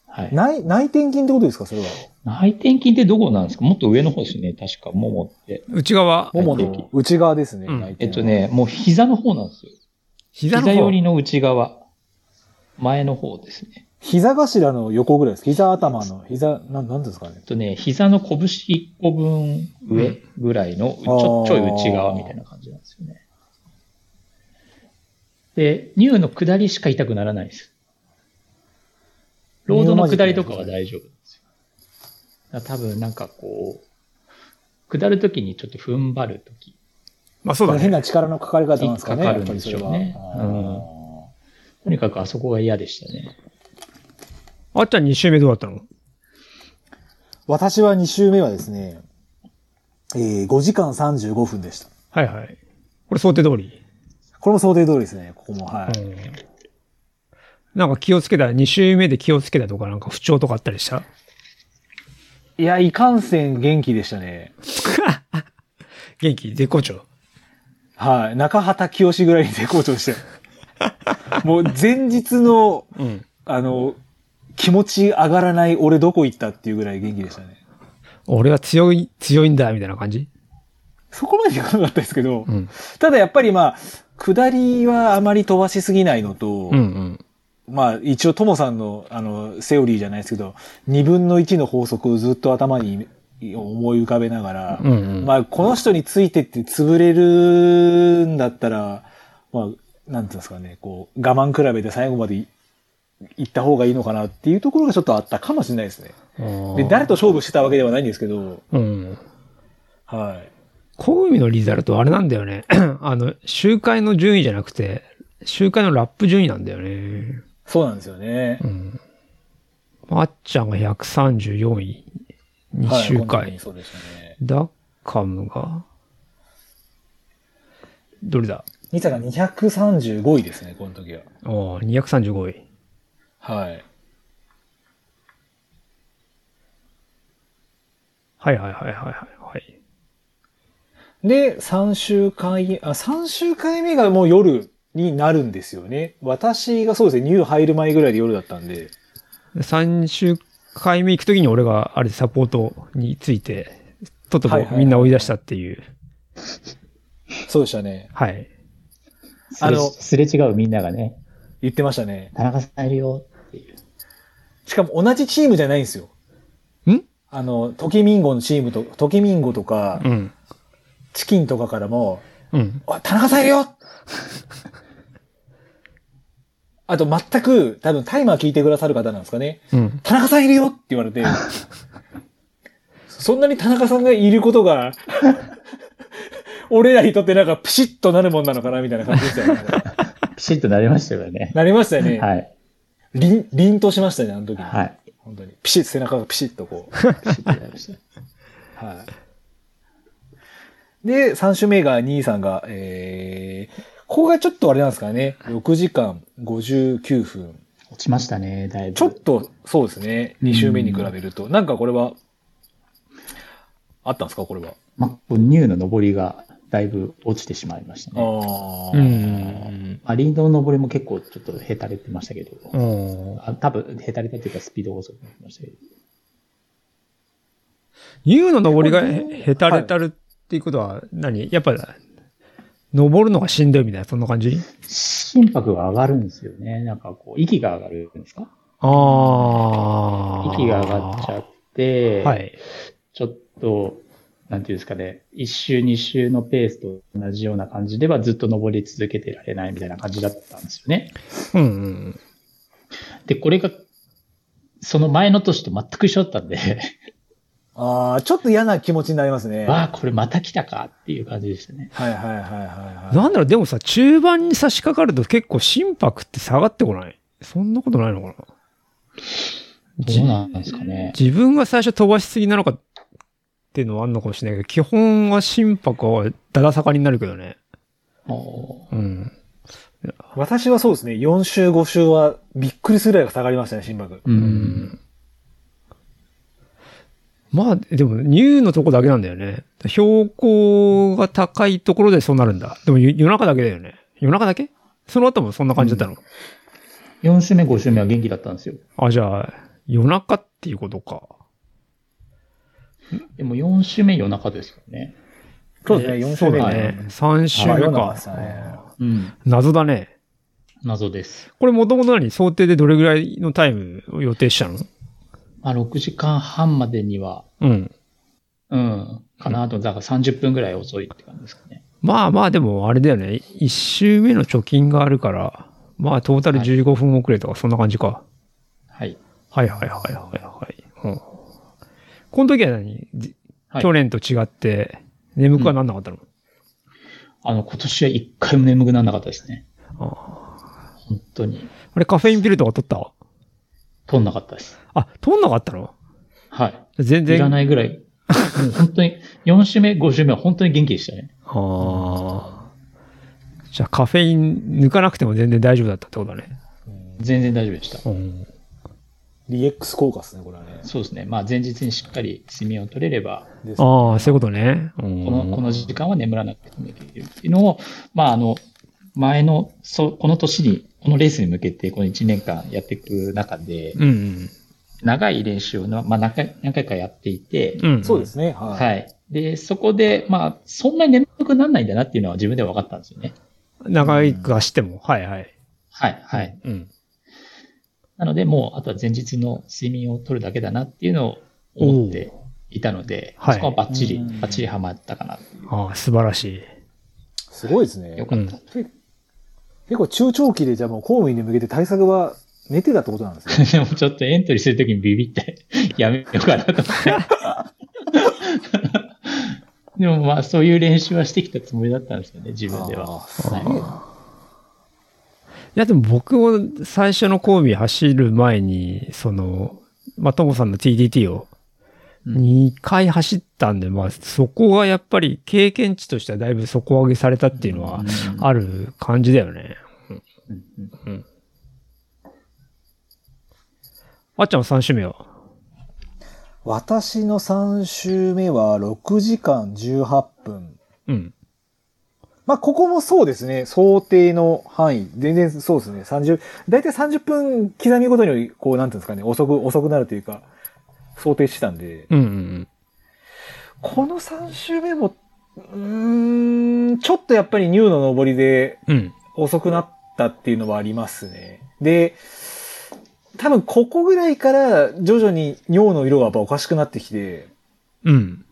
Speaker 2: はい。
Speaker 1: 内、内転筋ってことですかそれは。
Speaker 2: 内転筋ってどこなんですかもっと上の方ですよね、確か、ももって。
Speaker 3: 内側、
Speaker 1: ももの内側ですね、
Speaker 3: うん
Speaker 1: 内転
Speaker 2: えっと。ね、もう膝の方なんですよ。
Speaker 3: 膝の
Speaker 2: 膝寄
Speaker 3: 方
Speaker 2: りの内側。前の方ですね。
Speaker 1: 膝頭の横ぐらいです。膝頭の、膝、なん、なんですかね
Speaker 2: えっ。とね、膝の拳1個分上ぐらいの、ちょちょい内側みたいな感じなんですよね。で、ニューの下りしか痛くならないです。ロードの下りとかは大丈夫なんですよ。だから多分なんかこう、下るときにちょっと踏ん張るとき
Speaker 3: まあそうだ
Speaker 1: 変
Speaker 3: ね。
Speaker 1: な力のかかり方なんですかね。
Speaker 2: かかるんでしょうね
Speaker 1: やっぱりそれは
Speaker 2: とにかくあそこが嫌でしたね。
Speaker 3: あっちゃん2周目どうだったの
Speaker 1: 私は2周目はですね、えー、5時間35分でした。
Speaker 3: はいはい。これ想定通り。
Speaker 1: これも想定通りですね、ここも。はい。
Speaker 3: うん。なんか気をつけた、2周目で気をつけたとか、なんか不調とかあったりした
Speaker 1: いや、いかんせん元気でしたね。
Speaker 3: 元気絶好調
Speaker 1: はい。中畑清ぐらいに絶好調
Speaker 2: [LAUGHS]
Speaker 1: して。もう前日の、
Speaker 3: うん。
Speaker 1: あの、気持ち上がらない俺どこ行ったっていうぐらい元気でしたね。
Speaker 3: 俺は強い、強いんだ、みたいな感じ
Speaker 1: そこまでいかなかったですけど、
Speaker 3: うん。
Speaker 1: ただやっぱりまあ、下りはあまり飛ばしすぎないのと、
Speaker 3: うんうん。
Speaker 1: まあ一応ともさんの、あの、セオリーじゃないですけど、2分の1の法則をずっと頭に思い浮かべながら、
Speaker 3: うんうん。
Speaker 1: まあこの人についてって潰れるんだったら、まあ、なんていうんですかね、こう、我慢比べて最後までい行った方がいいのかなっていうところがちょっとあったかもしれないですね。
Speaker 3: あー
Speaker 1: で、誰と勝負してたわけではないんですけど、
Speaker 3: うん。
Speaker 1: はい。
Speaker 3: 小海のリザルトあれなんだよね。 [CLEARS THROAT] あの、集会の順位じゃなくて、集会のラップ順位なんだよね。
Speaker 1: そうなんですよね
Speaker 3: う。ん。まっちゃんが134位、2
Speaker 1: はい
Speaker 3: 周
Speaker 1: この
Speaker 3: 回。
Speaker 1: 時にそうでしたね。
Speaker 3: ダッカムが、どれだ
Speaker 1: ニタが235位ですね、この時は。
Speaker 3: ああ、235位。
Speaker 1: はい。
Speaker 3: はいはいはいはいはいはい。
Speaker 1: で、3週間、あ、3週間目がもう夜になるんですよね。私がそうですね、ニュー入る前ぐらいで夜だったんで。
Speaker 3: 3週回目行くときに俺があれサポートについて、とっと
Speaker 1: は
Speaker 3: と
Speaker 1: いはいはい
Speaker 3: みんな追い出したっていう。
Speaker 1: そうでしたね。
Speaker 3: はい。
Speaker 1: あの
Speaker 2: すれすれ違うみんながね、
Speaker 1: 言ってましたね。
Speaker 2: 田中さんいるよっていう。
Speaker 1: しかも同じチームじゃないんですよ。
Speaker 3: ん
Speaker 1: あの、トキミンゴのチームと、トキミンゴとか、
Speaker 3: うん。
Speaker 1: チキンとかからも、
Speaker 3: うん。
Speaker 1: おい田中さんいるよ [LAUGHS] あと全く、多分タイマー聞いてくださる方なんですかね。
Speaker 3: うん。
Speaker 1: 田中さんいるよって言われて、そんなに田中さんがいることが、俺らにとってなんかプシッとなるもんなのかなみたいな感じでしたよね。
Speaker 2: ピシッとなりましたよね。
Speaker 1: なりましたよね。
Speaker 2: はい。
Speaker 1: 凛、凛としましたね、あの時。
Speaker 2: はい。
Speaker 1: 本当に。ピシッ、背中がピシッとこう。
Speaker 2: ピシッとなりました。
Speaker 1: はい。で、3種目が兄さんが、えー、ここがちょっとあれなんですかね。6時間59分。
Speaker 2: 落ちましたね、だいぶ。
Speaker 1: ちょっと、そうですね。2週目に比べると。なんかこれは、あったんですかこれは。
Speaker 2: まあ、こうニューの上りがだいぶ落ちてしまいましたね。
Speaker 1: あ
Speaker 3: う
Speaker 1: あ。
Speaker 3: ん。
Speaker 2: まあ、リードの上りも結構ちょっとへたれてましたけど、
Speaker 3: うん
Speaker 2: あ多分へたれたというかスピードが遅くなりましたけど、
Speaker 3: U の登りがへへたれたるっていうことは何、やっぱ、登るのがしんどいみたいな、そんな感じ
Speaker 2: 心拍が上がるんですよね。なんかこう、息が上がるんですか
Speaker 3: ああ。
Speaker 2: 息が上がっちゃって、
Speaker 3: はい。
Speaker 2: ちょっと、なんていうんですかね、一周二周のペースと同じような感じではずっと登り続けてられないみたいな感じだったんですよね。
Speaker 3: うんうん。
Speaker 2: で、これが、その前の年と全く一緒だったんで、
Speaker 1: ああ、ちょっと嫌な気持ちになりますね。
Speaker 2: [LAUGHS] わ
Speaker 1: は
Speaker 2: あ、これまた来たかっていう感じでしたね
Speaker 1: い。はいはいはいはい。
Speaker 3: なんだろう、でもさ、中盤に差し掛かると結構心拍って下がってこないそんなことないのかな
Speaker 2: どうなんですかね。
Speaker 3: 自分が最初飛ばしすぎなのかっていうのはあんのかもしれないけど、基本は心拍はだだ下がりになるけどね。
Speaker 2: も
Speaker 3: うん。
Speaker 1: 私はそうですね。4週5週はびっくりするぐらいが下がりましたね、心拍。
Speaker 2: う、うん。
Speaker 3: まあ、でも、ニューのとこだけなんだよね。標高が高いところでそうなるんだ。でも、ゆ夜中だけだよね。夜中だけその後もそんな感じだったの、
Speaker 2: 4週目、5週目は元気だったんですよ。
Speaker 3: あ、じゃあ、夜中っていうことか。
Speaker 2: でも4週目夜中ですよね。
Speaker 1: そうですね、4
Speaker 3: そ
Speaker 1: 週
Speaker 3: う
Speaker 1: 目
Speaker 3: だ
Speaker 1: は
Speaker 3: ね。3週
Speaker 1: あ
Speaker 3: 目
Speaker 1: 夜中で
Speaker 3: か
Speaker 1: し。たね
Speaker 2: うん。
Speaker 3: 謎だね。
Speaker 2: 謎です。
Speaker 3: これもともと何想定でどれぐらいのタイムを予定したの
Speaker 2: まあ、6時間半までには、
Speaker 3: うん。
Speaker 2: うん、かなと、だから30分ぐらい遅いって感じですかね。
Speaker 3: まあまあでもあれだよね。一周目の貯金があるから、まあトータル
Speaker 2: はい
Speaker 3: 15分遅れとかそんな感じか。
Speaker 2: はい。
Speaker 3: はいはいはいはいはい。うん、この時は何、じ
Speaker 2: はい
Speaker 3: 去年と違って眠くはなんなかったの、
Speaker 2: あの、今年は一回も眠くならなかったですね。
Speaker 3: あ
Speaker 2: 本当に。
Speaker 3: あれカフェインピルとか取った
Speaker 2: 取んなかったです。
Speaker 3: あ、取んなかったの
Speaker 2: は
Speaker 3: 全
Speaker 2: い。い
Speaker 3: 然。。
Speaker 2: らないいぐらい。もう本当に、4週目、5週目は本当に元気でしたね。
Speaker 3: ああ。じゃあカフェイン抜かなくても全然大丈夫だったってことだね。
Speaker 2: 全然大丈夫でした。
Speaker 3: うん。
Speaker 1: DX 効果ですね、これはね。
Speaker 2: そうですね。まあ、前日にしっかり睡眠を取れれば、
Speaker 1: ですね
Speaker 3: ああ、そういうことね。うん
Speaker 2: このこの時間は眠らなくてもできるっていうのを、まあ、あの、前の、そう、この年に、このレースに向けて、この1年間やっていく中で、
Speaker 3: うんうん。
Speaker 2: 長い練習をな、まあ、何回何回かやっていて、
Speaker 3: うん。
Speaker 1: そうですね。はい。
Speaker 2: はい。で、そこで、まあ、そんなに眠くならないんだなっていうのは自分では分かったんですよね。
Speaker 3: 長いく走っても、はいはい。
Speaker 2: はい、はい。。
Speaker 3: うん。
Speaker 2: なので、もう、あとは前日の睡眠を取るだけだなっていうのを思っていたので、
Speaker 3: おーはい
Speaker 2: そこはバッチリ、
Speaker 1: うん
Speaker 2: バッチリハマったかな。
Speaker 3: ああ、素晴らし
Speaker 1: すごいです
Speaker 2: よ
Speaker 1: ね。
Speaker 2: かった。
Speaker 1: 結構中長期でじゃあもう公務員に向けて対策は寝てたってことなんですね。
Speaker 2: [LAUGHS] でもちょっとエントリーするときにビビって [LAUGHS] やめようかなと思って。 [LAUGHS] でもまあそういう練習はしてきたつもりだったんですよね、自分では。
Speaker 1: あーすげえな。
Speaker 3: い。いや、でも僕も最初のコービ走る前に、その、まあ、ともさんの TDT を
Speaker 2: うん
Speaker 3: 2回走ったんで、まあ、そこがやっぱり経験値としてはだいぶ底上げされたっていうのは
Speaker 2: うん
Speaker 3: ある感じだよね。
Speaker 2: うんうん
Speaker 3: あっちゃん3周目は
Speaker 1: 私の3周目は6時間18分。
Speaker 3: うん。
Speaker 1: まあ、ここもそうですね。想定の範囲。全然そうですね。30、だいたい30分刻みごとに、こう、なんていうんですかね、遅く、遅くなるというか、想定してたんで。
Speaker 3: うんうん
Speaker 1: この3周目も、うーん、ちょっとやっぱりニューの上りで
Speaker 3: うん。うん。
Speaker 1: 遅くなったっていうのはありますね。で、多分ここぐらいから徐々に尿の色がやっぱおかしくなってきて、
Speaker 3: うん。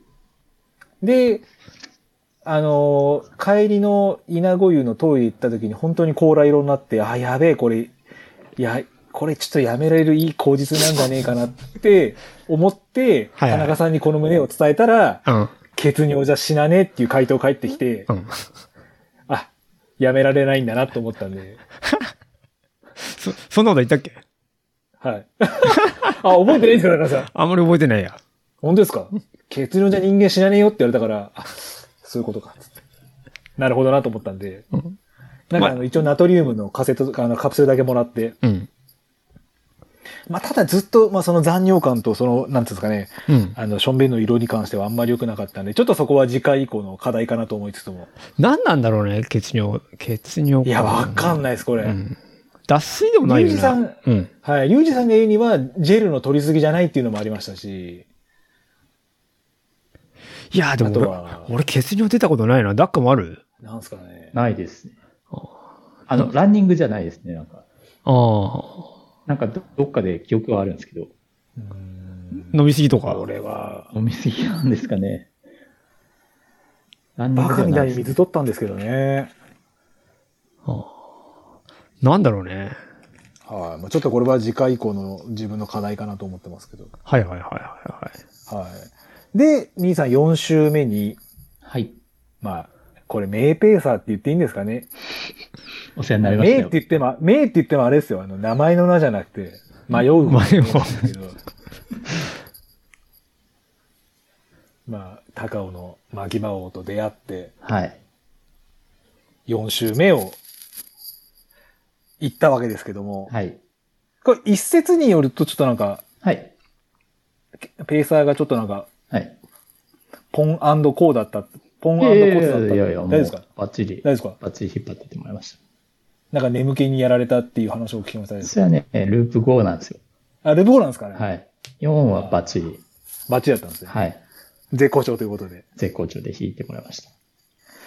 Speaker 1: で、あのー帰りの稲子湯のトイレ行った時に本当に甲羅色になって、あ、やべえ、これ、いや、これちょっとやめられるいい口実なんじゃねえかなって思って、
Speaker 3: はいは
Speaker 1: 田
Speaker 3: い
Speaker 1: 中さんにこの胸を伝えたら、
Speaker 3: うん。
Speaker 1: 血尿じゃ死なねえっていう回答返ってきて
Speaker 3: う、ん。
Speaker 1: あ、やめられないんだなと思ったんで、
Speaker 3: そ、そんなこと言ったっけ
Speaker 1: はい。 [LAUGHS] あ、覚えてないんですよ、田中さん。
Speaker 3: あんまり覚えてないや。
Speaker 1: 本当ですか血尿じゃ人間死なねえよって言われたから、あ、そういうことか。つってなるほどなと思ったんで、
Speaker 3: うん
Speaker 1: なんかあの、一応ナトリウムのカセットとか、あの、カプセルだけもらって、
Speaker 3: うん。
Speaker 1: まあ、ただずっと、まあ、その残尿感と、その、なんていうんですかね、
Speaker 3: うん。
Speaker 1: あの、ションベンの色に関してはあんまり良くなかったんで、ちょっとそこは次回以降の課題かなと思いつつも。
Speaker 3: 何なんだろうね、血尿。血尿
Speaker 1: いや、わかん
Speaker 3: い。
Speaker 1: ないです、これ。
Speaker 3: うん。脱水でもないよ
Speaker 1: リュウジさん
Speaker 3: な。うん。
Speaker 1: はい。リュウジさんの言うには、ジェルの取りすぎじゃないっていうのもありましたし、
Speaker 3: いや、でも
Speaker 1: あとは
Speaker 3: 俺、俺血尿出たことないな。ダッカもある
Speaker 1: なんですかね。
Speaker 2: ないですね。あの、ランニングじゃないですね、なんか。
Speaker 3: ああ。
Speaker 2: なんかどどっかで記憶はあるんですけど、
Speaker 1: うーん
Speaker 3: 飲みすぎとか。
Speaker 1: これは、
Speaker 2: 飲みすぎなんですかね。ランニ
Speaker 1: バ
Speaker 2: ングで
Speaker 1: カ
Speaker 2: は
Speaker 1: み
Speaker 2: な
Speaker 1: た
Speaker 2: い
Speaker 1: い
Speaker 2: で
Speaker 1: に
Speaker 2: すね
Speaker 1: 水取ったんですけどね。
Speaker 3: なんだろうね。
Speaker 1: はい。まあちょっとこれは次回以降の自分の課題かなと思ってますけど。
Speaker 3: はいはいはいはいはい。
Speaker 1: はい。で、兄さん4週目に、
Speaker 2: はい。
Speaker 1: まあ、これ、名ペーサーって言っていいんですかね。
Speaker 2: お世話になりまし
Speaker 1: 名
Speaker 2: た
Speaker 1: って言
Speaker 2: よ。
Speaker 1: っても、名って言ってもあれですよ。あの、名前の名じゃなくて、迷う方
Speaker 3: 迷う
Speaker 1: なんですけど。まあ、高尾のマギマ王と出会って、
Speaker 2: はい。
Speaker 1: 4週目を行ったわけですけども、
Speaker 2: はい。
Speaker 1: これ一説によるとちょっとなんか、
Speaker 2: はい。
Speaker 1: ペーサーがちょっとなんか、
Speaker 2: はい。
Speaker 1: ポンコーだったって、ポンコ
Speaker 2: いやいや
Speaker 1: ー
Speaker 2: い
Speaker 1: だったって。
Speaker 2: やいや、
Speaker 1: 大丈
Speaker 2: もう
Speaker 1: 夫ですか
Speaker 2: バッチ
Speaker 1: 大丈
Speaker 2: リ
Speaker 1: 夫、ですか
Speaker 2: バッチリ引っ張ってってもらいまし
Speaker 1: なんか眠気にやられたっていう話を聞きました
Speaker 2: た。
Speaker 1: ね。
Speaker 2: それはね、ループ5なんですよ。
Speaker 1: あ、レボーなんですかね
Speaker 2: は。い。4はバッチリ、
Speaker 1: バッチリだったんですね。
Speaker 2: はい。
Speaker 1: 絶好調ということで。
Speaker 2: 絶好調で引いてもらいました。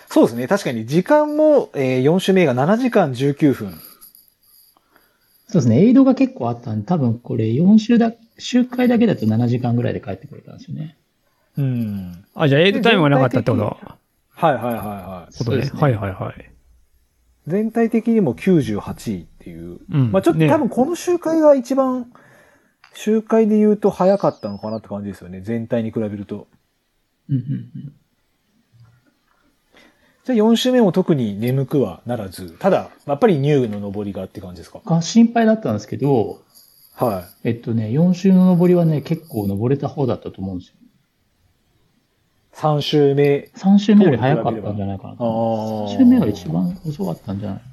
Speaker 1: そうですね。確かに時間も、えー、4週目が7時間19分。
Speaker 2: そうですね、エイドが結構あったんで、多分これ4週だ、周回だけだと7時間ぐらいで帰ってくれたんですよね。
Speaker 1: うん。
Speaker 3: あ、じゃあエイドタイムはなかったってこと
Speaker 1: はいはいはいはい。
Speaker 3: ことね。はいはいはい。
Speaker 1: 全体的にも98位っていう。
Speaker 3: うん
Speaker 1: まあちょっと、
Speaker 3: ね
Speaker 1: 多分この周回が一番、周回で言うと早かったのかなって感じですよね。全体に比べると。
Speaker 2: うんうんうん
Speaker 1: じゃあ4週目も特に眠くはならず、ただ、やっぱりニューの上りがって感じですか。
Speaker 2: が心配だったんですけど、
Speaker 1: はい。
Speaker 2: えっとね、4週の登りはね、結構登れた方だったと思うんですよ。
Speaker 1: 3週目。
Speaker 2: 3週目より早かったんじゃないかなと思います。
Speaker 1: あー
Speaker 2: 3週目が一番遅かったんじゃないか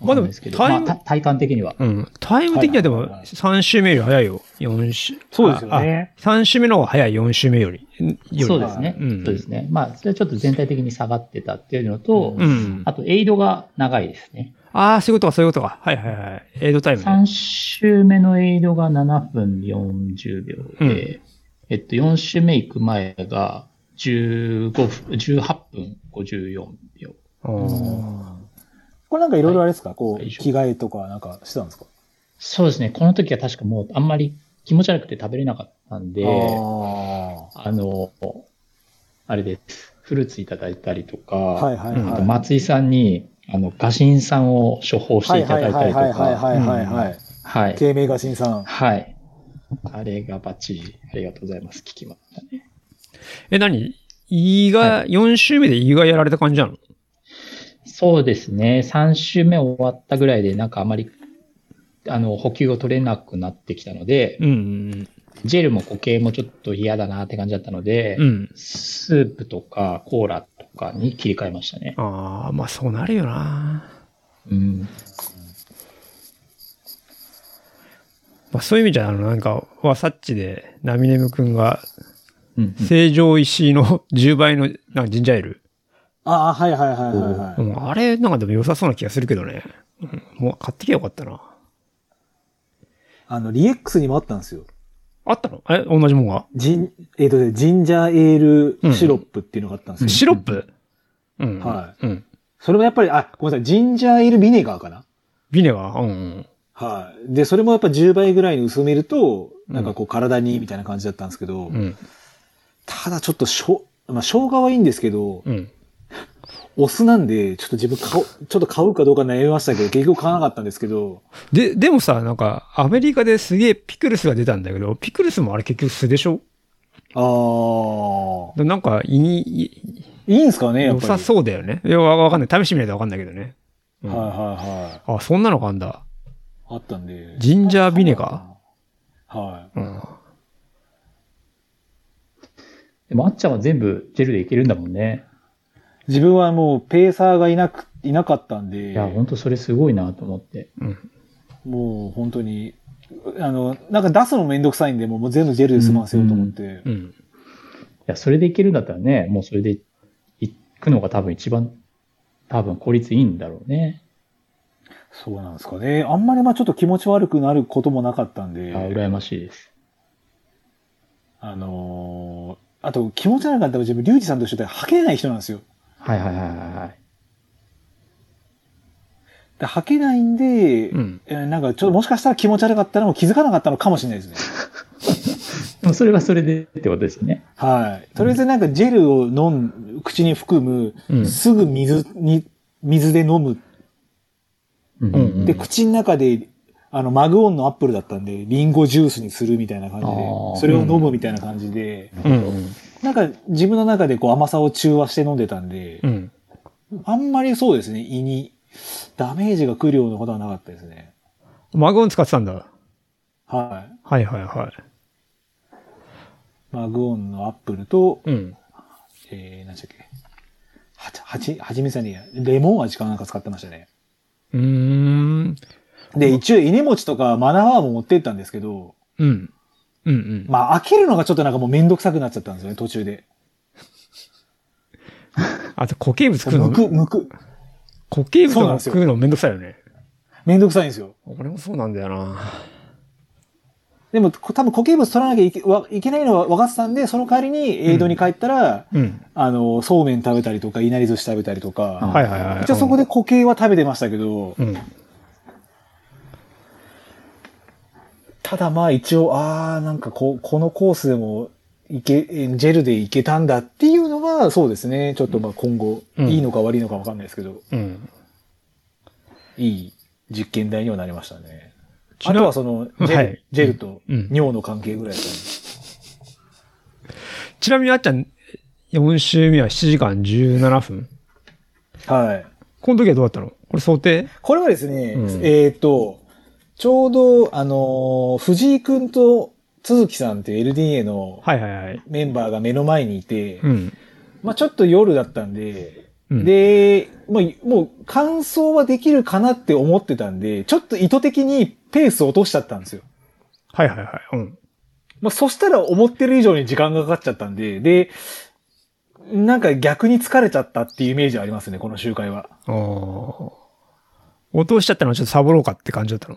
Speaker 2: まあでも、ですけど、
Speaker 3: まあで
Speaker 2: ま
Speaker 3: も
Speaker 2: あ、た体感的には。
Speaker 3: うん。タイム的にはで
Speaker 1: は
Speaker 3: も
Speaker 1: いはいはい
Speaker 3: 3周目より早いよ。4周。
Speaker 1: そうですよね。
Speaker 3: あ。3周目の方が早い、4周目より。んより
Speaker 2: そうですね。
Speaker 3: うん
Speaker 2: そうですね。まあ、それはちょっと全体的に下がってたっていうのと、
Speaker 3: うん。
Speaker 2: あと、エイドが長いですね。
Speaker 3: ああ、そういうことか、そういうことか。はいはいはい。エイドタイムね。
Speaker 2: 3周目のエイドが7分40秒で、
Speaker 3: うん
Speaker 2: えっと、4周目行く前が15分、18分54秒。
Speaker 3: うん
Speaker 1: これなんかいろいろあれですか、こ
Speaker 2: は
Speaker 1: う、
Speaker 2: い
Speaker 1: 着替えとかなんかしてたんですか
Speaker 2: そうですね。この時は確かもうあんまり気持ち悪くて食べれなかったんで、
Speaker 1: あ
Speaker 2: あの、あれです。フルーツいただいたりとか、
Speaker 1: あ。はいはい
Speaker 3: うん
Speaker 2: あ
Speaker 1: は
Speaker 2: と
Speaker 1: い。
Speaker 2: 松井さんに、あの、ガシン酸を処方していただいたりと
Speaker 1: はいはい
Speaker 2: か、
Speaker 1: はいはいはいはい。
Speaker 2: はい。
Speaker 1: 低迷が新さん。
Speaker 2: はい。あれがバッチリ。ありがとうございます。聞きましたね。
Speaker 3: え、何胃が、4周目で胃がやられた感じなの
Speaker 2: そうですね。3週目終わったぐらいで、なんかあまり、あの、補給を取れなくなってきたので、
Speaker 3: うん。
Speaker 2: ジェルも固形もちょっと嫌だなって感じだったので、
Speaker 3: うん。
Speaker 2: スープとかコーラとかに切り替えましたね。
Speaker 3: ああ、まあそうなるよな。
Speaker 2: うん。
Speaker 3: まあそういう意味じゃ、あの、なんか、ワサッチで、ナミネム君が、
Speaker 2: うんうん
Speaker 3: 成城石井の [LAUGHS] 10倍の、なんかジンジャーエール。
Speaker 1: ああ、はいはいはいはいは
Speaker 3: う
Speaker 1: い。
Speaker 3: ん、あれ、なんかでも良さそうな気がするけどね。うん、もう買ってきゃよかったな。
Speaker 1: あの、リエックスにもあったんですよ。
Speaker 3: あったのえ、同じもんが、
Speaker 1: ジン、えっ、とね、ジンジャーエールシロップっていうのがあったんですよ。
Speaker 3: シロップうん。。
Speaker 1: はい
Speaker 3: うん。
Speaker 1: それもやっぱり、あ、ごめんなさい、ジンジャーエールビネガーかな
Speaker 3: ビネガーうん。
Speaker 1: はい。で、それもやっぱ10倍ぐらいに薄めると、なんかこう体にいいみたいな感じだったんですけど、
Speaker 3: うん。
Speaker 1: ただちょっとしょ、まあ、生姜はいいんですけど、
Speaker 3: うん。
Speaker 1: お酢なんで、ちょっと自分買おう、ちょっと買うかどうか悩みましたけど、結局買わなかったんですけど、
Speaker 3: で、でもさ、なんか、アメリカですげえピクルスが出たんだけど、ピクルスもあれ結局酢でしょ
Speaker 1: あー、
Speaker 3: でなんか、胃に、い
Speaker 1: いいんすかね、やっ
Speaker 3: 良
Speaker 1: ぱ
Speaker 3: さ
Speaker 1: り。
Speaker 3: そうだよね。いや、わわかんない。試してみないとわかんないけどね。うん
Speaker 1: はいはいはい。
Speaker 3: あ、そんなのがあんだ。
Speaker 1: あったんで。
Speaker 3: ジンジャービネガ
Speaker 1: ーはい。
Speaker 3: ーうん。
Speaker 2: でも、あっちゃんは全部ジェルでいけるんだもんね。
Speaker 1: 自分はもうペーサーがいなく、いなかったんで
Speaker 2: い、や、ほんとそれすごいなと思って。
Speaker 3: うん。
Speaker 1: もう本当に、あの、なんか出すのめんどくさいんで、もうもう全部ジェルで済ませようと思って。
Speaker 3: うん。
Speaker 2: いや、それでいけるんだったらね、もうそれで行くのが多分一番、多分効率いいんだろうね。
Speaker 1: そうなんですかね。あんまりまあちょっと気持ち悪くなることもなかったん
Speaker 2: あ
Speaker 1: で、
Speaker 2: 羨ましいです。
Speaker 1: あのーあと気持ち悪かったら自分、リュウジさんと一緒で吐けない人なんですよ。
Speaker 2: はいはいはいはいはい。
Speaker 1: で吐けないんで、
Speaker 3: うん。
Speaker 1: えーなんかちょっともしかしたら気持ち悪かったらもう気づかなかったのかもしれないですね。
Speaker 2: でもそれはそれでってことですよね。
Speaker 1: はい。とりあえずなんかジェルを飲ん、口に含む、
Speaker 3: うん。
Speaker 1: すぐ水に、水で飲む。
Speaker 2: うん
Speaker 3: うん
Speaker 1: で、口の中で、あの、マグオンのアップルだったんで、リンゴジュースにするみたいな感じで
Speaker 2: あー、
Speaker 1: それを飲むみたいな感じで、
Speaker 3: うん。
Speaker 1: なんか自分の中でこう甘さを中和して飲んでたんで
Speaker 3: う、ん。
Speaker 1: あんまりそうですね、胃にダメージが来るようなことはなかったですね。
Speaker 3: マグオン使ってたんだ。
Speaker 1: は。
Speaker 3: はいはいはい
Speaker 1: マグオンのアップルと、
Speaker 3: い。うん。
Speaker 1: えー、何でしたっけ。はち、はち、はちみつさんに、レモン味かなんか使ってましたね。
Speaker 3: うーん。
Speaker 1: で、一応、稲餅とかマナワーも持ってったんですけど、
Speaker 3: うん。うんうん。
Speaker 1: まあ、開けるのがちょっとなんかもうめんどくさくなっちゃったんですよね、途中で。
Speaker 3: あと固形物食うの
Speaker 1: む、く、むく、
Speaker 3: 固形物
Speaker 1: そうなん
Speaker 3: が
Speaker 1: ですよ
Speaker 3: 食うのめんどくさいよね。
Speaker 1: めんどくさいんですよ。
Speaker 3: 俺もそうなんだよな。
Speaker 1: でも、こ多分固形物取らなきゃいけわいけないのは分かってたんで、その代わりに、エイドに帰ったら、
Speaker 3: うん。
Speaker 1: あの、そうめん食べたりとか、いなり寿司食べたりとか、
Speaker 2: あ
Speaker 3: はいはいはい。
Speaker 1: 一応そこで固形は食べてましたけど、
Speaker 3: うん。
Speaker 1: ただまあ一応、ああ、なんかこう、このコースでも、いけ、えジェルでいけたんだっていうのは、そうですね。ちょっとまあ今後、
Speaker 3: うん
Speaker 1: いいのか悪いのかわかんないですけど、
Speaker 3: うん。
Speaker 1: いい実験台にはなりましたね。
Speaker 3: ちな
Speaker 1: あとはその、ジェル,、
Speaker 3: はい
Speaker 1: ジェルと
Speaker 3: うん
Speaker 1: 尿の関係ぐらいです
Speaker 3: ちなみにあっちゃん、4週目は7時間17分。
Speaker 1: かね。はい。
Speaker 3: この時はどうだったのこれ想定
Speaker 1: これはですね、
Speaker 3: うん
Speaker 1: えっ、と、ちょうど、あのー藤井くんと鈴木さんっていう LDA の
Speaker 3: はいはいはい。
Speaker 1: メンバーが目の前にいて、
Speaker 3: うん。
Speaker 1: まあちょっと夜だったんで、
Speaker 3: うん
Speaker 1: で、まあ、もう完走はできるかなって思ってたんで、ちょっと意図的にペースを落としちゃったんですよ。
Speaker 3: はいはいはい。うん。
Speaker 1: まあ、そしたら思ってる以上に時間がかかっちゃったんで、で、なんか逆に疲れちゃったっていうイメージありますね、この集会は。
Speaker 3: あー落としちゃったのはちょっとサボろうかって感じだったの。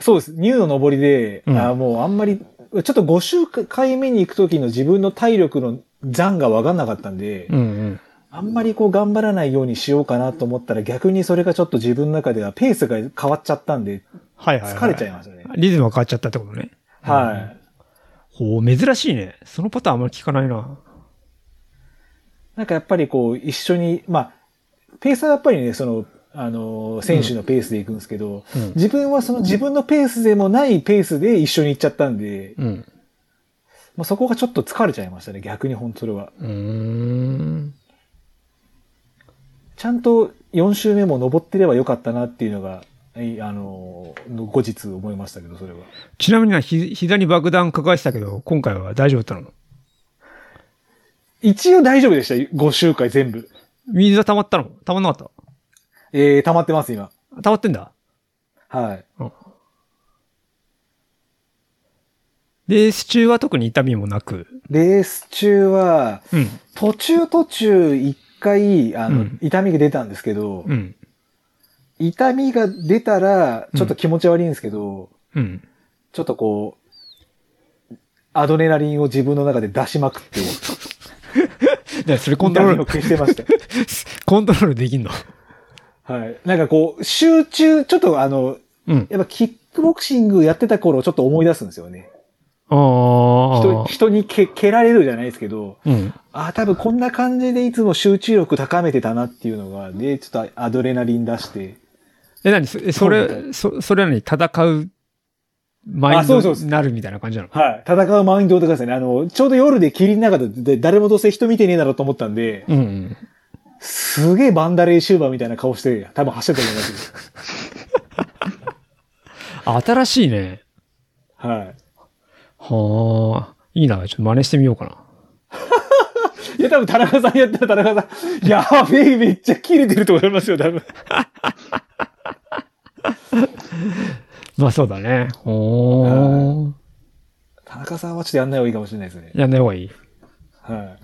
Speaker 1: そうです。ニューの上りで、
Speaker 3: うん
Speaker 1: あーもうあんまり、ちょっと5周回目に行く時の自分の体力の残がわかんなかったんで、
Speaker 3: うんうん。
Speaker 1: あんまりこう頑張らないようにしようかなと思ったら逆にそれがちょっと自分の中ではペースが変わっちゃったんで、
Speaker 3: はいはい、はい。
Speaker 1: 疲れちゃいましたね。
Speaker 3: リズムが変わっちゃったってことね。
Speaker 1: はい。
Speaker 3: ほう、珍しいね。そのパターンあんまり聞かないな。
Speaker 1: なんかやっぱりこう一緒に、まあ、ペースはやっぱりね、その、あのー、選手のペースで行くんですけど、
Speaker 3: うん。
Speaker 1: 自分はその自分のペースでもないペースで一緒に行っちゃったんで、
Speaker 3: うん。
Speaker 1: まあ、そこがちょっと疲れちゃいましたね、逆に本当それは。
Speaker 3: うーん。
Speaker 1: ちゃんと4周目も登ってればよかったなっていうのが、いあのー、の後日思いましたけど、それは。
Speaker 3: ちなみにな、ひ、膝に爆弾抱えてたけど、今回は大丈夫だったの
Speaker 1: 一応大丈夫でした、5周回全部。
Speaker 3: 水は溜まったの溜まんなかっ
Speaker 1: えー、溜まってます、今。
Speaker 3: た溜まってんだ。
Speaker 1: はい。
Speaker 3: レース中は特に痛みもなく。
Speaker 1: レース中は、
Speaker 3: うん。
Speaker 1: 途中途中一回、あの、
Speaker 3: うん
Speaker 1: 痛みが出たんですけど、
Speaker 3: うん。
Speaker 1: 痛みが出たら、ちょっと気持ち悪いんですけど、
Speaker 3: うん。
Speaker 1: ちょっとこう、アドレナリンを自分の中で出しまくって、
Speaker 3: で、それコントロー
Speaker 1: 痛みを
Speaker 3: ル、
Speaker 1: 消してました。 [LAUGHS]
Speaker 3: コントロールできんの
Speaker 1: はい。なんかこう、集中、ちょっとあの、
Speaker 3: うん。
Speaker 1: やっぱキックボクシングやってた頃をちょっと思い出すんですよね。人
Speaker 3: あ
Speaker 1: 人に蹴蹴られるじゃないですけど、
Speaker 3: あ。うん。
Speaker 1: ああ、多分こんな感じでいつも集中力高めてたなっていうのが、で、ちょっとアドレナリン出して、
Speaker 3: え、何そそれ、そ、それなのに戦うマイン
Speaker 1: あそうそ
Speaker 3: ド
Speaker 1: うそう
Speaker 3: になるみたいな感じなの
Speaker 1: はい。戦うマウンドとかですね、あの、ちょうど夜で霧の中でで誰もどうせ人見てねえだろうと思ったんで、
Speaker 3: うんうん。
Speaker 1: すげえバンダレーシューバーみたいな顔して、多分走ってたと思いますよ。
Speaker 3: 新しいね。
Speaker 1: はい。
Speaker 3: はあ。いいな。ちょっと真似してみようかな。
Speaker 1: いや、多分田中さんやったら田中さん、やべえ、めっちゃ切れてると思いますよ、多分。
Speaker 3: まあそうだね。ほー。
Speaker 1: 田中さんはちょっとやんない方がいいかもしれないですね。
Speaker 3: やんない方がいい。
Speaker 1: は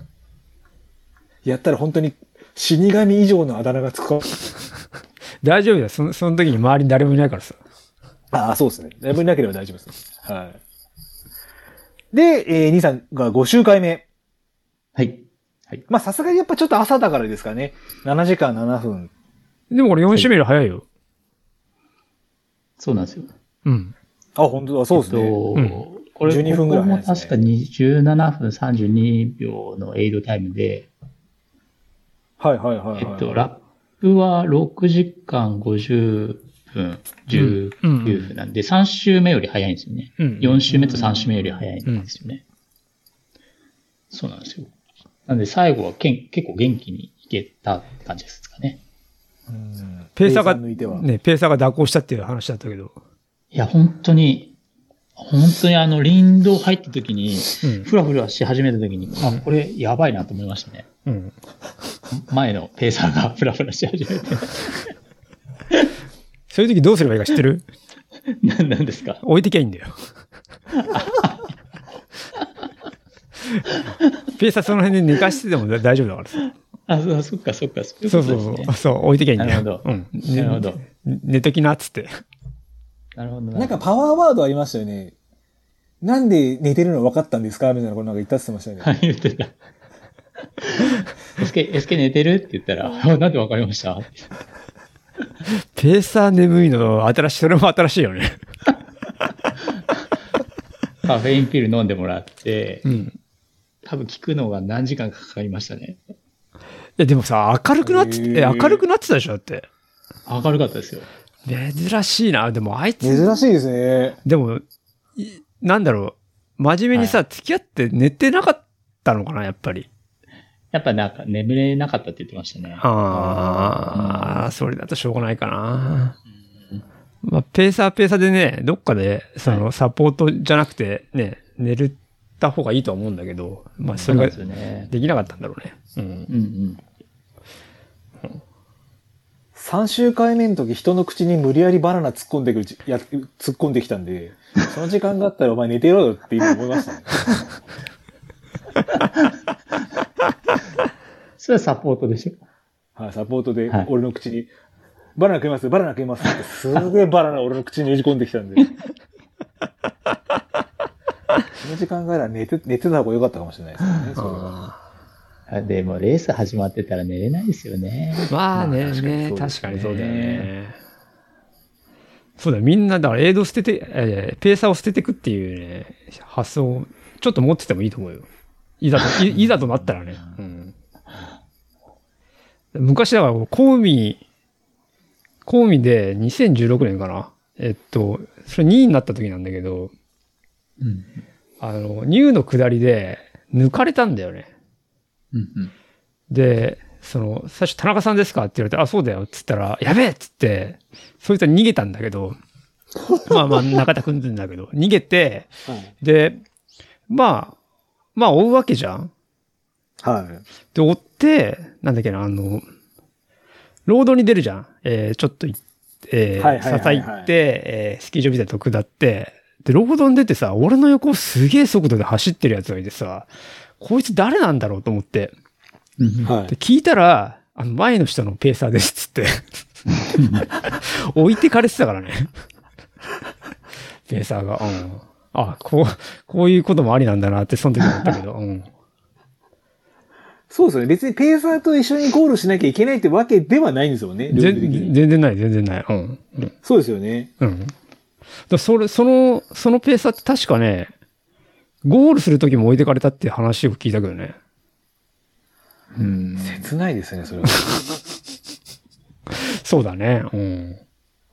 Speaker 1: い。やったら本当に死神以上のあだ名がつくか。
Speaker 3: 大丈夫だよ。その、その時に周りに誰もいないからさ。
Speaker 1: ああ、そうですね。やめなければ大丈夫です。はい。で、えー、兄さんが5周回目。
Speaker 2: はい。
Speaker 1: まあ、さすがにやっぱちょっと朝だからですかね。7時間7分。
Speaker 3: でもこれ4周目より早いよ。
Speaker 2: そうなんですよ。
Speaker 3: うん。
Speaker 1: あ、本当だ、そうですね。
Speaker 2: えっ
Speaker 3: う
Speaker 2: と、これ、
Speaker 1: 12分ぐらい
Speaker 2: ここ
Speaker 1: 早い
Speaker 2: も
Speaker 1: ですね
Speaker 2: 確かに17分32秒のエイドタイムで、
Speaker 1: はいはいはい、はい。
Speaker 2: えっと、ラップは6時間50分19分なんで、3周目より早いんですよね。
Speaker 3: うん。
Speaker 2: 4周目と3周目より早いんですよね。そうなんですよ。なんで最後はけん結構元気にいけたって感じですかね。
Speaker 1: うん
Speaker 3: ペーサーが、
Speaker 1: 抜いては。
Speaker 3: ね、ペーサーが蛇行したっていう話だったけど。
Speaker 2: いや、本当に、本当にあの、林道入った時に、
Speaker 3: うん。
Speaker 2: ふらふらし始めた時に、あ、これやばいなと思いましたね。
Speaker 3: うん。
Speaker 2: 前のペーサーが [LAUGHS] ふらふらし始めて。
Speaker 3: そういう時どうすればいいか知ってる
Speaker 2: 何なんですか
Speaker 3: 置いてきゃいいん [LAUGHS] だよ。ペーサーその辺で寝かしてても大丈夫だからさ。
Speaker 2: あ、そそっかそっか、そういうこ
Speaker 3: そ
Speaker 2: と
Speaker 3: うそ
Speaker 2: で
Speaker 3: う
Speaker 2: すね
Speaker 3: そう。。そう、置いてきゃいいんだよ。
Speaker 2: なるほど
Speaker 3: うん。
Speaker 2: なるほど。
Speaker 3: ね。寝ときなっつって。
Speaker 2: なるほど。
Speaker 1: なんかパワーワードありましたよね。なんで寝てるの分かったんですかみたいなことなんか言ったって言ってましたよね。
Speaker 2: はい、言ってた。SK、SK 寝てるって言ったら、あなんでわかりましたって
Speaker 3: ペーサー眠いの、新しい、それも新しいよね。
Speaker 2: カフェインピル飲んでもらって、
Speaker 3: うん。
Speaker 2: 多分聞くのが何時間かかりましたね。
Speaker 3: え、でもさ、明るくなって、え、
Speaker 1: へー
Speaker 3: 明るくなってたでしょだって。
Speaker 2: 明るかったですよ。
Speaker 3: 珍しいな。でもあいつ、
Speaker 1: 珍しいですね。
Speaker 3: でも、いなんだろう。真面目にさ、付き合って寝てなかったのかな、やっぱり。
Speaker 2: やっぱなんか眠れなかったって言ってましたね。
Speaker 3: ああ、それだとしょうがないかな。まあ、ペーサーペーサーでね、どっかで、その、サポートじゃなくて、ね、寝れた方がいいとは思うんだけど、まあ、そ
Speaker 2: そうなん
Speaker 3: れ
Speaker 2: で
Speaker 3: が
Speaker 2: すよね。
Speaker 3: できなかったんだろうね。うん。
Speaker 2: うんうん。
Speaker 1: 3週回目の時、人の口に無理やりバナナ突っ込んでくるじ、や、突っ込んできたんで、その時間があったらお前寝てろよって今思いましたね。
Speaker 2: それはサポートでしょ。
Speaker 1: はい、サポートで
Speaker 2: はい
Speaker 1: 俺の口に、バナナ食います、バナナ食いますって、すげえバナナ俺の口にねじ込んできたん [LAUGHS] で。その時間があれば寝て、寝てた方が良かったかもしれないですね。それは
Speaker 3: あ
Speaker 2: あでも、レース始まってたら寝れないですよね。
Speaker 3: ーまあね、
Speaker 1: まあ
Speaker 3: ね確
Speaker 1: 確
Speaker 3: か
Speaker 1: か
Speaker 3: に
Speaker 1: に
Speaker 3: そ
Speaker 1: そうう
Speaker 3: だ
Speaker 1: だ
Speaker 3: よ
Speaker 1: よ
Speaker 3: ね。そうだよみんな、だから、エイド捨てて、えーペーサーを捨ててくっていうね、発想をちょっと持っててもいいと思うよ。いざと、いいざとなったらね。うん昔だから、コウミ、コウミで2016年かな。えっと、それ2位になった時なんだけど、
Speaker 2: うん。
Speaker 3: あの、ニューの下りで抜かれたんだよね。
Speaker 2: うん。
Speaker 3: で、その、最初、田中さんですかって言われて、あ、そうだよ、っつったら、やべえっつって、そいつは逃げたんだ
Speaker 1: [LAUGHS]
Speaker 3: けど、まあまあ、中田くんだけど、逃げて、
Speaker 1: はい
Speaker 3: で、まあ、まあ、追うわけじゃん。
Speaker 1: はい。
Speaker 3: で、追って、なんだっけな、あの、ロードに出るじゃん。えーちょっと行って、え
Speaker 1: はいはいはい
Speaker 3: ー、
Speaker 1: はい
Speaker 3: 叩いて、えースキー場みたいなとこ下って、で、ロードに出てさ、俺の横をすげえ速度で走ってるやつがいてさ、こいつ誰なんだろうと思って。
Speaker 2: うん。
Speaker 1: は
Speaker 3: で、聞いたら、あの、前の人のペーサーですっつ
Speaker 1: [LAUGHS]
Speaker 3: って。置いてかれてたからね。ペーサーが。うん。あ、こう、こういうこともありなんだなって、その時思ったけど。うん。
Speaker 1: そうですよね。別にペーサーと一緒にゴールしなきゃいけないってわけではないんですよね。ルール的
Speaker 3: 全
Speaker 1: に。
Speaker 3: 全然ない、全然ない。うん。うん
Speaker 1: そうですよね。
Speaker 3: うん。だそれ、その、そのペーサーって確かね、ゴールする時も置いてかれたって話を聞いたけどね。
Speaker 2: うん
Speaker 1: 切ないですね、それは。
Speaker 3: そうだね。うん。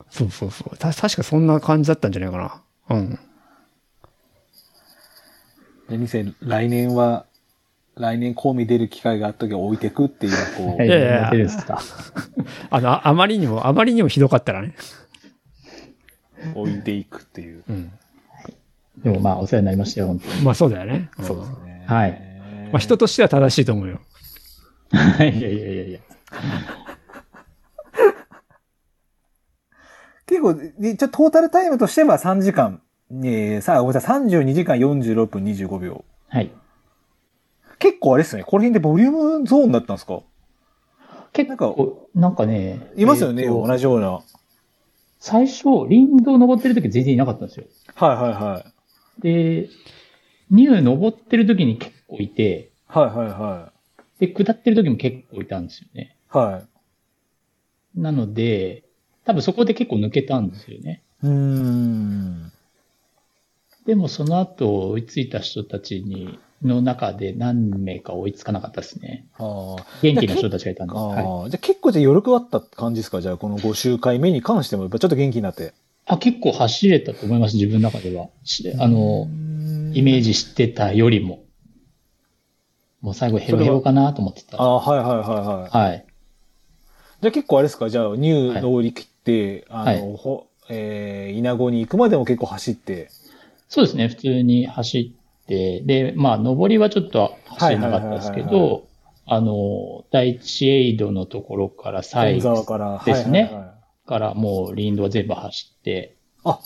Speaker 3: そうそうそう。た、確かそんな感じだったんじゃないかな。うん。
Speaker 1: で2000来年は、来年コウミ出る機会があった時は置いてくっていう、こ
Speaker 2: は
Speaker 1: う
Speaker 2: い、
Speaker 3: い、やいや
Speaker 2: 寝てるんですか。
Speaker 3: あの、ああまりにも、あまりにもひどかったらね。
Speaker 1: 置いていくっていう。
Speaker 3: うん。
Speaker 2: でもまあ、お世話になりましたよ、本当に。
Speaker 3: まあそうだよね。
Speaker 1: そうで
Speaker 3: ん
Speaker 1: すね。
Speaker 2: はい
Speaker 3: まあ人としては正しいと思うよ。
Speaker 2: いやいやいやいや。
Speaker 1: 結構、でちょ、トータルタイムとしては3時間、えー、さあ、ごめんなさい、32時間46分25秒。
Speaker 2: はい。
Speaker 1: 結構あれですね、この辺でボリュームゾーンだったんですか
Speaker 2: 結構、なんかね、
Speaker 1: いますよね、
Speaker 2: えーと
Speaker 1: 同じような。は
Speaker 2: 最初、林道登ってる時全然いなかったんですよ。
Speaker 1: いはいはい。
Speaker 2: で、ニュー登ってる時に結構いて、
Speaker 1: はいはいは
Speaker 2: で、下ってる時も結構いたんですよね。
Speaker 1: い。は
Speaker 2: なので、多分そこで結構抜けたんですよね。
Speaker 1: い。うーん。
Speaker 2: でもその後追いついた人たちに、の中で何名か追いつかなかったですね。
Speaker 1: ああ。
Speaker 2: 元気な人たちがいたんで。はい、
Speaker 1: ああ、じゃあ結構じゃあ余力はあった感じですかじゃあこの5周回目に関しても、やっぱちょっと元気になって。
Speaker 2: あ結構走れたと思います、自分の中では。しあの、イメージしてたよりも。もう最後ヘロヘロかなと思って
Speaker 1: あ
Speaker 2: た。
Speaker 1: あ、はいはいはいはい。
Speaker 2: はい。
Speaker 1: じゃあ結構あれですかじゃあニュー乗り切って、
Speaker 2: はい
Speaker 1: あの、ほえー、稲子に行くまでも結構走って。
Speaker 2: そうですね、普通に走って、で、まあ、上りはちょっと走れなかったです
Speaker 1: はい
Speaker 2: け
Speaker 1: はいはいはい
Speaker 2: ど、あの、第一エイドのところから最
Speaker 1: 本
Speaker 2: 後
Speaker 1: 沢から。
Speaker 2: です
Speaker 1: はい
Speaker 2: ね
Speaker 1: はいはい
Speaker 2: からもう林道は全部走って、
Speaker 1: あ、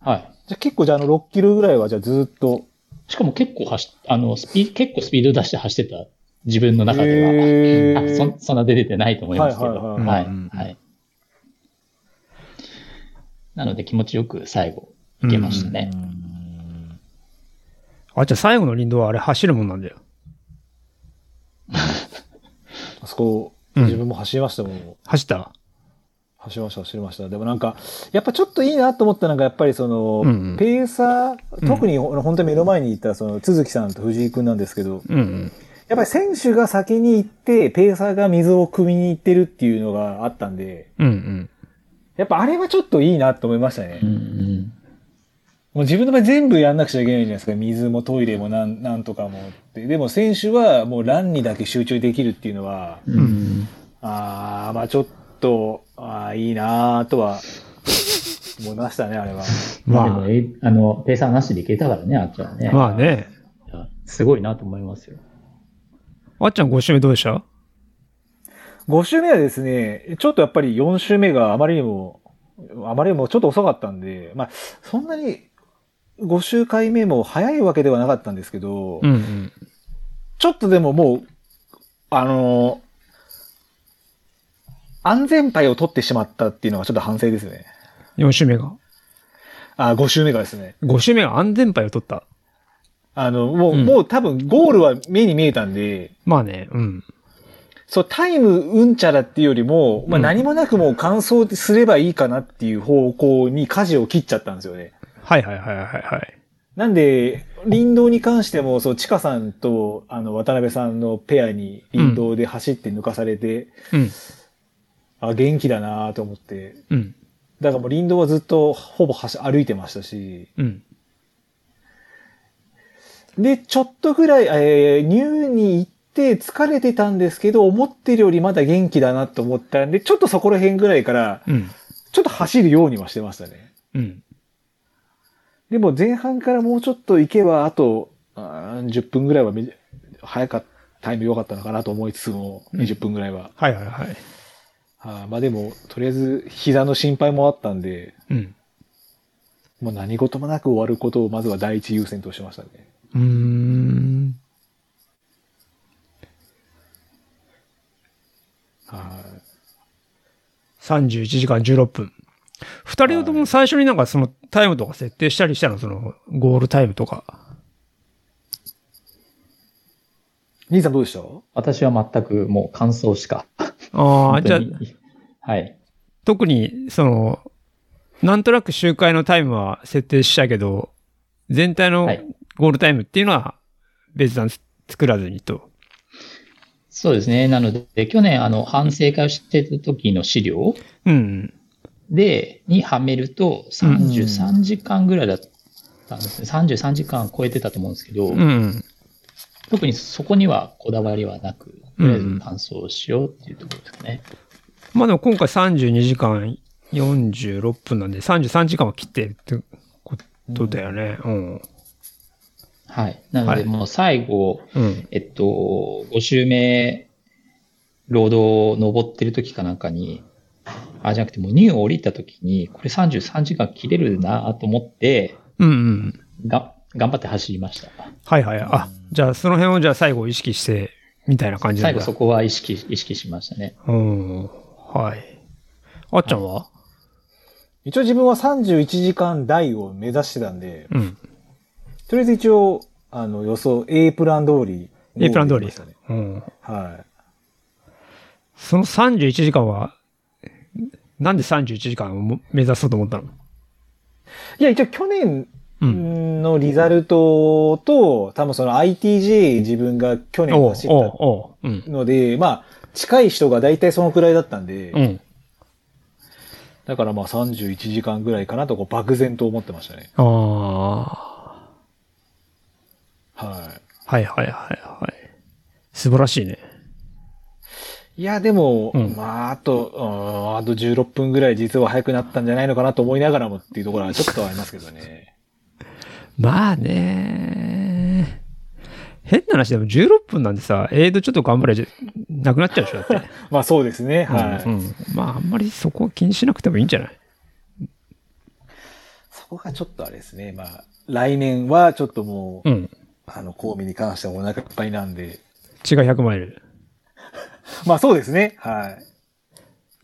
Speaker 2: はい。
Speaker 1: じゃあ結構じゃああの6キロぐらいはじゃあずっと。
Speaker 2: しかも結構走っあの、スピ結構スピード出して走ってた、自分の中では。
Speaker 1: へ
Speaker 2: あそそんな出ててないと思いますけど、
Speaker 1: はい
Speaker 2: は
Speaker 1: はいい
Speaker 3: はいはい
Speaker 2: はいはいなので気持ちよく最後、いけましたね。
Speaker 3: あ、じゃあ最後の林道はあれ走るもんなんだよ。
Speaker 1: あそこ、
Speaker 3: うん
Speaker 1: 自分も走りましたもん。
Speaker 3: 走った
Speaker 1: 走りました、走りました。でもなんか、やっぱちょっといいなと思ったのが、やっぱりその、
Speaker 3: うんうん
Speaker 1: ペーサ
Speaker 3: うん
Speaker 1: ー、特にほ本当に目の前にいた、その、都築さんと藤井くんなんですけど、
Speaker 3: うんうん。
Speaker 1: やっぱり選手が先に行って、ペーサーが水を汲みに行ってるっていうのがあったんで、
Speaker 3: うんうん。
Speaker 1: やっぱあれはちょっといいなと思いましたね。
Speaker 2: うんうん
Speaker 1: もう自分の場合全部やんなくちゃいけないじゃないですか。水もトイレもなん、なんとかもって。でも選手はもうランにだけ集中できるっていうのは、
Speaker 2: うんうん
Speaker 1: ああ、まあちょっと、ああ、いいなーとは、思いましたね、あれは。
Speaker 2: まあ、
Speaker 3: まあ
Speaker 2: でもえ、あの、ペーサーなしでいけたからね、あっちゃんね。
Speaker 3: まあね。
Speaker 2: いやすごいなと思いますよ。
Speaker 3: あっちゃん5周目どうでした
Speaker 1: 5週目はですね、ちょっとやっぱり4週目があまりにも、あまりにもちょっと遅かったんで、まあ、そんなに5週回目も早いわけではなかったんですけど、
Speaker 3: うんうん。
Speaker 1: ちょっとでももう、あの安全牌を取ってしまったっていうのがちょっと反省ですね。
Speaker 3: 4週目が。
Speaker 1: あ、5周目がですね。
Speaker 3: 5週目が安全牌を取った。
Speaker 1: あの、もう、
Speaker 3: うん
Speaker 1: もう多分ゴールは目に見えたんで、
Speaker 3: まあね、うん。
Speaker 1: そう、タイムうんちゃらっていうよりも、まあ
Speaker 3: うん
Speaker 1: 何もなくもう完走すればいいかなっていう方向に舵を切っちゃったんですよね。
Speaker 3: はいはいはいはいはい。
Speaker 1: なんで、林道に関しても、そう、チカさんと、あの、渡辺さんのペアに林道で走って抜かされて、
Speaker 3: うん。
Speaker 1: あ、元気だなと思って。
Speaker 3: うん。
Speaker 1: だからもう林道はずっとほぼ走歩いてましたし、
Speaker 3: うん。
Speaker 1: で、ちょっとぐらい、えー、ニューに行って疲れてたんですけど、思ってるよりまだ元気だなと思ったんで、ちょっとそこら辺ぐらいから、
Speaker 3: うん。
Speaker 1: ちょっと走るようにはしてましたね。
Speaker 3: うん。
Speaker 1: でも前半からもうちょっと行けば、あと、あー10分ぐらいはめ早かった、タイム良かったのかなと思いつつも、
Speaker 3: うん
Speaker 1: 20分ぐらいは。
Speaker 3: はいはいはい。
Speaker 1: あーまあでも、とりあえず膝の心配もあったんで、
Speaker 3: うん。
Speaker 1: もう何事もなく終わることをまずは第一優先としましたね。
Speaker 3: うーん。
Speaker 1: はい。
Speaker 3: 31時間16分。二人とも最初になんかそのタイムとか設定したりしたの、そのゴールタイムとか。
Speaker 1: 兄さんどうでした
Speaker 2: 私は全くもう感想しか。
Speaker 3: ああ、じゃあ
Speaker 2: 本当にはい。
Speaker 3: 特にその、なんとなく周回のタイムは設定したけど、全体の
Speaker 2: はい
Speaker 3: ゴールタイムっていうのは別段作らずにと。
Speaker 2: そうですね。なので、去年、あの、反省会をしてた時の資料
Speaker 3: うん。
Speaker 2: で、にはめると、33時間ぐらいだったんですね。33時間超えてたと思うんですけど、
Speaker 3: うん。
Speaker 2: 特にそこにはこだわりはなく、とりあえず完走しようっていうところですね。
Speaker 3: まあでも今回32時間46分なんで、33時間は切ってるってことだよね。うん。
Speaker 2: はい。なの
Speaker 3: は
Speaker 2: で、
Speaker 3: い
Speaker 2: もう最後、
Speaker 3: うん。
Speaker 2: えっと、5周目、ロードを登ってる時かなんかに、あ、じゃなくてもうニューを降りた時に、これ33時間切れるなと思って、
Speaker 3: うんうん。
Speaker 2: が、頑張って走りました。
Speaker 3: はいはい。あ、じゃあその辺をじゃあ最後意識して、みたいな感じな
Speaker 2: 最
Speaker 3: ん
Speaker 2: 後
Speaker 3: だ
Speaker 2: そこは意識、意識しましたね。
Speaker 3: うん。はい。あっちゃんは、
Speaker 1: 一応自分は31時間台を目指してたんで、
Speaker 3: うん。
Speaker 1: とりあえず一応、あの、予想、A プラン通り。
Speaker 3: A プラン通り
Speaker 1: ゴーできましたね
Speaker 3: うん。
Speaker 1: は
Speaker 3: その31時間は、なんで31時間をも目指そうと思ったの
Speaker 1: い。いや、一応去年
Speaker 3: うん。
Speaker 1: のリザルトと、多分その ITJ 自分が去年
Speaker 3: おう
Speaker 1: 走っ
Speaker 3: おう
Speaker 1: た
Speaker 3: おう。うん。
Speaker 1: ので、まあ、近い人が大体そのくらいだったんで、
Speaker 3: うん。
Speaker 1: だからまあ31時間ぐらいかなとこう漠然と思ってましたね。
Speaker 3: ああ。
Speaker 1: は
Speaker 3: はいはいはいはい。素晴らしいね。
Speaker 1: い。いや、でも、
Speaker 3: うん
Speaker 1: まあ、あと、うんあと16分ぐらい実は早くなったんじゃないのかなと思いながらもっていうところはちょっとありますけどね。
Speaker 3: [LAUGHS] まあね。変な話でも16分なんでさ、エイドちょっと頑張れじゃ、なくなっちゃうでしょ、 [LAUGHS] だって。
Speaker 1: まあそうですね。はい。
Speaker 3: うんうんまああんまりそこは気にしなくてもいいんじゃない
Speaker 1: そこがちょっとあれですね。まあ、来年はちょっともう、
Speaker 3: うん。
Speaker 1: あの、神戸に関してはお腹いっぱいなんで。
Speaker 3: 違う100マイル。
Speaker 1: まあそうですね。はい。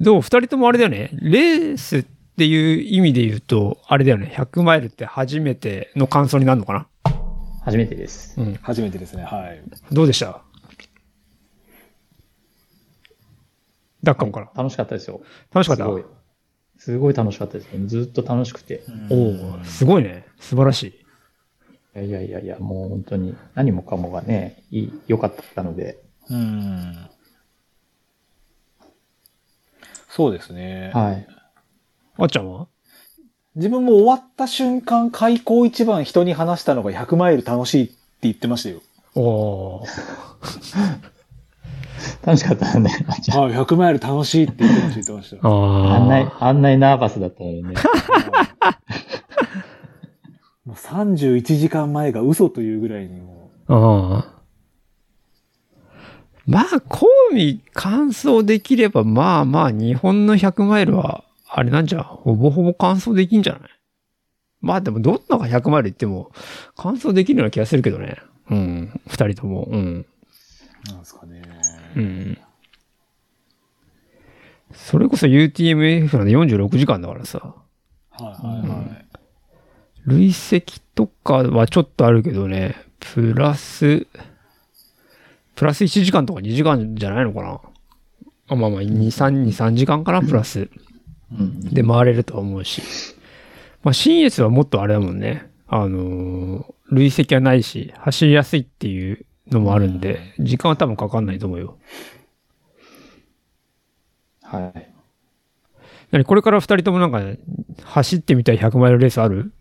Speaker 3: どう二人ともあれだよね。レースっていう意味で言うと、あれだよね。100マイルって初めての感想になるのかな
Speaker 2: 初めてです。
Speaker 3: うん。
Speaker 1: 初めてですね。はい。
Speaker 3: どうでしたダッカンから。
Speaker 2: 楽しかったですよ。
Speaker 3: 楽しかった
Speaker 2: すごい。すごい楽しかったですね。ずっと楽しくて。
Speaker 3: おおすごいね。素晴らしい。
Speaker 2: いやいやいやいや、もう本当に何もかもがね、いい良かったので。
Speaker 1: うん。そうですね。
Speaker 2: はい。
Speaker 3: あっちゃんは
Speaker 1: 自分も終わった瞬間、開口一番人に話したのが100マイル楽しいって言ってましたよ。
Speaker 3: おお
Speaker 2: 楽しかったね。あじゃ
Speaker 1: はい、100マイル楽しいって言ってました、言ってまし
Speaker 3: あ
Speaker 2: ああんなに
Speaker 3: あ。、
Speaker 2: あんなにナーバスだったの
Speaker 1: [LAUGHS]
Speaker 2: にね。
Speaker 1: た。もう31時間前が嘘というぐらいにもう
Speaker 3: ああ。まあ、コウミ完走できれば、まあまあ、日本の100マイルは、あれなんじゃん、ほぼほぼ完走できんじゃないまあでも、どんなが100マイル行っても、完走できるような気がするけどね。うん。二人とも。うん。
Speaker 1: なんですかね。
Speaker 3: うん。それこそ UTMF なんで46時間だからさ。
Speaker 1: はいはいはい。
Speaker 3: 累積とかはちょっとあるけどね、プラス、プラス1時間とか2時間じゃないのかな。あまあまあ、2、3、2、3時間かな、プラス。
Speaker 2: うん。
Speaker 3: で回れるとは思うし。まあ、新越はもっとあれだもんね。あのー累積はないし、走りやすいっていうのもあるんで、時間は多分かかんないと思うよ。
Speaker 2: はい。
Speaker 3: なに、これから2人ともなんか、走ってみたい100マイルレースある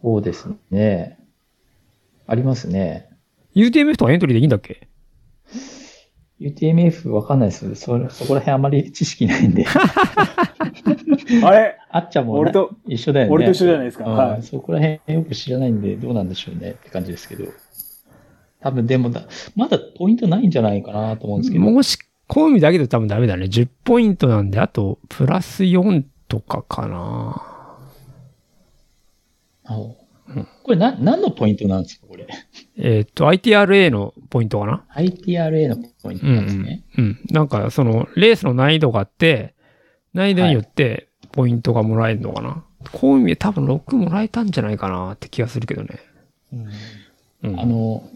Speaker 2: そうですね。ありますね。
Speaker 3: ?UTMF とかエントリーできんだっけ
Speaker 2: UTMF わかんないです。そ、そこら辺あまり知識ないん
Speaker 1: [LAUGHS]
Speaker 2: で。
Speaker 1: あれ
Speaker 2: あっちゃんもな
Speaker 1: 俺と、
Speaker 2: 一緒だよね。
Speaker 1: 俺と一緒じゃないですか
Speaker 2: うん
Speaker 1: はい
Speaker 2: そこら辺よく知らないんで、どうなんでしょうねって感じですけど。多分でもだ、まだポイントないんじゃないかなと思うんですけど。
Speaker 3: もし、コウミだけで多分ダメだね。10ポイントなんで、あと、プラス4とかかな。
Speaker 2: あのこれな、何のポイントなんですかこれ。
Speaker 3: えっ、と、ITRA のポイントかな。
Speaker 2: ITRA のポイント
Speaker 3: うん、う
Speaker 2: なんです
Speaker 3: ん
Speaker 2: ね。。
Speaker 3: うん。なんか、その、レースの難易度があって、難易度によって、ポイントがもらえるのかな。コウミ多分6もらえたんじゃないかなって気がするけどね。うん。
Speaker 2: あの、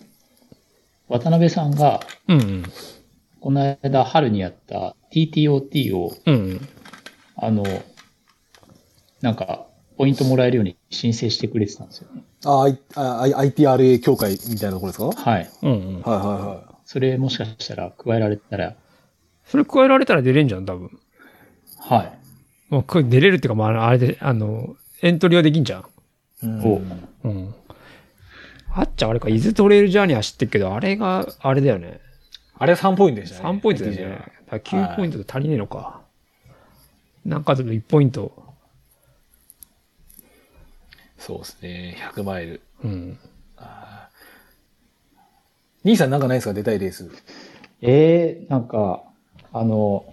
Speaker 2: 渡辺さんが、
Speaker 3: うんうん。
Speaker 2: この間春にやった TTOT を、
Speaker 3: うんうん。
Speaker 2: あの、なんか、ポイントもらえるように申請してくれてたんですよね。
Speaker 1: あ、I- あ I- ITRA 協会みたいなところですかは
Speaker 2: はい。
Speaker 3: うんうん。
Speaker 1: いはいはい。
Speaker 2: それもしかしたら加えられたら、
Speaker 3: それ加えられたら出れんじゃん、多分。
Speaker 2: はい。
Speaker 3: まあ、これ出れるっていうか、まあ、あれで、あの、エントリーはできんじゃん。
Speaker 1: うん
Speaker 2: を
Speaker 3: うん。あっちゃんあれか、伊豆トレイルジャーニーは知ってるけど、あれが、あれだよね。
Speaker 1: あれ3ポイントでしたね。
Speaker 3: 3ポイントだよね。だから9ポイントで足りねえのか。なんかでも1ポイント。
Speaker 1: そうですね。100マイル。
Speaker 3: うん。
Speaker 1: 兄さんなんかないですか出たいレース。
Speaker 2: ええなんか、あの、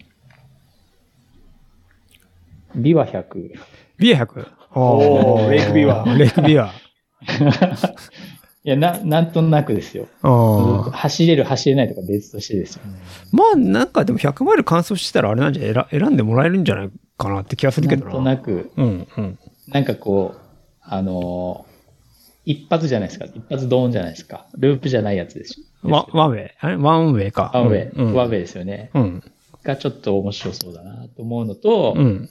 Speaker 2: ビワ100。い
Speaker 3: ビア100。
Speaker 1: おーレイクビワ
Speaker 3: [LAUGHS] レイクビア。
Speaker 2: や、な、なんとなくですよ。
Speaker 3: ああ。
Speaker 2: 走れる、走れないとか別としてですよ。
Speaker 3: まあ、なんかでも100マイル完走してたらあれなんじゃ選、選んでもらえるんじゃないかなって気がする
Speaker 2: な
Speaker 3: け
Speaker 2: ん
Speaker 3: どな。
Speaker 2: となく、
Speaker 3: うん、うん。
Speaker 2: なんかこう、あの一発じゃないですか。一発ドーンじゃないですか。ループじゃないやつですしょ。
Speaker 3: ワワンウェイ。あれワンウェイか。
Speaker 2: ワンウェイ、
Speaker 3: うん。
Speaker 2: ワンウェイですよね。
Speaker 3: うん。
Speaker 2: がちょっと面白そうだなと思うのと、
Speaker 3: うん。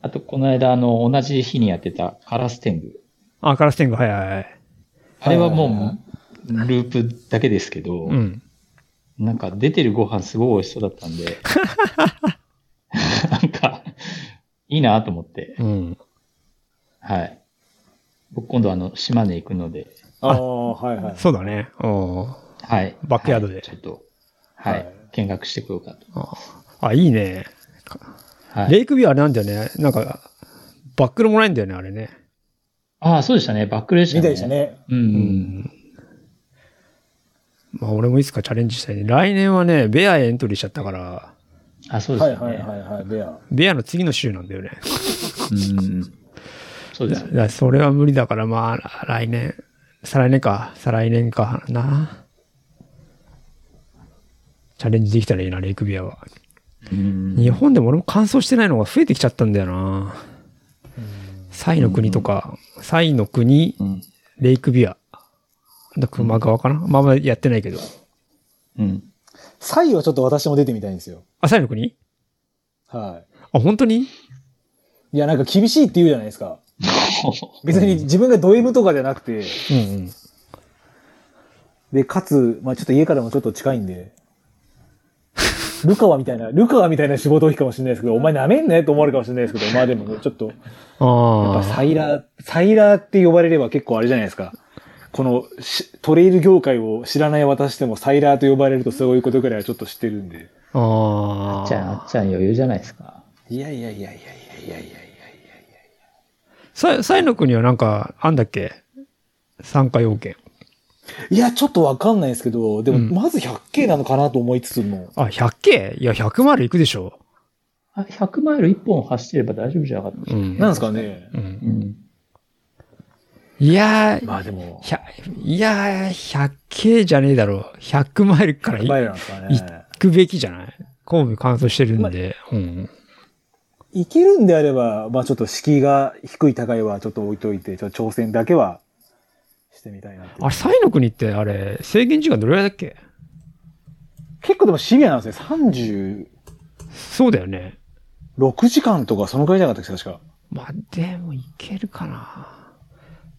Speaker 2: あとこの間、あの、同じ日にやってたカラステング。
Speaker 3: あ、カラステング、はいはいはい。
Speaker 2: あれはも、
Speaker 1: はいはいはいう
Speaker 2: ループだけですけど、
Speaker 3: うん。
Speaker 2: なんか出てるご飯すごい美味しそうだったんで、 [LAUGHS] なんか、いいなと思って、
Speaker 3: うん。
Speaker 2: はい。僕今度あの、島根行くので、
Speaker 1: ああ、はいはい。
Speaker 3: そうだね。うん。
Speaker 2: はい。
Speaker 3: バックヤードで
Speaker 2: はいちょっと、はい、
Speaker 1: はい
Speaker 2: 見学してこようかと。
Speaker 3: あ、いいね。
Speaker 2: はい。
Speaker 3: レイクビューあれなんだよね。なんか、バックルもらえんだよね、あれね。
Speaker 2: ああ、そうでしたね。バックレーショ
Speaker 1: み
Speaker 2: ン、
Speaker 1: たいでした。ね。
Speaker 2: うん、うん。
Speaker 3: まあ、俺もいつかチャレンジしたいね。来年はね、ベアへエントリーしちゃったから、
Speaker 2: あ、そうで
Speaker 1: は
Speaker 2: す
Speaker 1: い
Speaker 2: よね。
Speaker 1: はいはいはい。ベア。
Speaker 3: ベアの次の週なんだよね。
Speaker 2: うん。そうですよ
Speaker 3: だか
Speaker 2: ね。
Speaker 3: らそれは無理だから、まあ、来年、再来年か、再来年かな。チャレンジできたらいいな、レイクビアは。
Speaker 2: うん。
Speaker 3: 日本でも俺も乾燥してないのが増えてきちゃったんだよな。サイの国とか、サイの国、
Speaker 2: うん。レ
Speaker 3: レイクビア。だ熊川かな、まあまあやってないけど。
Speaker 2: うん。
Speaker 1: サイはちょっと私も出てみたいんですよ。
Speaker 3: あ、サイの国
Speaker 1: は
Speaker 3: あ、本当に
Speaker 1: い。いや、なんか厳しいって言うじゃないですか。別に自分がド M とかじゃなくて、
Speaker 3: うんうん。
Speaker 1: で、かつ、まあちょっと家からもちょっと近いんで、ルカワみたいな、ルカワみたいな仕事をかもしれないですけど、お前舐めんねと思われるかもしれないですけど、まあでもねちょっと、やっ
Speaker 3: あ
Speaker 1: ぱ
Speaker 3: あ。
Speaker 1: サイラー、サイラーって呼ばれれば結構あれじゃないですか。このしトレイル業界を知らない私でもサイラーと呼ばれるとそういうことくらいはちょっと知ってるんで。
Speaker 3: あ
Speaker 2: あ
Speaker 3: あ。
Speaker 2: っちゃん、あっちゃん余裕じゃないですか。
Speaker 1: いやいやいやいやいやいやいやいやいや
Speaker 3: サイサイの国はなんか、あんだっけ参加要件。
Speaker 1: いや、ちょっとわかんないですけど、でも、
Speaker 3: うん
Speaker 1: まず 100K なのかなと思いつつも、
Speaker 3: あ、100K? いや、100マイル行くでしょ。
Speaker 2: あ100マイル1本走れば大丈夫じゃなかったでし
Speaker 3: う
Speaker 2: ょ
Speaker 3: ん。
Speaker 1: なんですかね。
Speaker 3: うん
Speaker 2: うん。
Speaker 3: いやー、
Speaker 1: まあでも、
Speaker 3: ひゃいやー、100K じゃねえだろう。100マイルから
Speaker 1: 100マイル
Speaker 3: 行
Speaker 1: なんですかね。
Speaker 3: くべきじゃない神戸乾燥してるんで。うん。
Speaker 1: いけるんであれば、まあちょっと敷居が低い高いはちょっと置いといて、ちょっと挑戦だけはしてみたいなっていう
Speaker 3: あれ、サイの国ってあれ、制限時間どれぐらいだっけ
Speaker 1: 結構でもシビアなんですね。
Speaker 3: そうだよね。
Speaker 1: 36時間とかそのくらいじゃなかったっけ確か。
Speaker 3: まあ、でもいけるかな。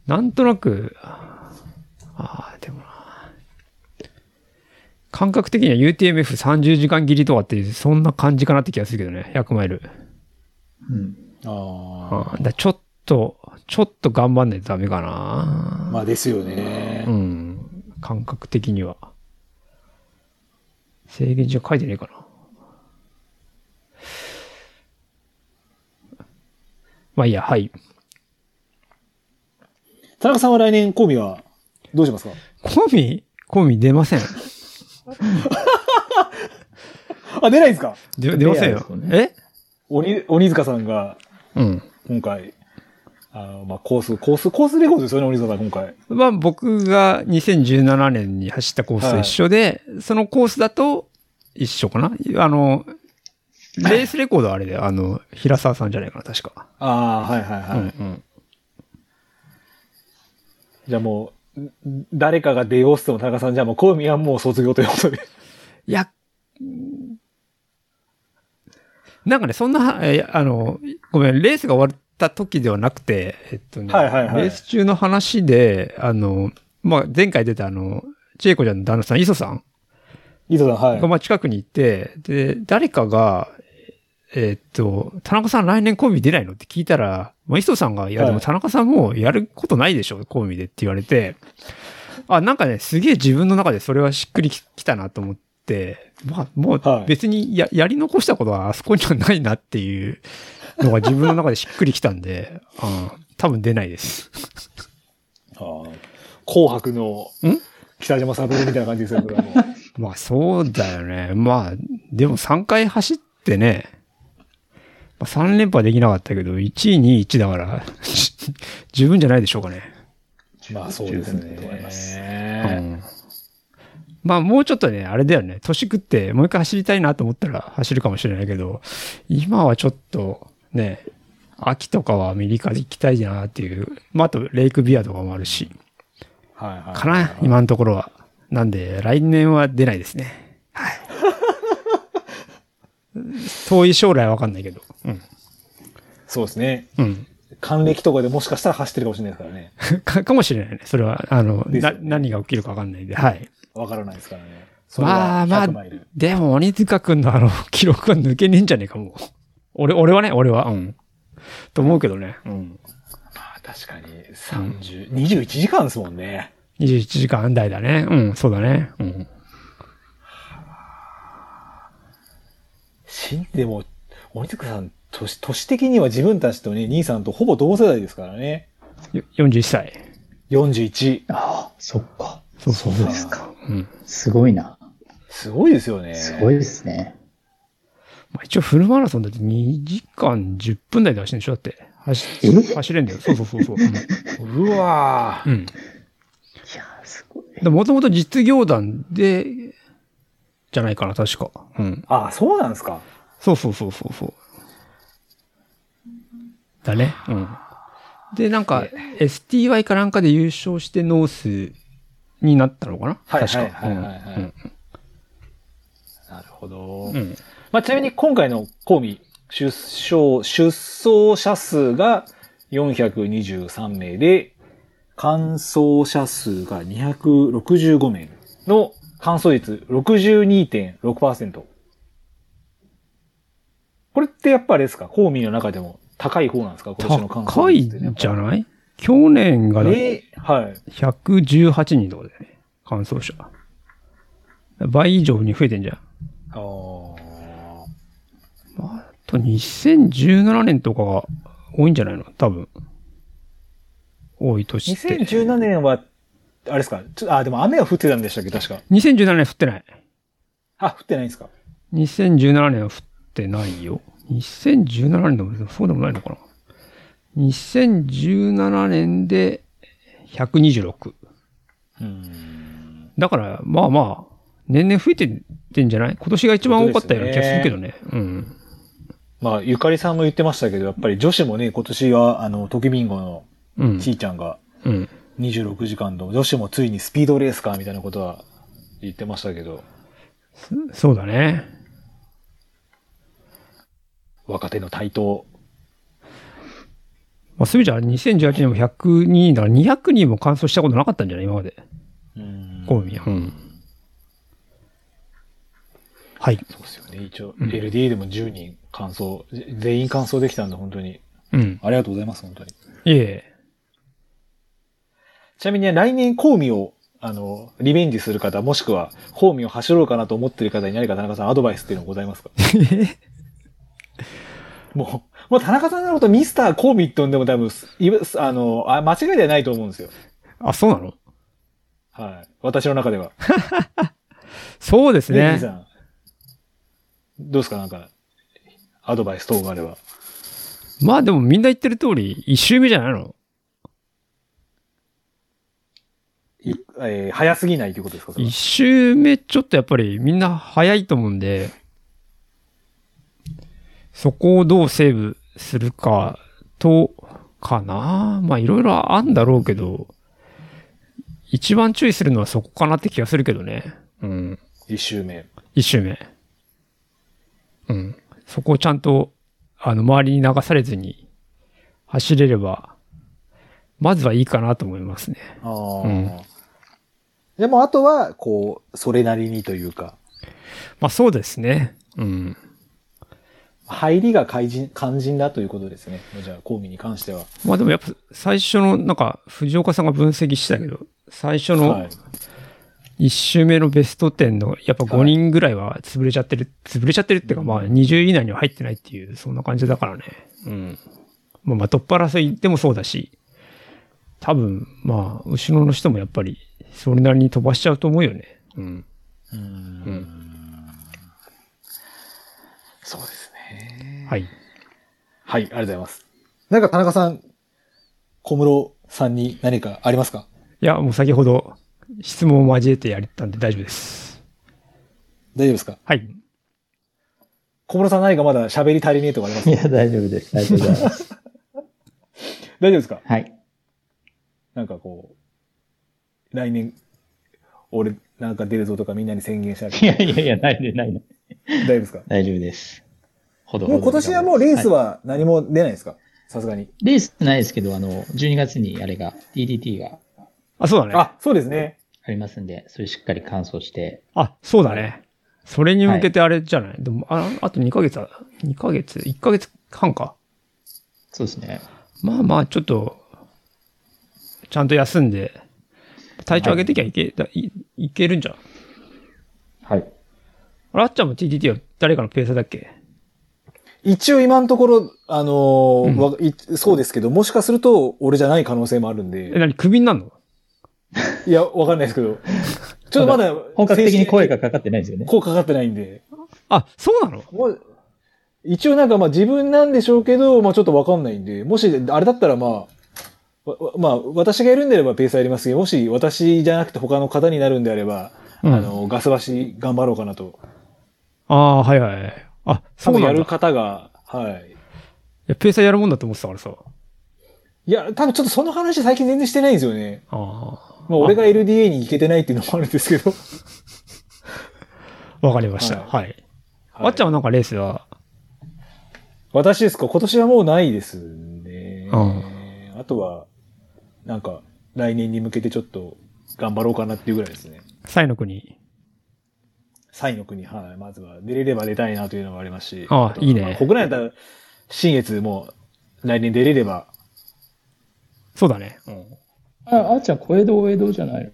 Speaker 3: なんとなく、ああ、でもな。感覚的には UTMF30 時間切りとかって、そんな感じかなって気がするけどね。100マイル。
Speaker 2: うん。
Speaker 1: あ
Speaker 3: ああ、だちょっと、ちょっと頑張んないとダメか
Speaker 1: あ。
Speaker 3: な。
Speaker 1: まあですよね
Speaker 3: う。ん。感覚的には。制限上書いてねえかな。まあいいや、はい。
Speaker 1: 田中さんは来年、コウミはどうしますか
Speaker 3: コミコミ出ません。
Speaker 1: あ、出ないんですか
Speaker 3: で出ませ
Speaker 2: レ
Speaker 3: ん
Speaker 2: アです
Speaker 3: よ
Speaker 2: よ。ね
Speaker 3: え
Speaker 1: 鬼、鬼塚さんが
Speaker 3: うん。
Speaker 1: 今回、あの、まあコース、コース、コースレコードですよね、鬼塚さん今回。
Speaker 3: まあ僕が2017年に走ったコースと一緒で、そのコースだと一緒かなあの、レースレコードはあれで、あの、平沢さんじゃないかな、確か。
Speaker 1: ああ、はいはいはい。
Speaker 3: うんうん。
Speaker 1: じゃあもう、ん誰かが出ようっつっても田中さんじゃあもう、コウミはもう卒業ということで。
Speaker 3: いや、なんかね、そんな、えあの、ごめん、レースが終わった時ではなくて、えっとね、
Speaker 1: はいはいはい
Speaker 3: レース中の話で、あの、まあ、前回出たあの、ジェイコちゃんの旦那さん、イソさん
Speaker 1: 伊藤さん、はい
Speaker 3: が。まあ近くにいて、で、誰かが、えっと、田中さん来年コンビ出ないのって聞いたら、まあ、磯さんが、いや
Speaker 1: はい
Speaker 3: でも田中さんもうやることないでしょ、コンビでって言われて、あ、なんかね、すげえ自分の中でそれはしっくりききたなと思って、まあ、もう
Speaker 1: はい
Speaker 3: 別にややり残したことはあそこにはないなっていうのが自分の中でしっくりきたんで、うん、多分出ないです。
Speaker 1: ああ紅白の
Speaker 3: ん
Speaker 1: 北島三郎みたいな感じですよ、これは [LAUGHS] もう。
Speaker 3: まあそうだよね。まあ、でも3回走ってね、まあ、3連覇できなかったけど、1位、2位、1だから、 [LAUGHS] 十分じゃないでしょうかね。
Speaker 1: まあそうです
Speaker 2: 十分だと思います
Speaker 3: う
Speaker 1: ね。
Speaker 3: んまあもうちょっとね、あれだよね。年食って、もう一回走りたいなと思ったら走るかもしれないけど、今はちょっと、ね、秋とかはアメリカ行きたいなっていう。まああと、レイクビアとかもあるし、
Speaker 1: はいはい。
Speaker 3: かな、今のところは。なんで、来年は出ないです [LAUGHS] ね。はい。遠い将来はわかんないけど。 [LAUGHS] うん。
Speaker 1: そうですね。
Speaker 3: うん。
Speaker 1: 還暦とかでもしかしたら走ってるかもしれないですからね。
Speaker 3: か、かもしれないね。それは、あの、
Speaker 1: ですよ
Speaker 3: な、
Speaker 1: ね
Speaker 3: 何が起きるかわかんないんで。はい。
Speaker 1: わからないですからね。それ
Speaker 3: ま
Speaker 1: は
Speaker 3: あまあ
Speaker 1: 100マイル、
Speaker 3: でも、鬼塚くんのあ [LAUGHS] の、記録は抜けねえんじゃねえか、もう。俺、俺はね、俺は。うん。と思うけどね。うん。
Speaker 1: まあ確かに30、21時間ですもんね。
Speaker 3: 21時間台だね。うん、そうだね。うん。
Speaker 1: 死んでも、鬼塚さん、年、年的には自分たちとね、兄さんとほぼ同世代ですからね。
Speaker 3: よ41歳。
Speaker 1: 41。
Speaker 2: ああ、そっか。
Speaker 3: そうそう
Speaker 1: そう
Speaker 2: ですか。
Speaker 3: うん。
Speaker 2: すごいな。
Speaker 1: すごいですよね。
Speaker 2: すごいですね。
Speaker 3: まあ、一応フルマラソンだって2時間10分台で走るんでしょだって。走
Speaker 2: え
Speaker 3: 走れんだよ。そうそうそうそう。
Speaker 1: うわ
Speaker 3: うん。
Speaker 2: いやー、すごい。
Speaker 3: もともと実業団で、じゃないかな、確か。うん。
Speaker 1: ああ、そうなんですか。
Speaker 3: そうそうそうそうそう。だね。うん。で、なんか、STY かなんかで優勝してノースになったのかな
Speaker 1: はい
Speaker 3: 確か。
Speaker 1: はいはいはいはい
Speaker 3: うん
Speaker 1: なるほど。
Speaker 3: うん。
Speaker 1: まあ、ちなみに今回のコウミ出走、出走者数が423名で、完走者数が265名の完走率62.6%。これってやっぱあれですかコウミの中でも高い方なんですか今年の完
Speaker 3: 高
Speaker 1: 走
Speaker 3: い
Speaker 1: 率ってね、
Speaker 3: んじゃない去年がだって
Speaker 1: で、はい。
Speaker 3: 118人とかだよね。乾燥者。倍以上に増えてんじゃん。
Speaker 1: あー
Speaker 3: あと2017年とかが多いんじゃないの多分。多い年って。
Speaker 1: 2017年はあれですかちょあ、でも雨は降ってたんでしたっけ確か。
Speaker 3: 2017年降ってない。
Speaker 1: あ、降ってないんですか
Speaker 3: 2017年は降ってないよ。2017年でもそうでもないのかな。2017年で126。
Speaker 1: うん。
Speaker 3: だから、まあまあ、年々増えてってんじゃない今年が一番多かったような気がするけどね。うん。
Speaker 1: まあ、ゆかりさんも言ってましたけど、やっぱり女子もね、今年は、あの、トキビンゴの
Speaker 3: うん。
Speaker 1: ちいちゃんが
Speaker 3: うん。
Speaker 1: 26時間の女子もついにスピードレースか、みたいなことは言ってましたけど、
Speaker 3: そうだね。
Speaker 1: 若手の台頭。
Speaker 3: まあ、そういう意味じゃ2018年も102人だから200人も完走したことなかったんじゃない今まで。
Speaker 1: うん
Speaker 3: コウミうん。はい。
Speaker 1: そうですよね。一応、
Speaker 3: うん
Speaker 1: LDA でも10人完走、ぜ全員完走できたんで、本当に。
Speaker 3: うん。
Speaker 1: ありがとうございます、本当に。
Speaker 3: いえいえ。
Speaker 1: ちなみに来年、コウミを、あの、リベンジする方、もしくは、コウミを走ろうかなと思ってる方に何か田中さんアドバイスっていうのございますかもう、もう田中さんのことミスターコウミって呼んでも多分、いぶあのあ、間違いではないと思うんですよ。
Speaker 3: [LAUGHS] あ、そうなの
Speaker 1: はい。私の中では。
Speaker 3: そうです
Speaker 1: ね、
Speaker 3: ね
Speaker 1: 兄さ。ん。どうですかなんか、アドバイス等があれば。
Speaker 3: まあでもみんな言ってる通り、一周目じゃないの
Speaker 1: いえー早すぎないということですかそれは
Speaker 3: 一周目ちょっとやっぱりみんな早いと思うんで、そこをどうセーブするかと、かなまあいろいろあんだろうけど、一番注意するのはそこかなって気がするけどね。うん。
Speaker 1: 一周目。
Speaker 3: 一周目。うん。そこをちゃんと、あの、周りに流されずに走れれば、まずはいいかなと思いますね。
Speaker 1: ああ、
Speaker 3: うん
Speaker 1: でも、あとは、こう、それなりにというか、
Speaker 3: まあそうですね。うん。
Speaker 1: 入りが肝心肝心だということですね。じゃあ、コウミに関しては。
Speaker 3: まあでもやっぱ最初の、なんか藤岡さんが分析してたけど、最初
Speaker 1: は
Speaker 3: の
Speaker 1: い。
Speaker 3: 1周目のベスト10のやっぱ5人ぐらいは潰れちゃってる、潰れちゃってるっていうかまあ20位以内には入ってないっていう、そんな感じだからね。うん。まあまあトップ争いでもそうだし、多分まあ後ろの人もやっぱりそれなりに飛ばしちゃうと思うよね。うん。
Speaker 1: うーん
Speaker 3: うん
Speaker 1: そうですね。
Speaker 3: はい。
Speaker 1: はい、ありがとうございます。なんか、田中さん、小室さんに何かありますか
Speaker 3: いや、もう先ほど質問を交えてやったんで大丈夫です。
Speaker 1: 大丈夫ですか
Speaker 3: はい。
Speaker 1: 小室さん何かまだ喋り足りねえとかあります [LAUGHS]
Speaker 2: い
Speaker 1: か
Speaker 2: や、大丈夫です。大丈夫で
Speaker 1: 大
Speaker 2: す。
Speaker 1: 丈夫ですか
Speaker 2: [LAUGHS] はい。
Speaker 1: なんかこう、来年、俺なんか出るぞとかみんなに宣言 [LAUGHS] したら、
Speaker 2: いやいやいや、ないね、ないね。
Speaker 1: 大丈夫ですか
Speaker 2: 大丈夫です。ほどほど
Speaker 1: もう今年はもうレースは何も出ないですかさすがに。
Speaker 2: いレースないですけど、あの、12月にあれが、DDT が
Speaker 3: あ、そうだね。
Speaker 1: あ、そうですね。
Speaker 2: ありますんで、それしっかり完走して、
Speaker 3: あ、そうだね。それに向けてあれじゃない、でも、ああと2ヶ月は、2ヶ月 ?1 ヶ月半か。
Speaker 2: そうですね。
Speaker 3: まあまあ、ちょっと、ちゃんと休んで、体調上げてきゃいけ、だいいけるんじゃん。
Speaker 2: はい。
Speaker 3: あらっちゃんも TTT は誰かのペーサーだっけ
Speaker 1: 一応今のところ、あのー
Speaker 3: うん
Speaker 1: わいそうですけど、もしかすると俺じゃない可能性もあるん
Speaker 3: え、
Speaker 1: で、
Speaker 3: 何クビになんの
Speaker 1: いや、わかんないですけ [LAUGHS] ど、ちょっとまだ、
Speaker 2: 本格的に声
Speaker 1: が、
Speaker 2: がかかってないですよね。
Speaker 1: こうかかってないんで、
Speaker 3: あ、そうなの
Speaker 1: もう一応なんかまあ自分なんでしょうけど、まあちょっとわかんないんで、もし、あれだったらまあ、わわまあ、私がいるんであればペースありますけど、もし私じゃなくて他の方になるんであれば、
Speaker 3: うん
Speaker 1: あの、ガスバシ頑張ろうかなと。
Speaker 3: ああ、はいはい。あ、
Speaker 1: 多
Speaker 3: そう
Speaker 1: 分
Speaker 3: な
Speaker 1: や
Speaker 3: んだ。い
Speaker 1: る方が、はい。
Speaker 3: や、ペーサーやるもんだと思ってたからさ。
Speaker 1: いや、多分ちょっとその話最近全然してないんですよね。
Speaker 3: あ
Speaker 1: まあ、俺が LDA に行けてないっていうのもあるんですけど。
Speaker 3: あ、わかりました。
Speaker 1: は
Speaker 3: はい。あっちゃん
Speaker 1: はい
Speaker 3: はなんかレースは、
Speaker 1: 私ですか今年はもうないですね。あとは、なんか、来年に向けてちょっと頑張ろうかなっていうぐらいですね。
Speaker 3: サイの国。
Speaker 1: サイの国、はい。まずは出れれば出たいなというのもありますし。
Speaker 3: あ
Speaker 1: とはい
Speaker 3: いね
Speaker 1: ま国内だったら、新越も来年出れれば、
Speaker 3: そうだね。
Speaker 2: あ、あーちゃん、小江戸、大江戸じゃない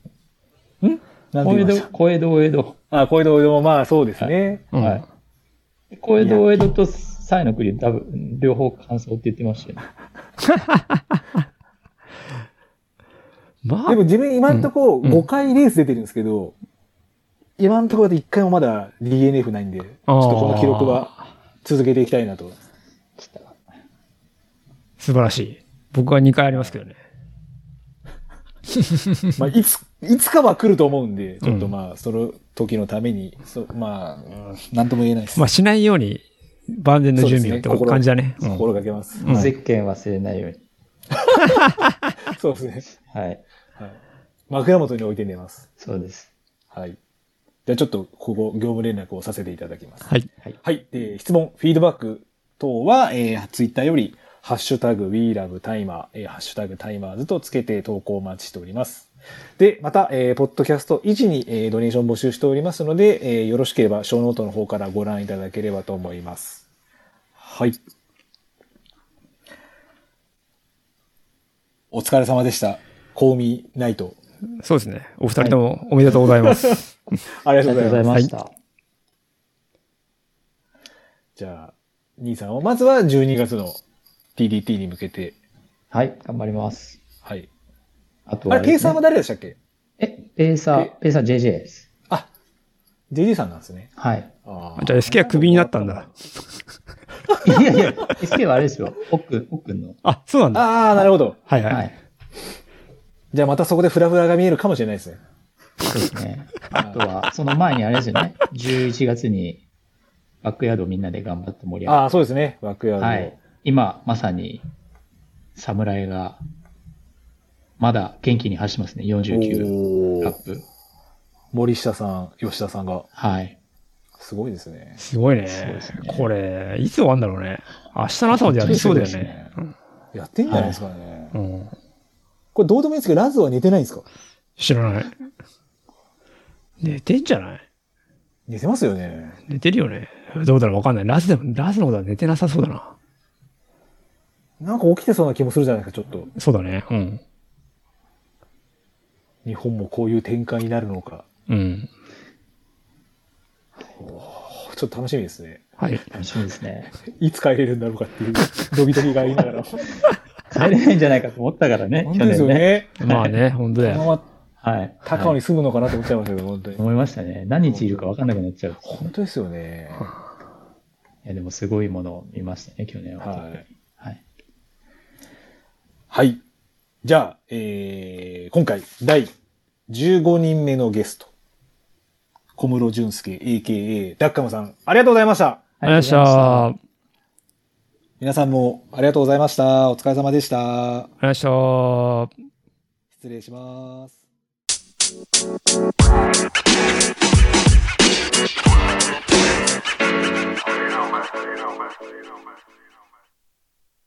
Speaker 2: の
Speaker 1: なんて
Speaker 2: 小
Speaker 1: 言い
Speaker 2: 江
Speaker 1: まし
Speaker 2: 戸
Speaker 1: た、
Speaker 2: 小江戸、大江戸。
Speaker 1: あ、小江戸もまあそうですね。
Speaker 3: うん。
Speaker 2: はい小江戸、大江戸と西の国、多分、両方完走って言ってましたよね。
Speaker 3: ま
Speaker 1: でも自分今んとこ
Speaker 3: うん
Speaker 1: 5回レース出てるんですけど、今んとこで1回もまだ DNF ないんで、ちょっ
Speaker 3: あー
Speaker 1: とこの記録は続けていきたいなと。
Speaker 2: ちょっと
Speaker 3: 素晴らしい。僕は2回ありますけどね。
Speaker 1: まあ、いつ、いつかは来ると思うんで、ちょっと
Speaker 3: うん
Speaker 1: まあ、その時のために、そまあ、うんなんとも言えないです。
Speaker 3: まあ、しないように万全の準備をって
Speaker 1: そうですね
Speaker 3: 感じだね。うん
Speaker 1: 心がけます。
Speaker 3: うん
Speaker 1: はい
Speaker 2: ゼッケン忘れないように。
Speaker 1: そうですね。
Speaker 2: はい。
Speaker 1: はい。枕元に置いて寝ます。
Speaker 2: そうです。
Speaker 1: はい。じゃあちょっと、ここ、業務連絡をさせていただきます。
Speaker 3: はい。
Speaker 1: はい。で、質問、フィードバック等は、えー、ツイッターより、ハッシュタグ、WeLoveTimer、えー、ハッシュタグ、タイマーズとつけて投稿お待ちしております。で、また、えー、ポッドキャスト維持に、えー、ドネーション募集しておりますので、えー、よろしければ、ショーノートの方からご覧いただければと思います。はい。お疲れ様でした。コーミーナイト。
Speaker 3: そうですね。お二人ともおめでとうございます。
Speaker 1: あり
Speaker 2: あ
Speaker 1: がとうございます。
Speaker 2: りがとうございました。
Speaker 1: じゃあ、兄さんを、まずは12月の TDT に向けて、
Speaker 2: はい、頑張ります。
Speaker 1: はい。
Speaker 2: あと
Speaker 1: あ
Speaker 2: は
Speaker 1: れ、ペ
Speaker 2: ですね、
Speaker 1: ーサーは誰でしたっけ
Speaker 2: え、ペーサー、ペーサー JJ です。
Speaker 1: あ、JD さんなんですね。
Speaker 2: はい。
Speaker 1: あ
Speaker 3: じゃあ SK はクビになったんだ。。
Speaker 2: いやいや、SK はあれですよ。奥、奥の。
Speaker 3: あ、そうなんだ。
Speaker 1: ああ、なるほど。
Speaker 3: はいはい。
Speaker 2: はい。
Speaker 1: じゃあまたそこでフラフラが見えるかもしれないですね。
Speaker 2: そうですね。あとは、その前にあれですよね。11月に、バックヤードをみんなで頑張って盛り上が
Speaker 1: ああ、そうですね。バックヤー
Speaker 2: る。
Speaker 1: ド。
Speaker 2: はい。今、まさに、侍が、まだ元気に走ってますね。49
Speaker 1: お
Speaker 2: カ
Speaker 1: ー
Speaker 2: ップ。
Speaker 1: 森下さん、吉田さんが、
Speaker 2: はい。
Speaker 1: すごいですね。
Speaker 3: すごいね
Speaker 2: そうですね
Speaker 3: これ、いつ終わるんだろうね。明日の朝までやりそうだよ
Speaker 2: そう
Speaker 3: ね。
Speaker 1: やってんじゃないですかね。
Speaker 3: うん。
Speaker 1: これ、どうでもいいんですけど、ラズは寝てないんですか
Speaker 3: 知らない。寝てんじゃない
Speaker 1: 寝てますよね。
Speaker 3: 寝てるよね。どうだろうわかんない。ラズでも、ラズのことは寝てなさそうだな。
Speaker 1: なんか起きてそうな気もするじゃないですか、ちょっと。
Speaker 3: そうだね。うん。
Speaker 1: 日本もこういう展開になるのか。
Speaker 3: うん。
Speaker 1: ちょっと楽しみですね。
Speaker 3: はい。
Speaker 2: 楽しみですね。
Speaker 1: いつ帰れるんだろうかっていう、ドキドキがありながら。
Speaker 2: 帰れないんじゃないかと思ったから
Speaker 1: [LAUGHS]
Speaker 2: ね、
Speaker 1: 本
Speaker 2: 去
Speaker 1: 当です
Speaker 2: 年
Speaker 1: よ
Speaker 2: ね。
Speaker 1: ね。
Speaker 3: まあね、本当
Speaker 1: こ
Speaker 3: だ
Speaker 1: のま
Speaker 3: よ。
Speaker 1: ま
Speaker 2: はい。
Speaker 1: 高尾
Speaker 2: はい
Speaker 1: に住むのかなと思っちゃいましたけど、本当に。
Speaker 2: 思いましたね。何日いるか分かんなくなっちゃう。
Speaker 1: 本当ですよね。
Speaker 2: いや、でもすごいものを見ましたね、去年は。
Speaker 1: はい。
Speaker 2: はい。
Speaker 1: はい。じゃあ、えー、今回、第15人目のゲスト。小室淳介、AKA、ダッカムさん、ありがとうございました。
Speaker 3: ありがとうございました。あり
Speaker 1: 皆さんもありがとうございました。お疲れ様でした。
Speaker 3: がとうございました。
Speaker 1: 失礼します。